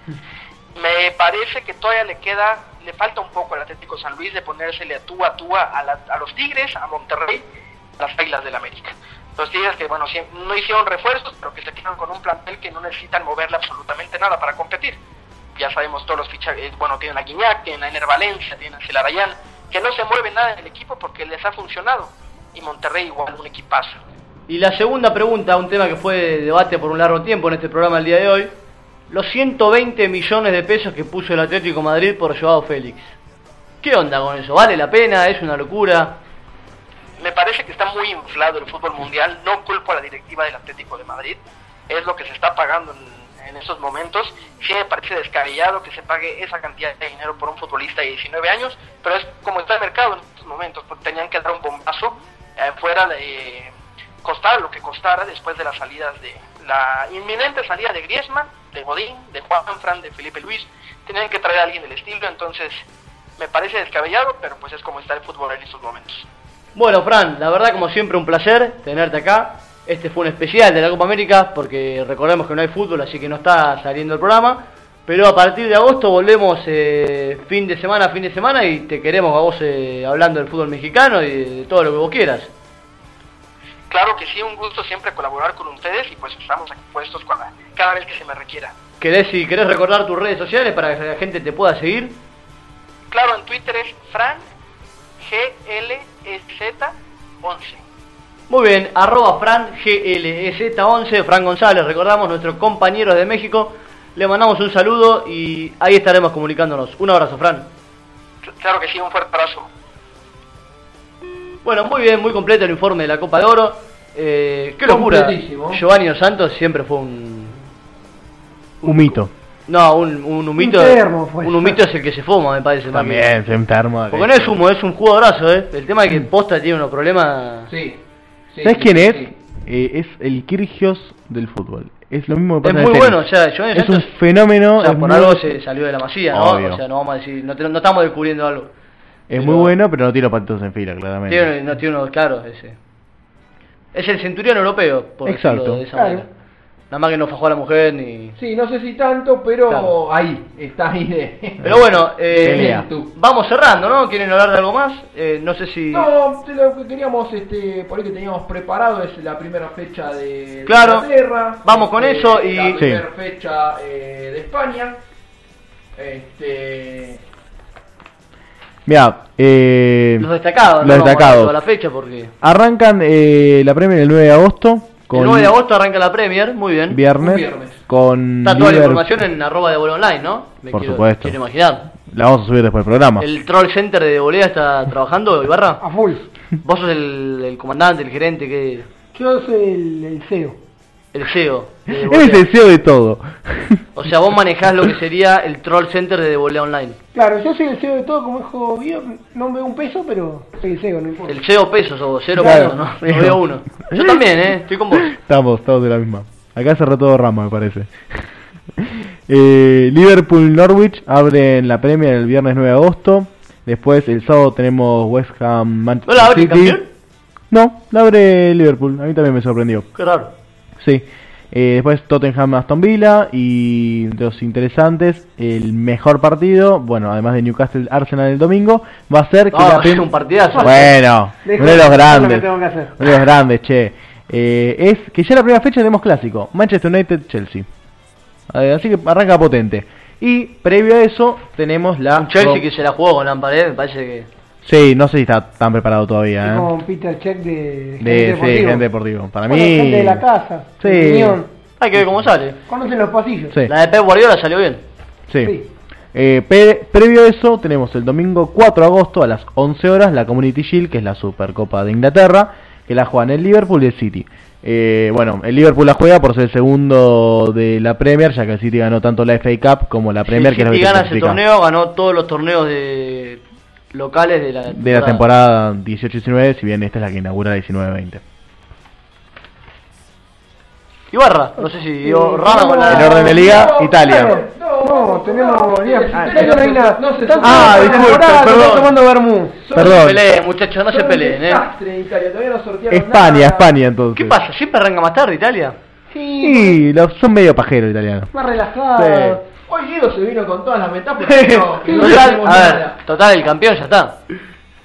D: Me parece que todavía le queda, le falta un poco al Atlético San Luis de ponérsele a tú a tú a, la- a los Tigres, a Monterrey, a las Águilas del América. Los Tigres que, bueno, sí, no hicieron refuerzos, pero que se quedan con un plantel que no necesitan moverle absolutamente nada para competir. Ya sabemos todos los fichajes, bueno, tienen a Guiñac, tienen a Ener Valencia, tienen a Celarayán, que no se mueve nada en el equipo porque les ha funcionado. Y Monterrey igual un equipazo.
A: Y la segunda pregunta, un tema que fue de debate por un largo tiempo en este programa el día de hoy. Los 120 millones de pesos que puso el Atlético de Madrid por Joao Félix. ¿Qué onda con eso? ¿Vale la pena? ¿Es una locura?
D: me parece que está muy inflado el fútbol mundial. No culpo a la directiva del Atlético de Madrid. Es lo que se está pagando en, en esos momentos. Sí me parece descabellado que se pague esa cantidad de dinero por un futbolista de 19 años, pero es como está el mercado en estos momentos. porque Tenían que dar un bombazo eh, fuera de costara lo que costara después de las salidas de la inminente salida de Griezmann, de Godín, de Juan Fran, de Felipe Luis. Tenían que traer a alguien del estilo, entonces me parece descabellado, pero pues es como está el fútbol en estos momentos.
A: Bueno, Fran, la verdad como siempre un placer tenerte acá. Este fue un especial de la Copa América porque recordemos que no hay fútbol, así que no está saliendo el programa. Pero a partir de agosto volvemos eh, fin de semana, fin de semana y te queremos a vos eh, hablando del fútbol mexicano y de, de todo lo que vos quieras.
D: Claro que sí, un gusto siempre colaborar con ustedes y pues estamos aquí puestos cada, cada vez que se me requiera.
A: ¿Querés, si querés recordar tus redes sociales para que la gente te pueda seguir?
D: Claro, en Twitter es Fran E GLEZ11.
A: Muy bien, arroba Fran GLZ11, Fran González, recordamos nuestro compañero de México. Le mandamos un saludo y ahí estaremos comunicándonos. Un abrazo, Fran.
D: Cl- Claro que sí, un fuerte abrazo.
A: Bueno, muy bien, muy completo el informe de la Copa de Oro. Eh, qué locura.
H: Completísimo.
A: Giovanni Dos Santos siempre fue un.
C: Un mito.
A: No, un, un humito.
B: Un termo fue.
A: un humito es el que se fuma, me parece. más que-
C: También, se enferma.
A: Porque no es humo, es un jugadorazo, ¿eh? El tema es que Posta tiene unos problemas.
H: Sí. sí,
C: ¿Sabes
H: sí,
C: quién es?
H: sí.
C: Eh, es el Kirgios del fútbol. Es lo mismo que
A: Es
C: pasa en
A: muy
C: el
A: bueno, o
C: tenis.
A: sea, Giovanni Dos
C: Es un
A: Santos.
C: fenómeno.
A: o sea,
C: es
A: por
C: muy-
A: algo se salió de la masía, ¿no?
C: Obvio.
A: O sea, no vamos a decir, no, te- no estamos descubriendo algo.
C: Es
A: Pero-
C: muy bueno, pero no tiene los patitos en fila, claramente.
A: Tiene, no tiene unos claros ese. Es el centurión europeo, por
C: Exacto.
A: decirlo de esa
B: Claro.
A: manera. Nada más que no fajó a la mujer ni.
D: Sí, no sé si tanto, pero
A: Claro.
D: ahí, está ahí de...
A: Pero bueno, eh,
C: Pelea.
A: vamos cerrando, ¿no? ¿Quieren hablar de algo más? Eh, no sé si.
D: No, de lo que queríamos, este, por ahí que teníamos preparado es la primera fecha de de
A: Claro.
D: Inglaterra.
A: Vamos con
D: este,
A: eso y-
D: La
A: Sí.
D: primera fecha eh, de España. Este,
C: Mira, eh,
A: Los destacados,
C: los
A: ¿no? Vamos a dar
C: destacados.
A: toda la fecha porque.
C: arrancan eh, la Premier el 9 de agosto. Con
A: El 9 de agosto arranca la Premier, muy bien.
C: Viernes,
D: Un viernes.
C: Con
A: Está toda la
C: Liver-
A: información en arroba de Bola Online, ¿no? Me
C: Por
A: quiero,
C: supuesto.
A: Quiero imaginar.
C: La vamos a subir después del programa.
A: El eh, Troll Center de Bolea está trabajando, Ibarra.
B: A full.
A: Vos sos el, el comandante, el gerente, que
B: Yo soy el, el CEO.
A: el CEO. de
C: Él
A: Bolea.
C: es el CEO de todo.
A: O sea, vos manejás lo que sería el Troll Center de Bolea Online.
B: Claro, yo soy el CEO de todo, como dijo Guido, no me veo un peso, pero soy el CEO, no importa.
A: El CEO pesos o cero
C: Claro.
A: pesos, ¿no? No veo uno. Yo también, ¿eh? Estoy con vos.
C: Estamos, estamos de la misma. Acá cerró todo Rama, me parece. Eh, Liverpool Norwich abren la Premier el viernes 9 de agosto. Después el sábado tenemos West Ham Manchester
A: ¿No la abre el
C: City.
A: campeón?
C: No, la abre Liverpool. A mí también me sorprendió.
A: Qué raro.
C: Sí. Eh, después Tottenham Aston Villa y de los interesantes, el mejor partido, bueno, además de Newcastle Arsenal el domingo, va a ser que
A: Ah,
C: la
A: va a
C: Prem-
A: ser un partidazo.
C: Bueno,
B: Dejo-
C: uno de los
B: dejo lo que
C: grandes.
B: tengo que hacer.
C: Uno de los grandes, che. Eh, es que ya la primera fecha tenemos clásico, Manchester United Chelsea. Eh, así que arranca potente. Y previo a eso tenemos la
A: Un Chelsea que se la jugó con Lampard, ¿eh? Me parece que...
C: Sí, no sé si está tan preparado todavía,
B: Estoy
C: ¿eh?
B: Con Peter Check de,
C: De sí, gente deportivo. Para
B: Bueno,
C: mí
B: gente de la casa.
C: Sí.
B: de Unión.
A: Hay que ver cómo sale.
B: Conocen los pasillos.
C: Sí.
A: La de Pep Guardiola salió bien.
C: Sí.
B: Sí.
C: Eh, pre- previo a eso, tenemos el domingo 4 de agosto a las 11 horas la Community Shield, que es la Supercopa de Inglaterra, que la juegan el Liverpool y el City. Eh, bueno, el Liverpool la juega por ser el segundo de la Premier, ya que el City ganó tanto la FA Cup como la Premier,
A: Si
C: que es lo que
A: City
C: te
A: gana ese
C: clasifica.
A: torneo, ganó todos los torneos de locales de la
C: de la temporada 18-19, si bien esta es la que inaugura la 19-20.
A: Ibarra, no sé si... o
B: Sí,
A: Rana con la...
C: En orden de liga, Italia.
B: No, tenemos. mira,
D: Ah,
B: Italia no hay nada.
D: no se-
B: Están
C: Ah,
B: tomando
C: disculpe,
B: temporada,
C: perdón.
B: están tomando vermú.
A: No se
C: Perdón.
A: peleen, muchachos, no se
D: son un
A: peleen, ¿eh?
D: desastre en Italia, todavía no sortearon
C: España,
D: nada.
C: España entonces.
A: ¿Qué pasa? ¿Siempre arranca más tarde Italia?
B: Sí,
C: Sí, los- son medio pajeros italianos.
B: más relajado.
C: Sí.
D: Hoy Guido se vino con todas las metáforas. pero que no
A: Total,
D: hicimos
A: a
D: nada.
A: ver, total, el campeón ya está.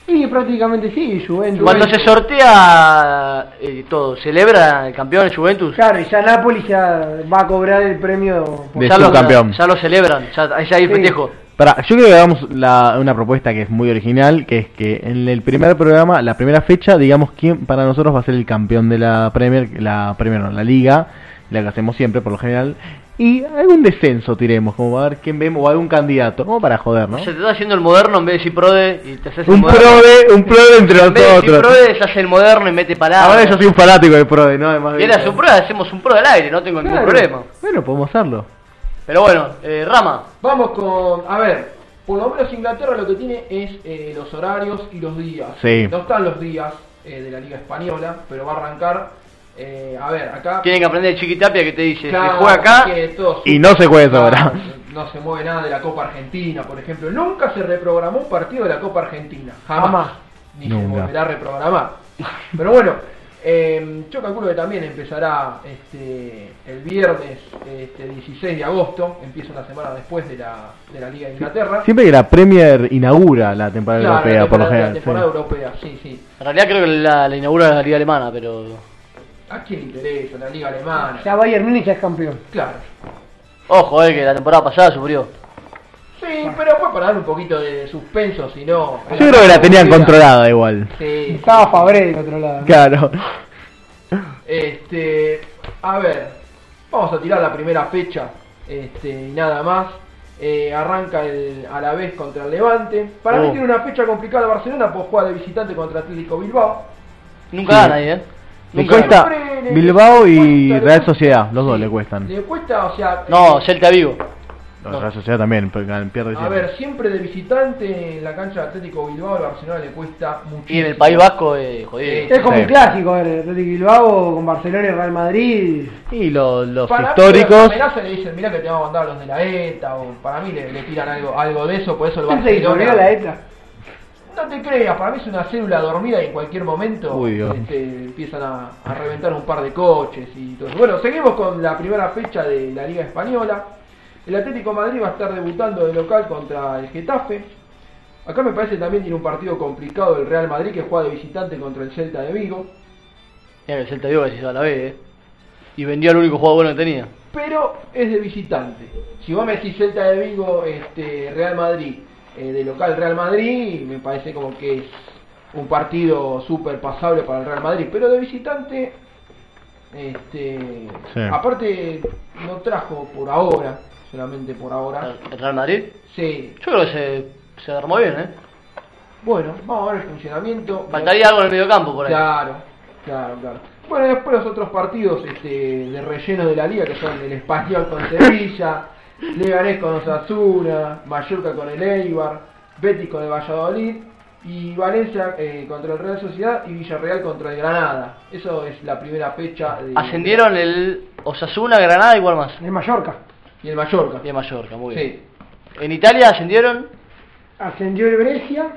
B: Sí, prácticamente sí, Juventus.
A: Cuando se sortea eh, todo, celebra el campeón el Juventus.
B: Claro, y ya Napoli ya va a cobrar el premio. por-
C: De
A: ya, lo,
C: subcampeón.
A: ya lo celebran, ya, ahí ya hay
B: Sí.
A: festejo.
C: Pará, yo creo que hagamos la- una propuesta que es muy original, que es que en el primer programa, la primera fecha, digamos quién para nosotros va a ser el campeón de la Premier, la Premier no, la Liga, la que hacemos siempre por lo general, y algún descenso tiremos, como a ver quién vemos, o algún candidato, como para joder, ¿no?
A: Se te está haciendo el moderno en vez de decir prode y te haces el
C: Un
A: moderno.
C: prode, un prode entre
A: en vez de decir
C: nosotros.
A: prode, se hace el moderno y mete palabras.
C: Ahora yo soy un fanático de prode, ¿no? Además de-
A: Ah, Y era su prueba, hacemos un prode al aire, no tengo ningún
B: Claro.
A: problema.
C: Bueno, podemos hacerlo.
A: Pero bueno, eh, Rama,
D: Vamos con. A ver, por lo menos Inglaterra lo que tiene es eh, los horarios y los días.
C: Sí.
D: No están los días eh, de la Liga Española, pero va a arrancar. eh, a ver, acá.
A: tienen que aprender de Chiquitapia que te dice,
D: Claro,
A: se juega acá.
D: que todo
C: Y no se juega
D: Claro,
C: ahora.
D: No se mueve nada de la Copa Argentina, por ejemplo. Nunca se reprogramó un partido de la Copa Argentina. Jamás.
B: Jamás.
D: Ni
C: Nunca.
D: se volverá a reprogramar. Pero bueno, eh, yo calculo que también empezará este, el viernes este, 16 de agosto. Empieza una semana después de la, de la Liga de Inglaterra.
C: Siempre que la Premier inaugura la temporada
D: Claro, la
C: europea, por lo
D: temporada-
C: general.
D: Ah. La
C: sí.
D: temporada europea, sí, sí.
A: En realidad creo que la, la inaugura la liga alemana, pero...
D: ¿A quién le interesa? La Liga Alemana.
B: Ya Bayern Múnich ya es campeón.
D: Claro.
A: Ojo, eh, que la temporada pasada sufrió.
D: Sí, pero fue para dar un poquito de suspenso, si no.
C: Ah. Yo creo que la tenían controlada igual.
D: Sí,
B: Estaba Fabré del otro lado. ¿no?
C: Claro.
D: Este, a ver, vamos a tirar la primera fecha, este, y nada más. Eh, arranca el, a la vez contra el Levante. Para mí
A: Oh.
D: tiene una fecha complicada Barcelona, pues juega de visitante contra Atlético Bilbao.
A: Nunca
C: Sí.
A: gana ahí, eh.
C: Le
A: Nunca
C: cuesta
A: gana.
D: Siempre le-
C: Bilbao y
D: cuesta, le
C: Real
D: cuesta.
C: Sociedad, los dos
D: Sí,
C: le cuestan.
D: Le cuesta, o sea.
A: No,
D: eh,
A: Celta Vigo.
C: No,
D: no.
C: Real Sociedad también, pero gan- pierde
D: A
C: siempre.
D: ver, siempre de visitante en la cancha de Atlético Bilbao, al Barcelona le cuesta muchísimo.
A: Y en el País Vasco, eh, jodido.
B: Es como
C: Sí.
B: un clásico, a ver, Atlético Bilbao con Barcelona y Real Madrid.
C: Y los, los
D: Para mí,
C: históricos.
D: la amenaza le dicen, mira que te vamos a mandar los de la ETA, o para mí le, le tiran algo, algo de eso, por eso el
B: Se E disolvió
D: Barcelona.
B: la ETA.
D: No te creas, para mí es una célula dormida y en cualquier momento
C: Uy, Dios.
D: este, empiezan a, a reventar un par de coches y todo. eso. Bueno, seguimos con la primera fecha de la Liga Española. El Atlético de Madrid va a estar debutando de local contra el Getafe. Acá me parece también tiene un partido complicado el Real Madrid que juega de visitante contra el Celta de Vigo.
A: Mira que el Celta Vigo se hizo a la B, eh. Y vendió al único jugador bueno que tenía.
D: pero es de visitante. Si vos me decís Celta de Vigo, este, Real Madrid, eh, de local Real Madrid, me parece como que es un partido súper pasable para el Real Madrid, pero de visitante, este,
C: Sí.
D: aparte no trajo por ahora, solamente por ahora.
A: ¿El Real Madrid?
D: Sí,
A: Yo creo que se, se armó bien, eh.
D: bueno, vamos a ver el funcionamiento.
A: Faltaría algo en el mediocampo por ahí.
D: Claro, claro, claro. Bueno, y después los otros partidos este, de relleno de la liga, que son el Español con Sevilla, Leganés con Osasuna, Mallorca con el Eibar, Betis con el Valladolid, y Valencia eh, contra el Real Sociedad y Villarreal contra el Granada. Eso es la primera fecha. De,
A: Ascendieron el Osasuna, Granada y cuál más.
B: En Mallorca.
D: Y el Mallorca.
A: Y el Mallorca, muy bien.
D: Sí.
A: En Italia ascendieron
B: Ascendió el Brescia.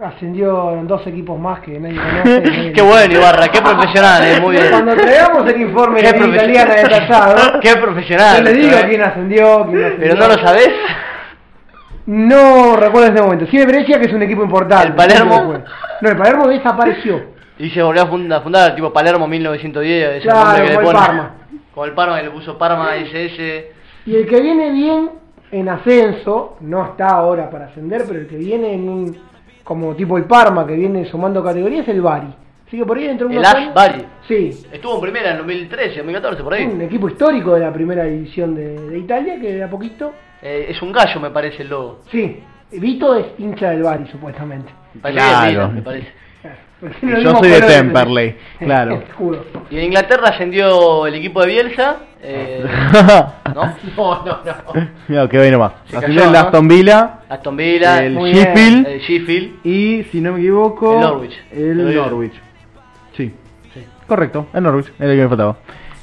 B: Ascendió dos equipos más que nadie conoce. nadie-
A: Qué bueno, Ibarra, qué profesional, eh, muy bien.
B: Cuando traigamos el informe de la Liga
A: profesional.
B: italiana detallado,
A: Qué profesional.
B: yo le digo
A: eh.
B: quién ascendió, quién no
A: Pero
B: ascendió.
A: no lo sabés.
B: No recuerdo en este momento. Sí, el Brescia, que es un equipo importante.
A: ¿El Palermo?
B: no recuerdo. No, el Palermo desapareció.
A: Y se volvió a funda- a fundar, tipo Palermo 1910, ese
B: Claro,
A: nombre que le
B: como el
A: ponen.
B: Parma.
A: Como el Parma, que le puso Parma SS.
B: Y el que viene bien en ascenso, no está ahora para ascender, pero el que viene en un. como tipo el Parma, que viene sumando categorías, es el Bari. Así que por ahí dentro de
A: El
B: unos
A: Ash
B: años-
A: Bari.
B: Sí,
A: Estuvo en primera en 2013, 2014, por ahí.
B: un equipo histórico de la primera división de, de Italia, que de a poquito.
A: Eh, es un gallo, me parece el lobo.
B: Sí, Vito es hincha del Bari, supuestamente.
A: Me parece que es
C: Claro.
A: Milan, me parece.
B: Porque no
C: Yo
B: dimos
C: soy de
B: colores.
C: Temperley, claro.
B: Te juro.
A: Y en Inglaterra ascendió el equipo de Bielsa. eh,
C: Ah.
A: ¿No?
D: No, no, no.
C: Mira, que hoy nomás.
A: Se
C: Ascendió
A: cayó,
C: el
A: ¿no?
C: Aston Villa,
A: Aston Villa,
C: el
B: muy bien.
C: Sheffield
A: el Sheffield.
C: y, si no me equivoco,
A: El Norwich.
C: El
A: Lo digo.
C: Norwich. Sí.
A: Sí.
C: Correcto, el Norwich, era el que me faltaba.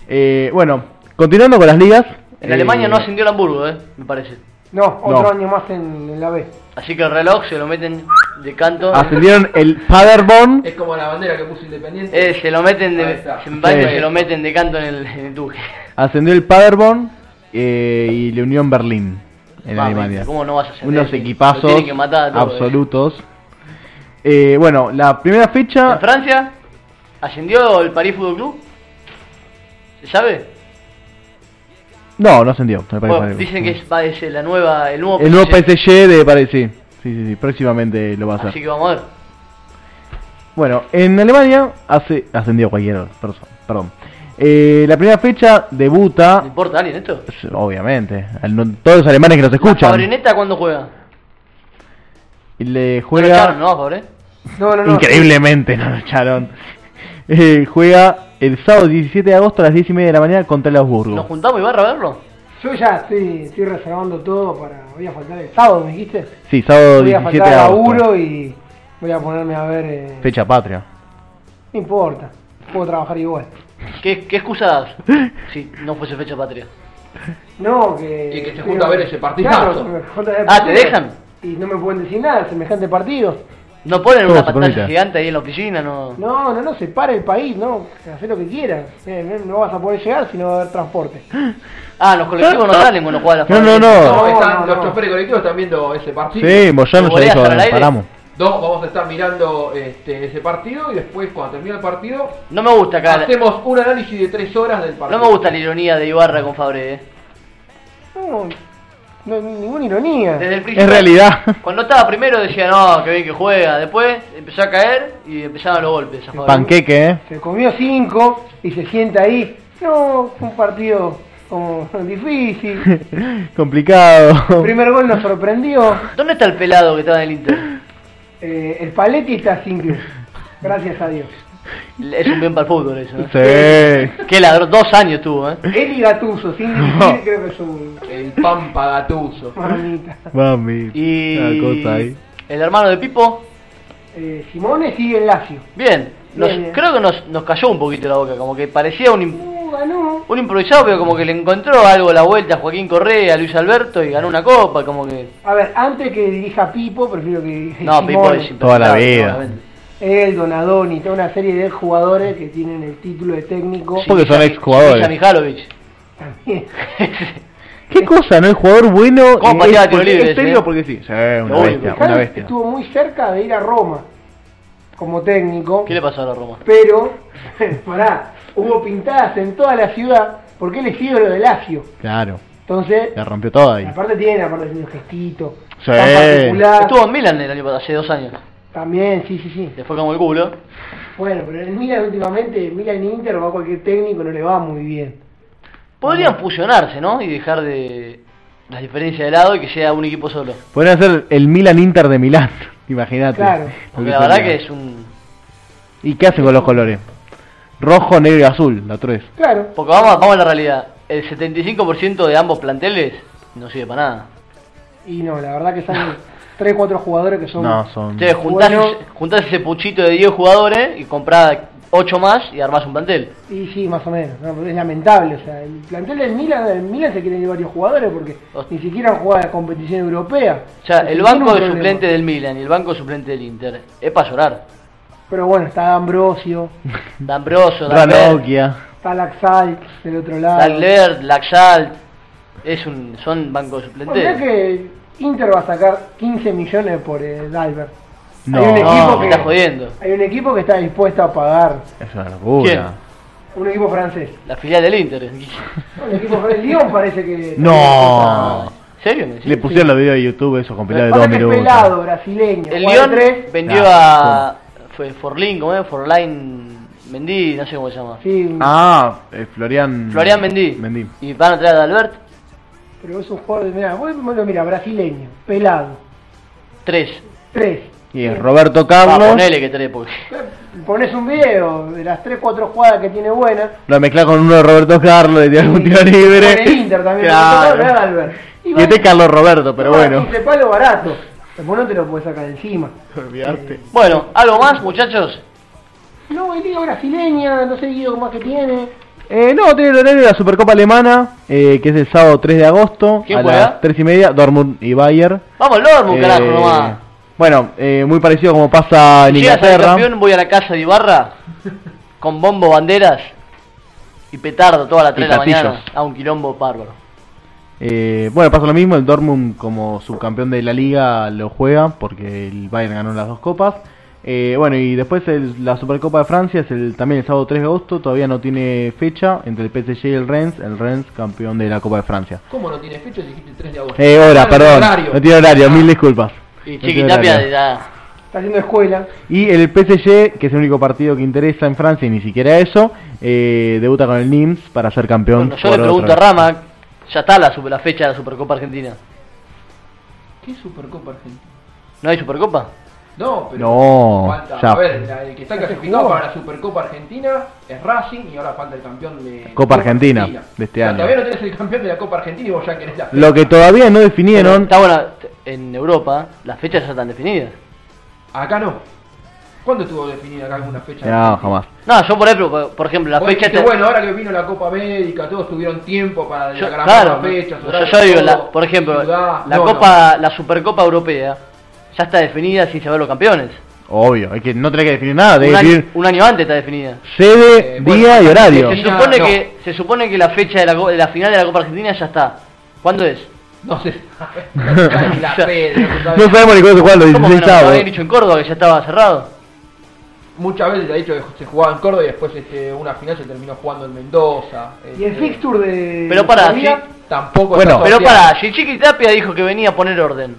C: Eh, bueno, continuando con las ligas.
A: En
C: eh,
A: Alemania no ascendió el Hamburgo, eh, me parece.
B: No, otro
C: No.
B: año más en, en la B.
A: Así que el reloj se lo meten de canto.
C: Ascendieron el Paderborn.
D: Es como la bandera que puso Independiente.
A: Eh, se lo meten
D: Ahí
A: de,
D: está.
A: se me parece
C: Sí.
A: que se lo meten de canto en el, en el tuje.
C: Ascendió el Paderborn eh, y la Unión Berlín en
A: Vamos,
C: Alemania.
A: ¿Cómo no vas a ascender?
C: Unos
A: Sí, lo
C: equipazos
A: tienen que matar a todos,
C: absolutos. Eh, bueno, la primera
A: eh.
C: fecha
A: En Francia ascendió el París Fútbol Club. ¿Se sabe?
C: No, no ascendió. me parece
A: Bueno,
C: algo.
A: dicen que es, va a ser la nueva, el nuevo
C: el nuevo
A: PSG,
C: PSG de París, sí. Sí, sí, sí, próximamente lo va a hacer.
A: Así que vamos a ver.
C: Bueno, en Alemania hace ascendió cualquier persona, perdón. Eh, la primera fecha
A: ¿Le
C: debuta,
A: importa a alguien esto?
C: pues, obviamente, a no- todos los alemanes que nos escuchan.
A: ¿Fabrineta cuándo juega?
C: Y le
A: Bueno,
C: juega
A: Charo, ¿no, Fabre?
B: No, no, no.
C: increíblemente, no lo echaron. Eh, juega el sábado 17 de agosto a las 10 y media de la mañana contra el Augsburgo.
A: ¿Nos juntamos y barra a verlo?
B: Yo ya estoy, estoy reservando todo para. Voy a faltar el sábado, ¿me dijiste?
C: sí, sábado
B: Voy a
C: 17
B: faltar
C: de
B: a
C: agosto.
B: laburo y voy a ponerme a ver. eh,
C: Fecha patria.
B: No importa, puedo trabajar igual.
A: ¿Qué, qué excusas si no fuese fecha patria?
B: No, que.
D: Y que te
B: pero-
D: junta a ver ese partidazo.
B: Claro, se me junta a ver
A: Ah, ¿te
B: partidos.
A: dejan?
B: Y no me pueden decir nada, semejante partido.
A: ¿No ponen
C: Todo
A: una
C: se
A: pantalla
C: permite.
A: gigante ahí en la oficina? No.
B: No, no, no, se para el país, no. Hacé lo que quieras. Eh, no- no vas a poder llegar si no va a haber transporte.
A: Ah, los colectivos no salen cuando juega la
C: No,
A: Fabrineta.
C: no,
D: No,
B: no,
D: están-
B: no,
D: los
B: no.
D: choferes colectivos están viendo ese partido.
C: Sí, Moyano
A: ¿Lo
C: ya dijo,
A: volvés al aire?
C: paramos.
D: Dos, vamos a estar mirando este, ese partido y después cuando termine el partido
A: No me gusta acá. la-
D: hacemos un análisis de tres horas del
A: No
D: partido.
A: me gusta la ironía de Ibarra con Fabre. eh.
B: No, no, ninguna ironía.
A: Desde el
C: Es
A: principio-
C: realidad.
A: Cuando estaba primero decía, no, que bien que juega. Después empezó a caer y empezaban los golpes. a Fabre.
C: Panqueque, eh.
B: Se comió cinco y se sienta ahí. No, fue un partido como difícil. El
C: ¿eh? Complicado.
B: primer gol nos sorprendió.
A: ¿Dónde está el pelado que estaba en el Inter?
B: Eh, el Paletti está sin club. Gracias a Dios.
A: Es un bien para el fútbol eso. ¿no?
C: Sí.
A: Qué ladrón, dos años tuvo, ¿eh?
B: Eli Gatuso, sin dirigir, creo que es un
D: El Pampa Gatuso.
B: marmita.
C: Mami.
A: Y.
C: una cosa ahí.
A: El hermano de Pipo,
B: Eh, Simone sigue en Lazio.
A: bien. Nos-
B: Bien, bien.
A: Creo que nos, nos cayó un poquito la boca, como que parecía un, im-
I: Uh, ganó.
A: Un improvisado, pero como que le encontró algo a la vuelta a Joaquín Correa, a Luis Alberto y ganó una copa, como que.
B: A ver, antes que dirija Pipo, prefiero que dirija
A: No, Pipo
B: Simone.
A: es impresionante,
C: Toda la vida.
A: obviamente.
B: Él, Donadoni, toda una serie de jugadores que tienen el título de técnico.
C: Porque son
A: Mija
C: exjugadores.
A: Mijalovic.
B: También.
C: ¿Qué cosa? ¿No? El jugador bueno.
A: ¿Cómo
C: es,
A: pateaba tiro
C: porque-
A: libre
C: es
A: ese,
C: técnico
A: eh?
C: porque sí. Sí, una
A: único.
C: bestia,
B: Mijal
C: una bestia.
B: estuvo muy cerca de ir a Roma como técnico.
A: ¿Qué le pasó a la Roma?
B: Pero, pará, hubo pintadas en toda la ciudad porque él es ídolo de Lazio.
C: Claro,
B: Entonces,
C: la rompió toda ahí.
B: aparte tiene, aparte tiene un gestito.
C: Sí.
B: tan particular.
A: Estuvo en Milan el año pasado, hace dos años.
B: También, sí, sí, sí.
A: Le fue como el culo.
B: Bueno, pero en Milan últimamente, Milan e Inter va cualquier técnico, no le va muy bien.
A: Podrían fusionarse, ¿no? Y dejar de las diferencias de lado y que sea un equipo solo.
C: Podrían hacer el Milan Inter de Milán, imagínate.
B: Claro.
C: Lo que
A: Porque la verdad
C: sería.
A: que es un...
C: ¿Y qué hacen con los colores? Rojo, negro y azul, la tres.
B: Claro,
A: Porque vamos, a- vamos a la realidad. El 75% de ambos planteles no sirve para nada.
B: y no, la verdad que salen 3, 4 jugadores que son...
C: No, son.
A: Entonces juntás,
B: Bueno.
A: ese- juntás ese puchito de 10 jugadores y comprás 8 más y armás un plantel.
B: Y sí, más o menos, no, pero es lamentable, o sea, el plantel del Milan, del Milan se quieren ir varios jugadores porque
A: Host-
B: ni siquiera han jugado a la competición europea.
A: O sea,
B: Entonces,
A: Oh. el
B: tiene
A: banco
B: un
A: de
B: problema.
A: suplente del Milan y el banco de suplente del Inter es para llorar.
B: Pero bueno, está Ambrosio,
A: D'Ambrosio, D'Albert,
C: Ranocchia.
B: está Laxalt del otro lado.
A: D'Albert, Laxalt. Es un, son bancos de
B: Bueno, Pues mirá
A: suplentes.
B: que Inter va a sacar 15 millones por el Dalbert.
C: No,
B: Hay un
A: No,
B: equipo
A: me
B: que-
A: estás jodiendo.
B: Hay un equipo que está dispuesto a pagar,
C: Es una locura.
B: un equipo francés.
A: La filial del Inter.
B: Un equipo francés, Lyon parece que...
C: No.
A: ¿En serio? me decís?
C: Le pusieron los videos de YouTube, esos compilados de
B: Pasa
C: dos
B: que es
C: minutos.
B: pelado, brasileño.
A: El
B: juega de
A: Lyon
B: tres.
A: vendió
C: Nah,
A: a. Fue Forlín, ¿cómo es? Forlain Mendy, no sé cómo se llama.
B: Sí,
C: Ah, eh, Florian.
A: Florian Mendy.
C: Mendy.
A: Y van a traer a Albert
B: pero es un jugador de... Mirá, vos vos lo mirá, brasileño, pelado,
A: 3.
B: tres.
C: Y es Roberto Carlos.
A: Ponele que 3 porque.
B: Pones un video de las 3, 4 jugadas que tiene buenas.
C: Lo mezcla con uno de Roberto Carlos, le tiran un tiro libre.
B: Con el Inter Ah, también.
C: Claro.
B: porque no, no, Albert. Y
C: Y
B: va-
C: este es Carlos Roberto, pero
B: toma
C: bueno.
B: 15 palos este barato. Después no te lo puedes sacar encima.
C: Olvidarte.
A: Bueno, ¿algo más, muchachos?
B: No, hay liga brasileña, no sé Guido más que tiene.
C: Eh, no, tiene el horario de la Supercopa Alemana, eh, que es el sábado 3 de agosto,
A: ¿Quién
C: a
A: juega?
C: las 3 y media, Dortmund y Bayer.
A: Vamos, Dortmund,
C: Eh,
A: carajo, nomás.
C: Bueno, eh, muy parecido como pasa en
A: Si llegas al
C: Inglaterra.
A: campeón, voy a la casa de Ibarra con bombo, banderas y petardo toda la 3 de la
C: platillos.
A: mañana a un quilombo bárbaro.
C: Eh, bueno, pasa lo mismo, el Dortmund como subcampeón de la liga lo juega porque el Bayern ganó las dos copas. Eh, bueno, y después el- la Supercopa de Francia es el, también el sábado 3 de agosto, todavía no tiene fecha, entre el PSG y el Rennes, el Rennes campeón de la Copa de Francia.
D: ¿Cómo no tiene fecha si dijiste 3 de agosto?
C: Eh, hora,
D: Ah, no,
C: perdón,
D: horario.
C: no tiene horario, mil disculpas.
A: Ah. Y
C: No
A: Chiqui
C: tiene
A: Tapia
C: horario.
A: ya.
B: Está haciendo escuela.
C: Y el PSG, que es el único partido que interesa en Francia y ni siquiera eso, eh, debuta con el Nims para ser campeón.
A: Bueno, yo
C: por
A: le
C: otra
A: pregunto a
C: vez.
A: Rama, ya está la, super- la fecha de la Supercopa Argentina.
D: ¿Qué Supercopa Argentina?
A: ¿No hay Supercopa?
D: No, pero
C: No,
D: falta.
C: ya.
D: A ver, la- el que está
B: Ya se
D: clasificado
B: jugó.
D: para la Supercopa Argentina es Racing y ahora falta el campeón de
C: Copa Argentina de este
D: O sea,
C: año.
D: Todavía no tenés el campeón de la Copa Argentina y vos ya querés la
C: Lo que todavía no definieron,
A: Está bueno, en Europa las fechas ya están definidas.
D: Acá no. ¿Cuándo estuvo definida acá alguna fecha?
C: no, jamás.
A: No, yo por ejemplo, por ejemplo, la
D: Vos
A: fecha...
D: dijiste,
A: te-
D: bueno, ahora que vino la Copa América, todos tuvieron tiempo para
A: Yo-
D: desagramar
A: claro,
D: las fechas.
A: yo-
D: horarios,
A: yo digo, la-
D: todo,
A: por ejemplo,
D: ciudad.
A: la
D: No,
A: Copa, la Supercopa Europea ya está definida sin saber los campeones.
C: Obvio, es que no tenés que definir nada, tenés
A: Un
C: que
A: año,
C: definir
A: un año antes está definida.
C: sede,
D: Eh, bueno,
C: día y horario.
A: Se
D: Argentina,
A: supone,
D: no.
A: que, se supone que la fecha de la, co- de la final de la Copa Argentina ya está. ¿Cuándo es?
D: No, no se sabe. No sabe ni la sede, no se sabe.
C: No sabemos ni cuándo se juegan los
A: ¿Cómo que
C: 16
A: no, lo
C: sábados.
A: habían dicho en Córdoba que ya estaba cerrado?
D: Muchas veces se ha dicho que se jugaba en Córdoba y después este, una final se terminó jugando en Mendoza.
B: Y el
D: este,
B: fixture de...
A: Pero pará,
B: Italia,
A: sí.
D: Tampoco
C: Bueno,
D: está
A: Pero
D: asociado.
A: pará, Chiqui Tapia dijo que venía a poner orden.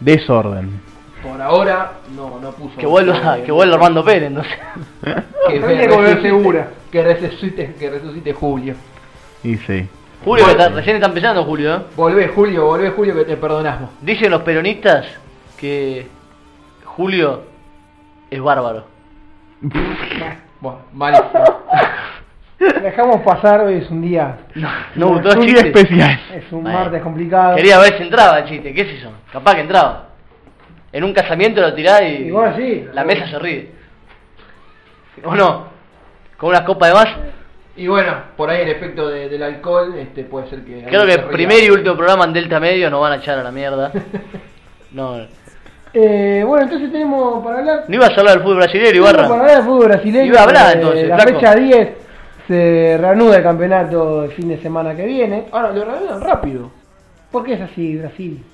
C: Desorden.
D: Por ahora, no, no puso.
A: Que vuelva,
D: eh,
A: que vuelva Armando Pérez, entonces.
D: Que
B: Tiene que volver segura.
D: Que resucite, que resucite Julio.
C: Y sí.
A: Julio, que está- recién está empezando Julio, ¿eh?
D: Volvé, Julio, volvé, Julio, que te perdonamos.
A: Dicen los peronistas que Julio es bárbaro.
D: Bueno, malísimo.
B: Dejamos pasar, hoy es un día...
A: No, Eh,
C: Es
A: votó
C: un día
A: chiste.
C: especial.
B: Es un
A: Bueno.
B: martes complicado.
A: Quería ver si entraba el chiste, qué sé yo. Capaz que entraba. En un casamiento lo tirás y,
B: Y vos sí.
A: la mesa se ríe. ¿O no? Con unas copas de más.
D: Y bueno, por ahí el efecto de- del alcohol este, puede ser que...
A: Creo
D: alguien
A: que
D: se ría.
A: primer y último programa en Delta Medio nos van a echar a la mierda. No, no
B: Eh, bueno, entonces tenemos para hablar.
A: ibas a hablar del fútbol brasileño, Ibarra.
B: Tenemos Para hablar de fútbol brasileño.
A: Iba a hablar,
B: eh,
A: entonces,
B: La
A: flaco.
B: fecha 10 se reanuda el campeonato el fin de semana que viene.
D: Ahora, lo reanudan rápido.
B: ¿Por qué es así Brasil?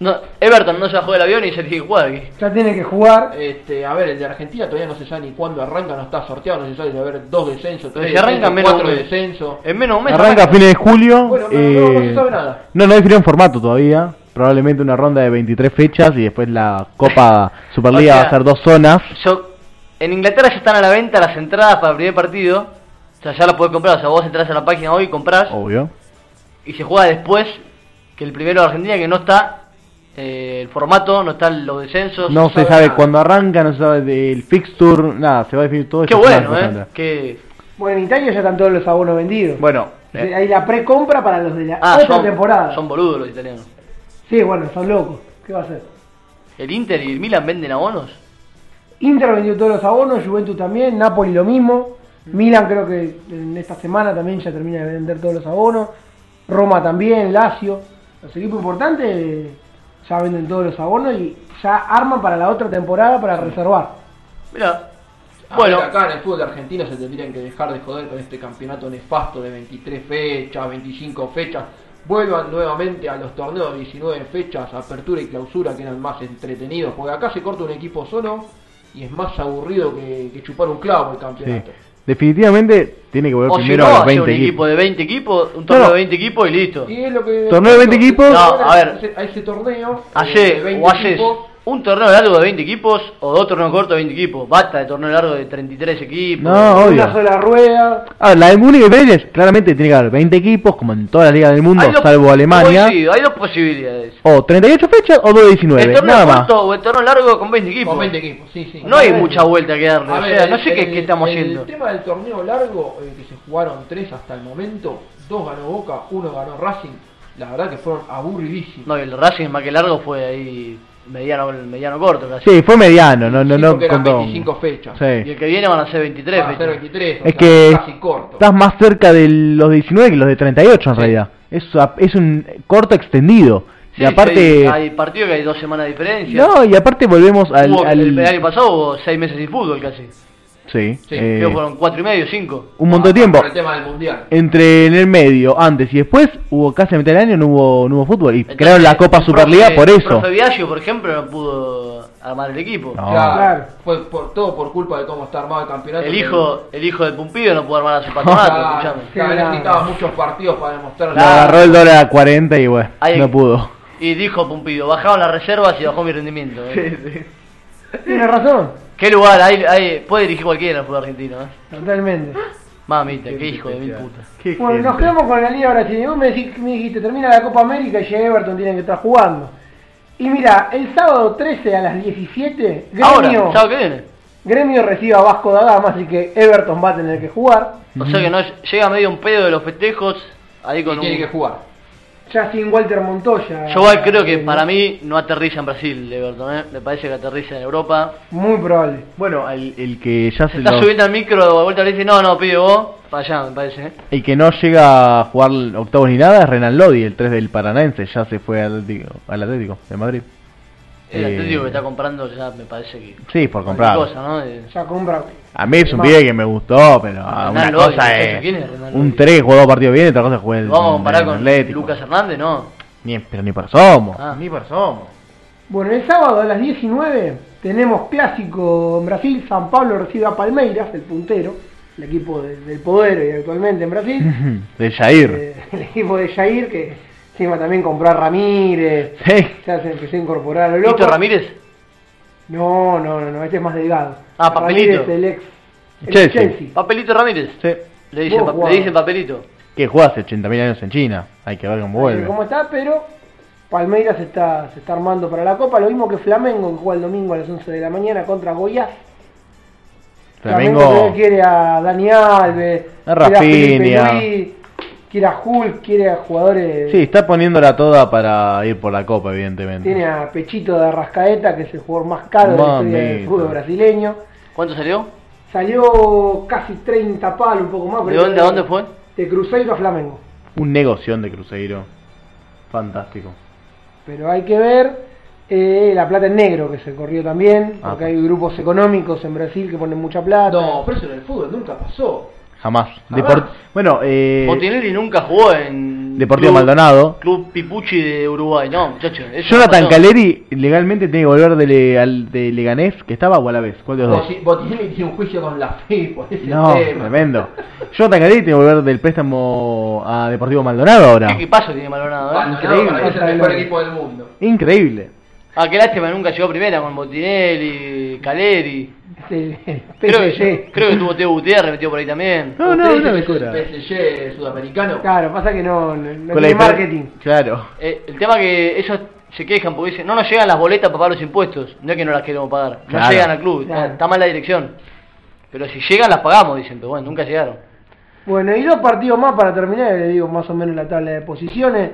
A: No, Everton no se bajó del avión y se tiene que jugar aquí.
B: Ya tiene que jugar.
D: Este, a ver, el de Argentina todavía no se sabe ni cuándo arranca, no está sorteado, no se sabe si va a haber dos descensos,
A: Pero
D: tres
A: si arranca en
D: descensos,
A: menos Eh,
D: cuatro
A: de un mes.
D: descensos.
A: En menos de un mes.
C: Arranca a fines de julio.
D: Bueno, no,
C: eh,
D: no, no se sabe nada.
C: No, no definieron formato todavía. Probablemente una ronda de 23 fechas y después la Copa Superliga
A: O sea-
C: va a ser dos zonas.
A: Yo- en Inglaterra ya están a la venta las entradas para el primer partido. O sea, ya las podés comprar. O sea, vos entras a la página hoy, comprás
C: Obvio.
A: y se juega después que el primero de Argentina que no está eh, el formato, no están los descensos.
C: No se sabe
A: nada.
C: cuándo arranca, no se sabe del fixture, nada, se va a definir todo
A: Qué
C: esta semana,
A: bueno, eh.
C: supuestamente.
A: Que
B: Bueno, en Italia ya están todos los abonos vendidos.
C: Bueno, eh,
B: Hay la precompra para los de la
A: ah,
B: otra
A: son,
B: temporada.
A: son boludos los italianos.
B: Sí, bueno, son locos. ¿Qué va a hacer?
A: El Inter y el Milan venden abonos.
B: Inter vendió todos los abonos, Juventus también, Napoli lo mismo, Milan creo que en esta semana también ya termina de vender todos los abonos, Roma también, Lazio, los equipos importantes eh, ya venden todos los abonos y ya arman para la otra temporada para reservar.
A: Mira,
D: A
A: bueno,
D: ver, acá en el fútbol argentino se tendrían que dejar de joder con este campeonato nefasto de 23 fechas, 25 fechas. Vuelvan nuevamente a los torneos de 19 fechas, apertura y clausura, que eran más entretenidos. Porque acá se corta un equipo solo y es más aburrido que, que chupar un clavo el
C: sí.
D: campeonato.
C: definitivamente tiene que volver
A: o si
C: primero
A: no,
C: a los
A: hace
C: 20
A: un equipo
C: equipos.
A: de 20 equipos, un torneo
C: No, no.
A: de 20 equipos y listo.
D: Y es lo que.
C: Torneo de 20 equipos.
D: se
A: No,
D: juega
A: a ver.
D: ese- A ese torneo. eh, de
A: Hacé,
D: 20
A: o haces
D: equipos,
A: un torneo largo de 20 equipos o dos torneos cortos de 20 equipos. Basta de torneo largo de 33 equipos.
C: No,
B: Una
C: obvio.
B: sola rueda,
C: A ver, Ah, la de Múnich y Brenes, claramente tiene que haber 20 equipos, como en todas las ligas del mundo,
A: Hay dos-
C: salvo Alemania.
A: coincido, hay dos posibilidades.
C: O 38 fechas o 2 de 19,
A: El torneo
C: nada más.
A: corto o el torneo largo con 20 equipos.
D: Con 20 equipos, sí, sí.
A: No hay
B: Obviamente.
A: mucha vuelta que darle.
D: A
A: o
D: ver,
A: sea,
D: el-
A: no sé qué,
D: el-
A: qué estamos haciendo.
D: El tema del torneo largo, eh, que se jugaron tres hasta el momento, dos ganó Boca, uno ganó Racing, la verdad que fueron aburridísimos.
A: No, el Racing más que largo fue ahí mediano, mediano corto. casi.
C: Sí, fue mediano, no, no,
D: Sí,
C: no.
D: porque eran
C: contó-
D: 25 fechas.
A: Y
C: Sí.
A: el que viene van a ser 23.
D: Van a ser
A: ¿viste?
D: 23, o
C: Es
D: sea,
C: que
D: casi corto.
C: estás más cerca de los 19 que los de 38 en
D: Sí.
C: realidad. Es, a- es un corto extendido.
A: Sí,
C: y
A: sí,
C: aparte...
A: hay partidos que hay dos semanas de diferencia.
C: No, y aparte volvemos al...
A: Hubo-
C: al-
A: El año pasado hubo seis meses sin fútbol casi.
C: Sí.
D: Sí,
C: eh,
A: Creo que fueron cuatro y medio, cinco.
C: un montón de
D: Ah,
C: tiempo.
D: Por el tema del mundial.
C: Entre en el medio, antes y después, hubo casi a mitad del año no hubo, no hubo fútbol. Y
A: Entonces, eh,
C: crearon la Copa
A: el
C: Superliga
A: profe-
C: por
A: el
C: eso.
A: profe Biagio, por ejemplo, no pudo armar el equipo.
C: No.
D: Claro,
B: Claro.
D: Fue por, todo por culpa de cómo está armado el campeonato.
A: El hijo, el hijo del Pumpido no pudo armar a su
D: Claro,
A: patronato, escuchame.
D: claro, necesitaba muchos partidos para demostrar
C: Lo
A: Ah.
C: agarró el dólar a 40 y bueno,
A: Hay-
C: no pudo.
A: Y dijo Pumpido, bajaron las reservas y bajó mi rendimiento. ¿eh?
B: tiene razón,
A: ¿Qué lugar? Ahí, ahí- puede dirigir cualquiera el fútbol argentino. ¿eh?
B: totalmente.
A: Mamita, qué hijo de mil putas.
B: Bueno, nos quedamos con la Liga Brasileña. Vos me, decís- me dijiste, termina la Copa América y ya Everton tiene que estar jugando. Y mira, el sábado 13 a las 17,
A: Ahora,
B: Gremio,
A: ¿sabes qué viene?
B: Gremio recibe a Vasco da Gama, así que Everton va a tener que jugar.
A: O sea que no llega medio un pedo de los festejos ahí
D: y
A: con
D: tiene
A: un...
D: que jugar.
B: Ya sin Walter Montoya.
A: Yo igual creo que
B: Eh,
A: para mí no aterriza en Brasil, Everton, ¿eh? me parece que aterriza en Europa.
B: Muy probable.
C: Bueno, el, el que ya
A: Se
C: se
A: está
C: lo-
A: subiendo al micro de vuelta y dice, no, no, pibe vos, para allá me parece. ¿eh?
C: el que no llega a jugar octavos ni nada es Renan Lodi, el 3 del Paranaense, ya se fue al, Atlético- al Atlético de Madrid.
A: El
C: Eh,
A: Atlético que está comprando ya me parece que...
C: Sí, por comprar.
A: cualquier cosa, ¿no? Eh, De-
B: Ya compra.
C: A mí es un
B: Va.
C: pibe que me gustó, pero ah,
A: Renan
C: una
A: Lodi,
C: cosa
A: muchacho, ¿quién es
C: es
A: Renan Lodi?
C: un 3 jugó dos partidos bien, otra cosa es jugar el,
A: Lo Vamos a comparar
C: el
A: con
C: Atlético.
A: Lucas Hernández, no.
C: Ni, pero ni por asomo.
A: Ah.
C: Ni por asomo.
B: Bueno, el sábado a las 19 tenemos clásico en Brasil. San Pablo recibe a Palmeiras, el puntero, el equipo de- del poder y actualmente en Brasil.
C: De Jair.
B: Eh, el equipo de Jair, que encima también compró a Ramírez.
C: Sí.
B: Ya se empezó a incorporar a lo loco.
A: ¿Víctor Ramírez?
B: No, no, no, no, este es más delgado.
A: Ah, Papelito.
B: Ramírez, el ex. el
C: Chelsea.
A: ¿Papelito Ramírez?
C: Sí.
A: Le dicen,
B: Vos,
A: pap-
B: Juan.
A: le dicen papelito.
C: Que jugó hace 80.000 años en China. Hay que ver cómo
B: Hay que ver
C: vuelve.
B: Eh, ¿Cómo está? Pero Palmeiras se está, se está armando para la Copa. Lo mismo que Flamengo, que juega el domingo a las 11 de la mañana contra Goiás.
C: Flamengo-
B: todavía quiere a Dani Alves,
C: A
B: quiere Felipe
C: Rafinha.
B: Luis, quiere a Hulk, quiere a jugadores.
C: Sí, está poniéndola toda para ir por la copa, evidentemente.
B: Tiene a Pechito de Arrascaeta, que es el jugador más caro de la historia del
C: Mamita.
B: fútbol brasileño.
A: ¿Cuánto salió?
B: Salió casi 30 palos, un poco más.
A: ¿De
B: pero-
A: dónde a dónde fue?
B: De Cruzeiro a Flamengo.
C: Un negoción de Cruzeiro. Fantástico.
B: Pero hay que ver eh, la plata en negro que se corrió también,
C: Ah.
B: porque hay grupos económicos en Brasil que ponen mucha plata.
D: No, pero eso en el fútbol nunca pasó.
C: Jamás.
D: Jamás.
C: Depor- bueno, eh,
A: Botinelli nunca jugó en.
C: Deportivo
A: Club-
C: Maldonado.
A: Club Pipuchi de Uruguay. No, muchachos. eso
C: Jonathan
A: no pasó.
C: Caleri legalmente tiene que volver de, Le- al- de Leganés, que estaba o a la vez. ¿Cuál de los dos?
D: Boti- Botinelli tiene un juicio con la FIFA, ese
C: No,
D: tema.
C: tremendo. Jonathan Caleri tiene que volver del préstamo a Deportivo Maldonado
A: ¿Qué
C: ahora.
A: equipazo tiene Maldonado? eh?
D: Cuando
C: Increíble.
D: no, para mí es el
B: Cosa
D: mejor
B: de
D: equipo del mundo.
C: Increíble.
A: Ah, qué lástima, nunca llegó primera con Botinelli, Caleri.
B: Es el- el
A: Creo
B: PSG.
A: que, creo que tuvo Teo Gutiérrez metido por ahí también.
C: No, no,
D: Ustedes
C: una
D: dicen que
C: locura.
D: es el PSG sudamericano.
B: Claro, pasa que no, no, no
C: Con
B: tiene
C: la difer-
B: marketing.
C: Claro.
A: Eh, el tema que ellos se quejan porque dicen, no nos llegan las boletas para pagar los impuestos, no es que no las queremos pagar, no
C: Claro.
A: llegan al club,
B: Claro.
A: está, está mal la dirección. Pero si llegan las pagamos, dicen, pero bueno, nunca llegaron.
B: Bueno, y dos partidos más para terminar, le digo más o menos la tabla de posiciones.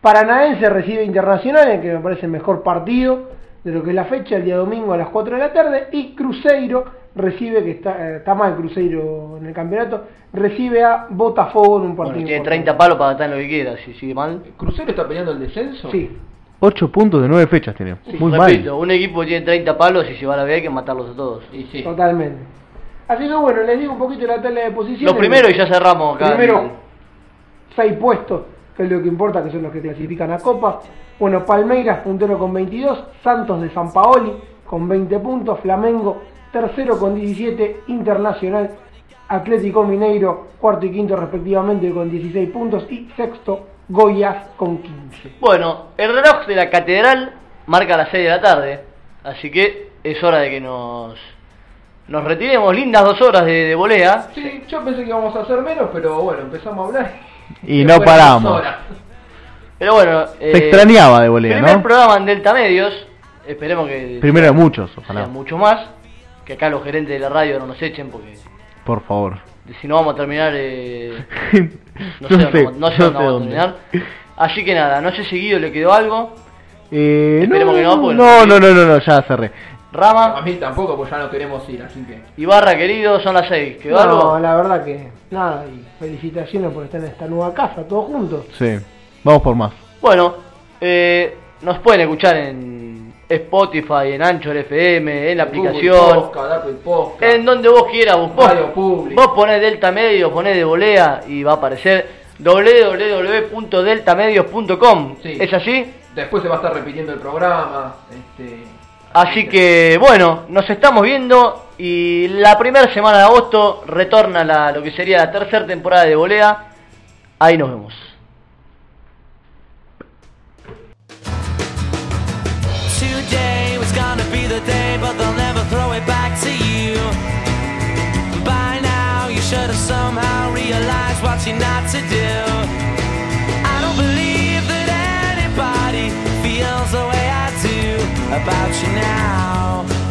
B: Paranaense recibe Internacionales, que me parece el mejor partido de lo que es la fecha, el día domingo a las 4 de la tarde. Y Cruzeiro recibe, que está, eh, está mal Cruzeiro en el campeonato, recibe a Botafogo en un partido.
A: Bueno, tiene
B: importante.
A: 30 palos para gastar en lo que quiera, si sigue mal.
D: ¿Crucero está peleando el descenso?
B: Sí,
C: 8 puntos de 9 fechas tiene. Muy
A: Repito,
C: mal.
A: un equipo tiene 30 palos y si va a la B hay que matarlos a todos.
D: Y sí.
B: totalmente. Así que bueno, les digo un poquito la tabla de posiciones.
A: Lo primero y ya cerramos acá.
B: Primero, seis puestos, que es lo que importa, que son los que clasifican a Copa. Bueno, Palmeiras, puntero con 22, Santos de San Paoli con 20 puntos, Flamengo, tercero con 17, Internacional, Atlético Mineiro, cuarto y quinto respectivamente con 16 puntos y sexto, Goiás con 15.
A: Bueno, el reloj de la catedral marca las 6 de la tarde, así que es hora de que nos, nos retiremos. Lindas dos horas de, de volea.
D: Sí, yo pensé que íbamos a hacer menos, pero bueno, empezamos a hablar.
C: Y
D: Se
C: no
D: fueron
C: paramos.
D: dos horas.
A: Pero bueno, eh,
C: Se extrañaba de volea,
A: Primer
C: ¿no?
A: programa en Delta Medios, esperemos que
C: Primero de muchos,
A: sea
C: ojalá.
A: mucho más, que acá los gerentes de la radio no nos echen porque
C: Por favor.
A: si no vamos a terminar eh, no,
C: No
A: sé, dónde
C: sé,
A: vamos- no sé dónde
C: no sé
A: vamos a
C: dónde.
A: terminar. Así que nada, no sé si Guido le quedó algo.
C: Eh, no,
A: Esperemos que no,
C: no,
A: porque-
C: no, no, no, no, ya cerré.
D: A
A: Rama,
D: mí tampoco, pues ya no queremos ir, así que.
A: Ibarra querido, son las 6. ¿Quedó
B: No,
A: algo?
B: la verdad que nada, y felicitaciones por estar en esta nueva casa, todos juntos.
C: Sí. Vamos por más.
A: Bueno, eh, nos pueden escuchar en Spotify, en Anchor FM, en la
D: Google
A: aplicación.
D: Podcast, Apple Podcast.
A: En donde vos quieras, vos,
D: Radio
A: vos,
D: Pública.
A: vos ponés Delta Medios, ponés de volea y va a aparecer www.deltamedios.com.
D: Sí.
A: ¿Es así?
D: Después se va a estar repitiendo el programa. Este,
A: Así que bueno, nos estamos viendo y la primera semana de agosto retorna la, lo que sería la tercera temporada de volea. Ahí nos vemos.
E: Today was gonna be the day, but they'll never throw it back to you. By now, you should have somehow realized what you're not to do. I don't believe that anybody feels the way I do about you now.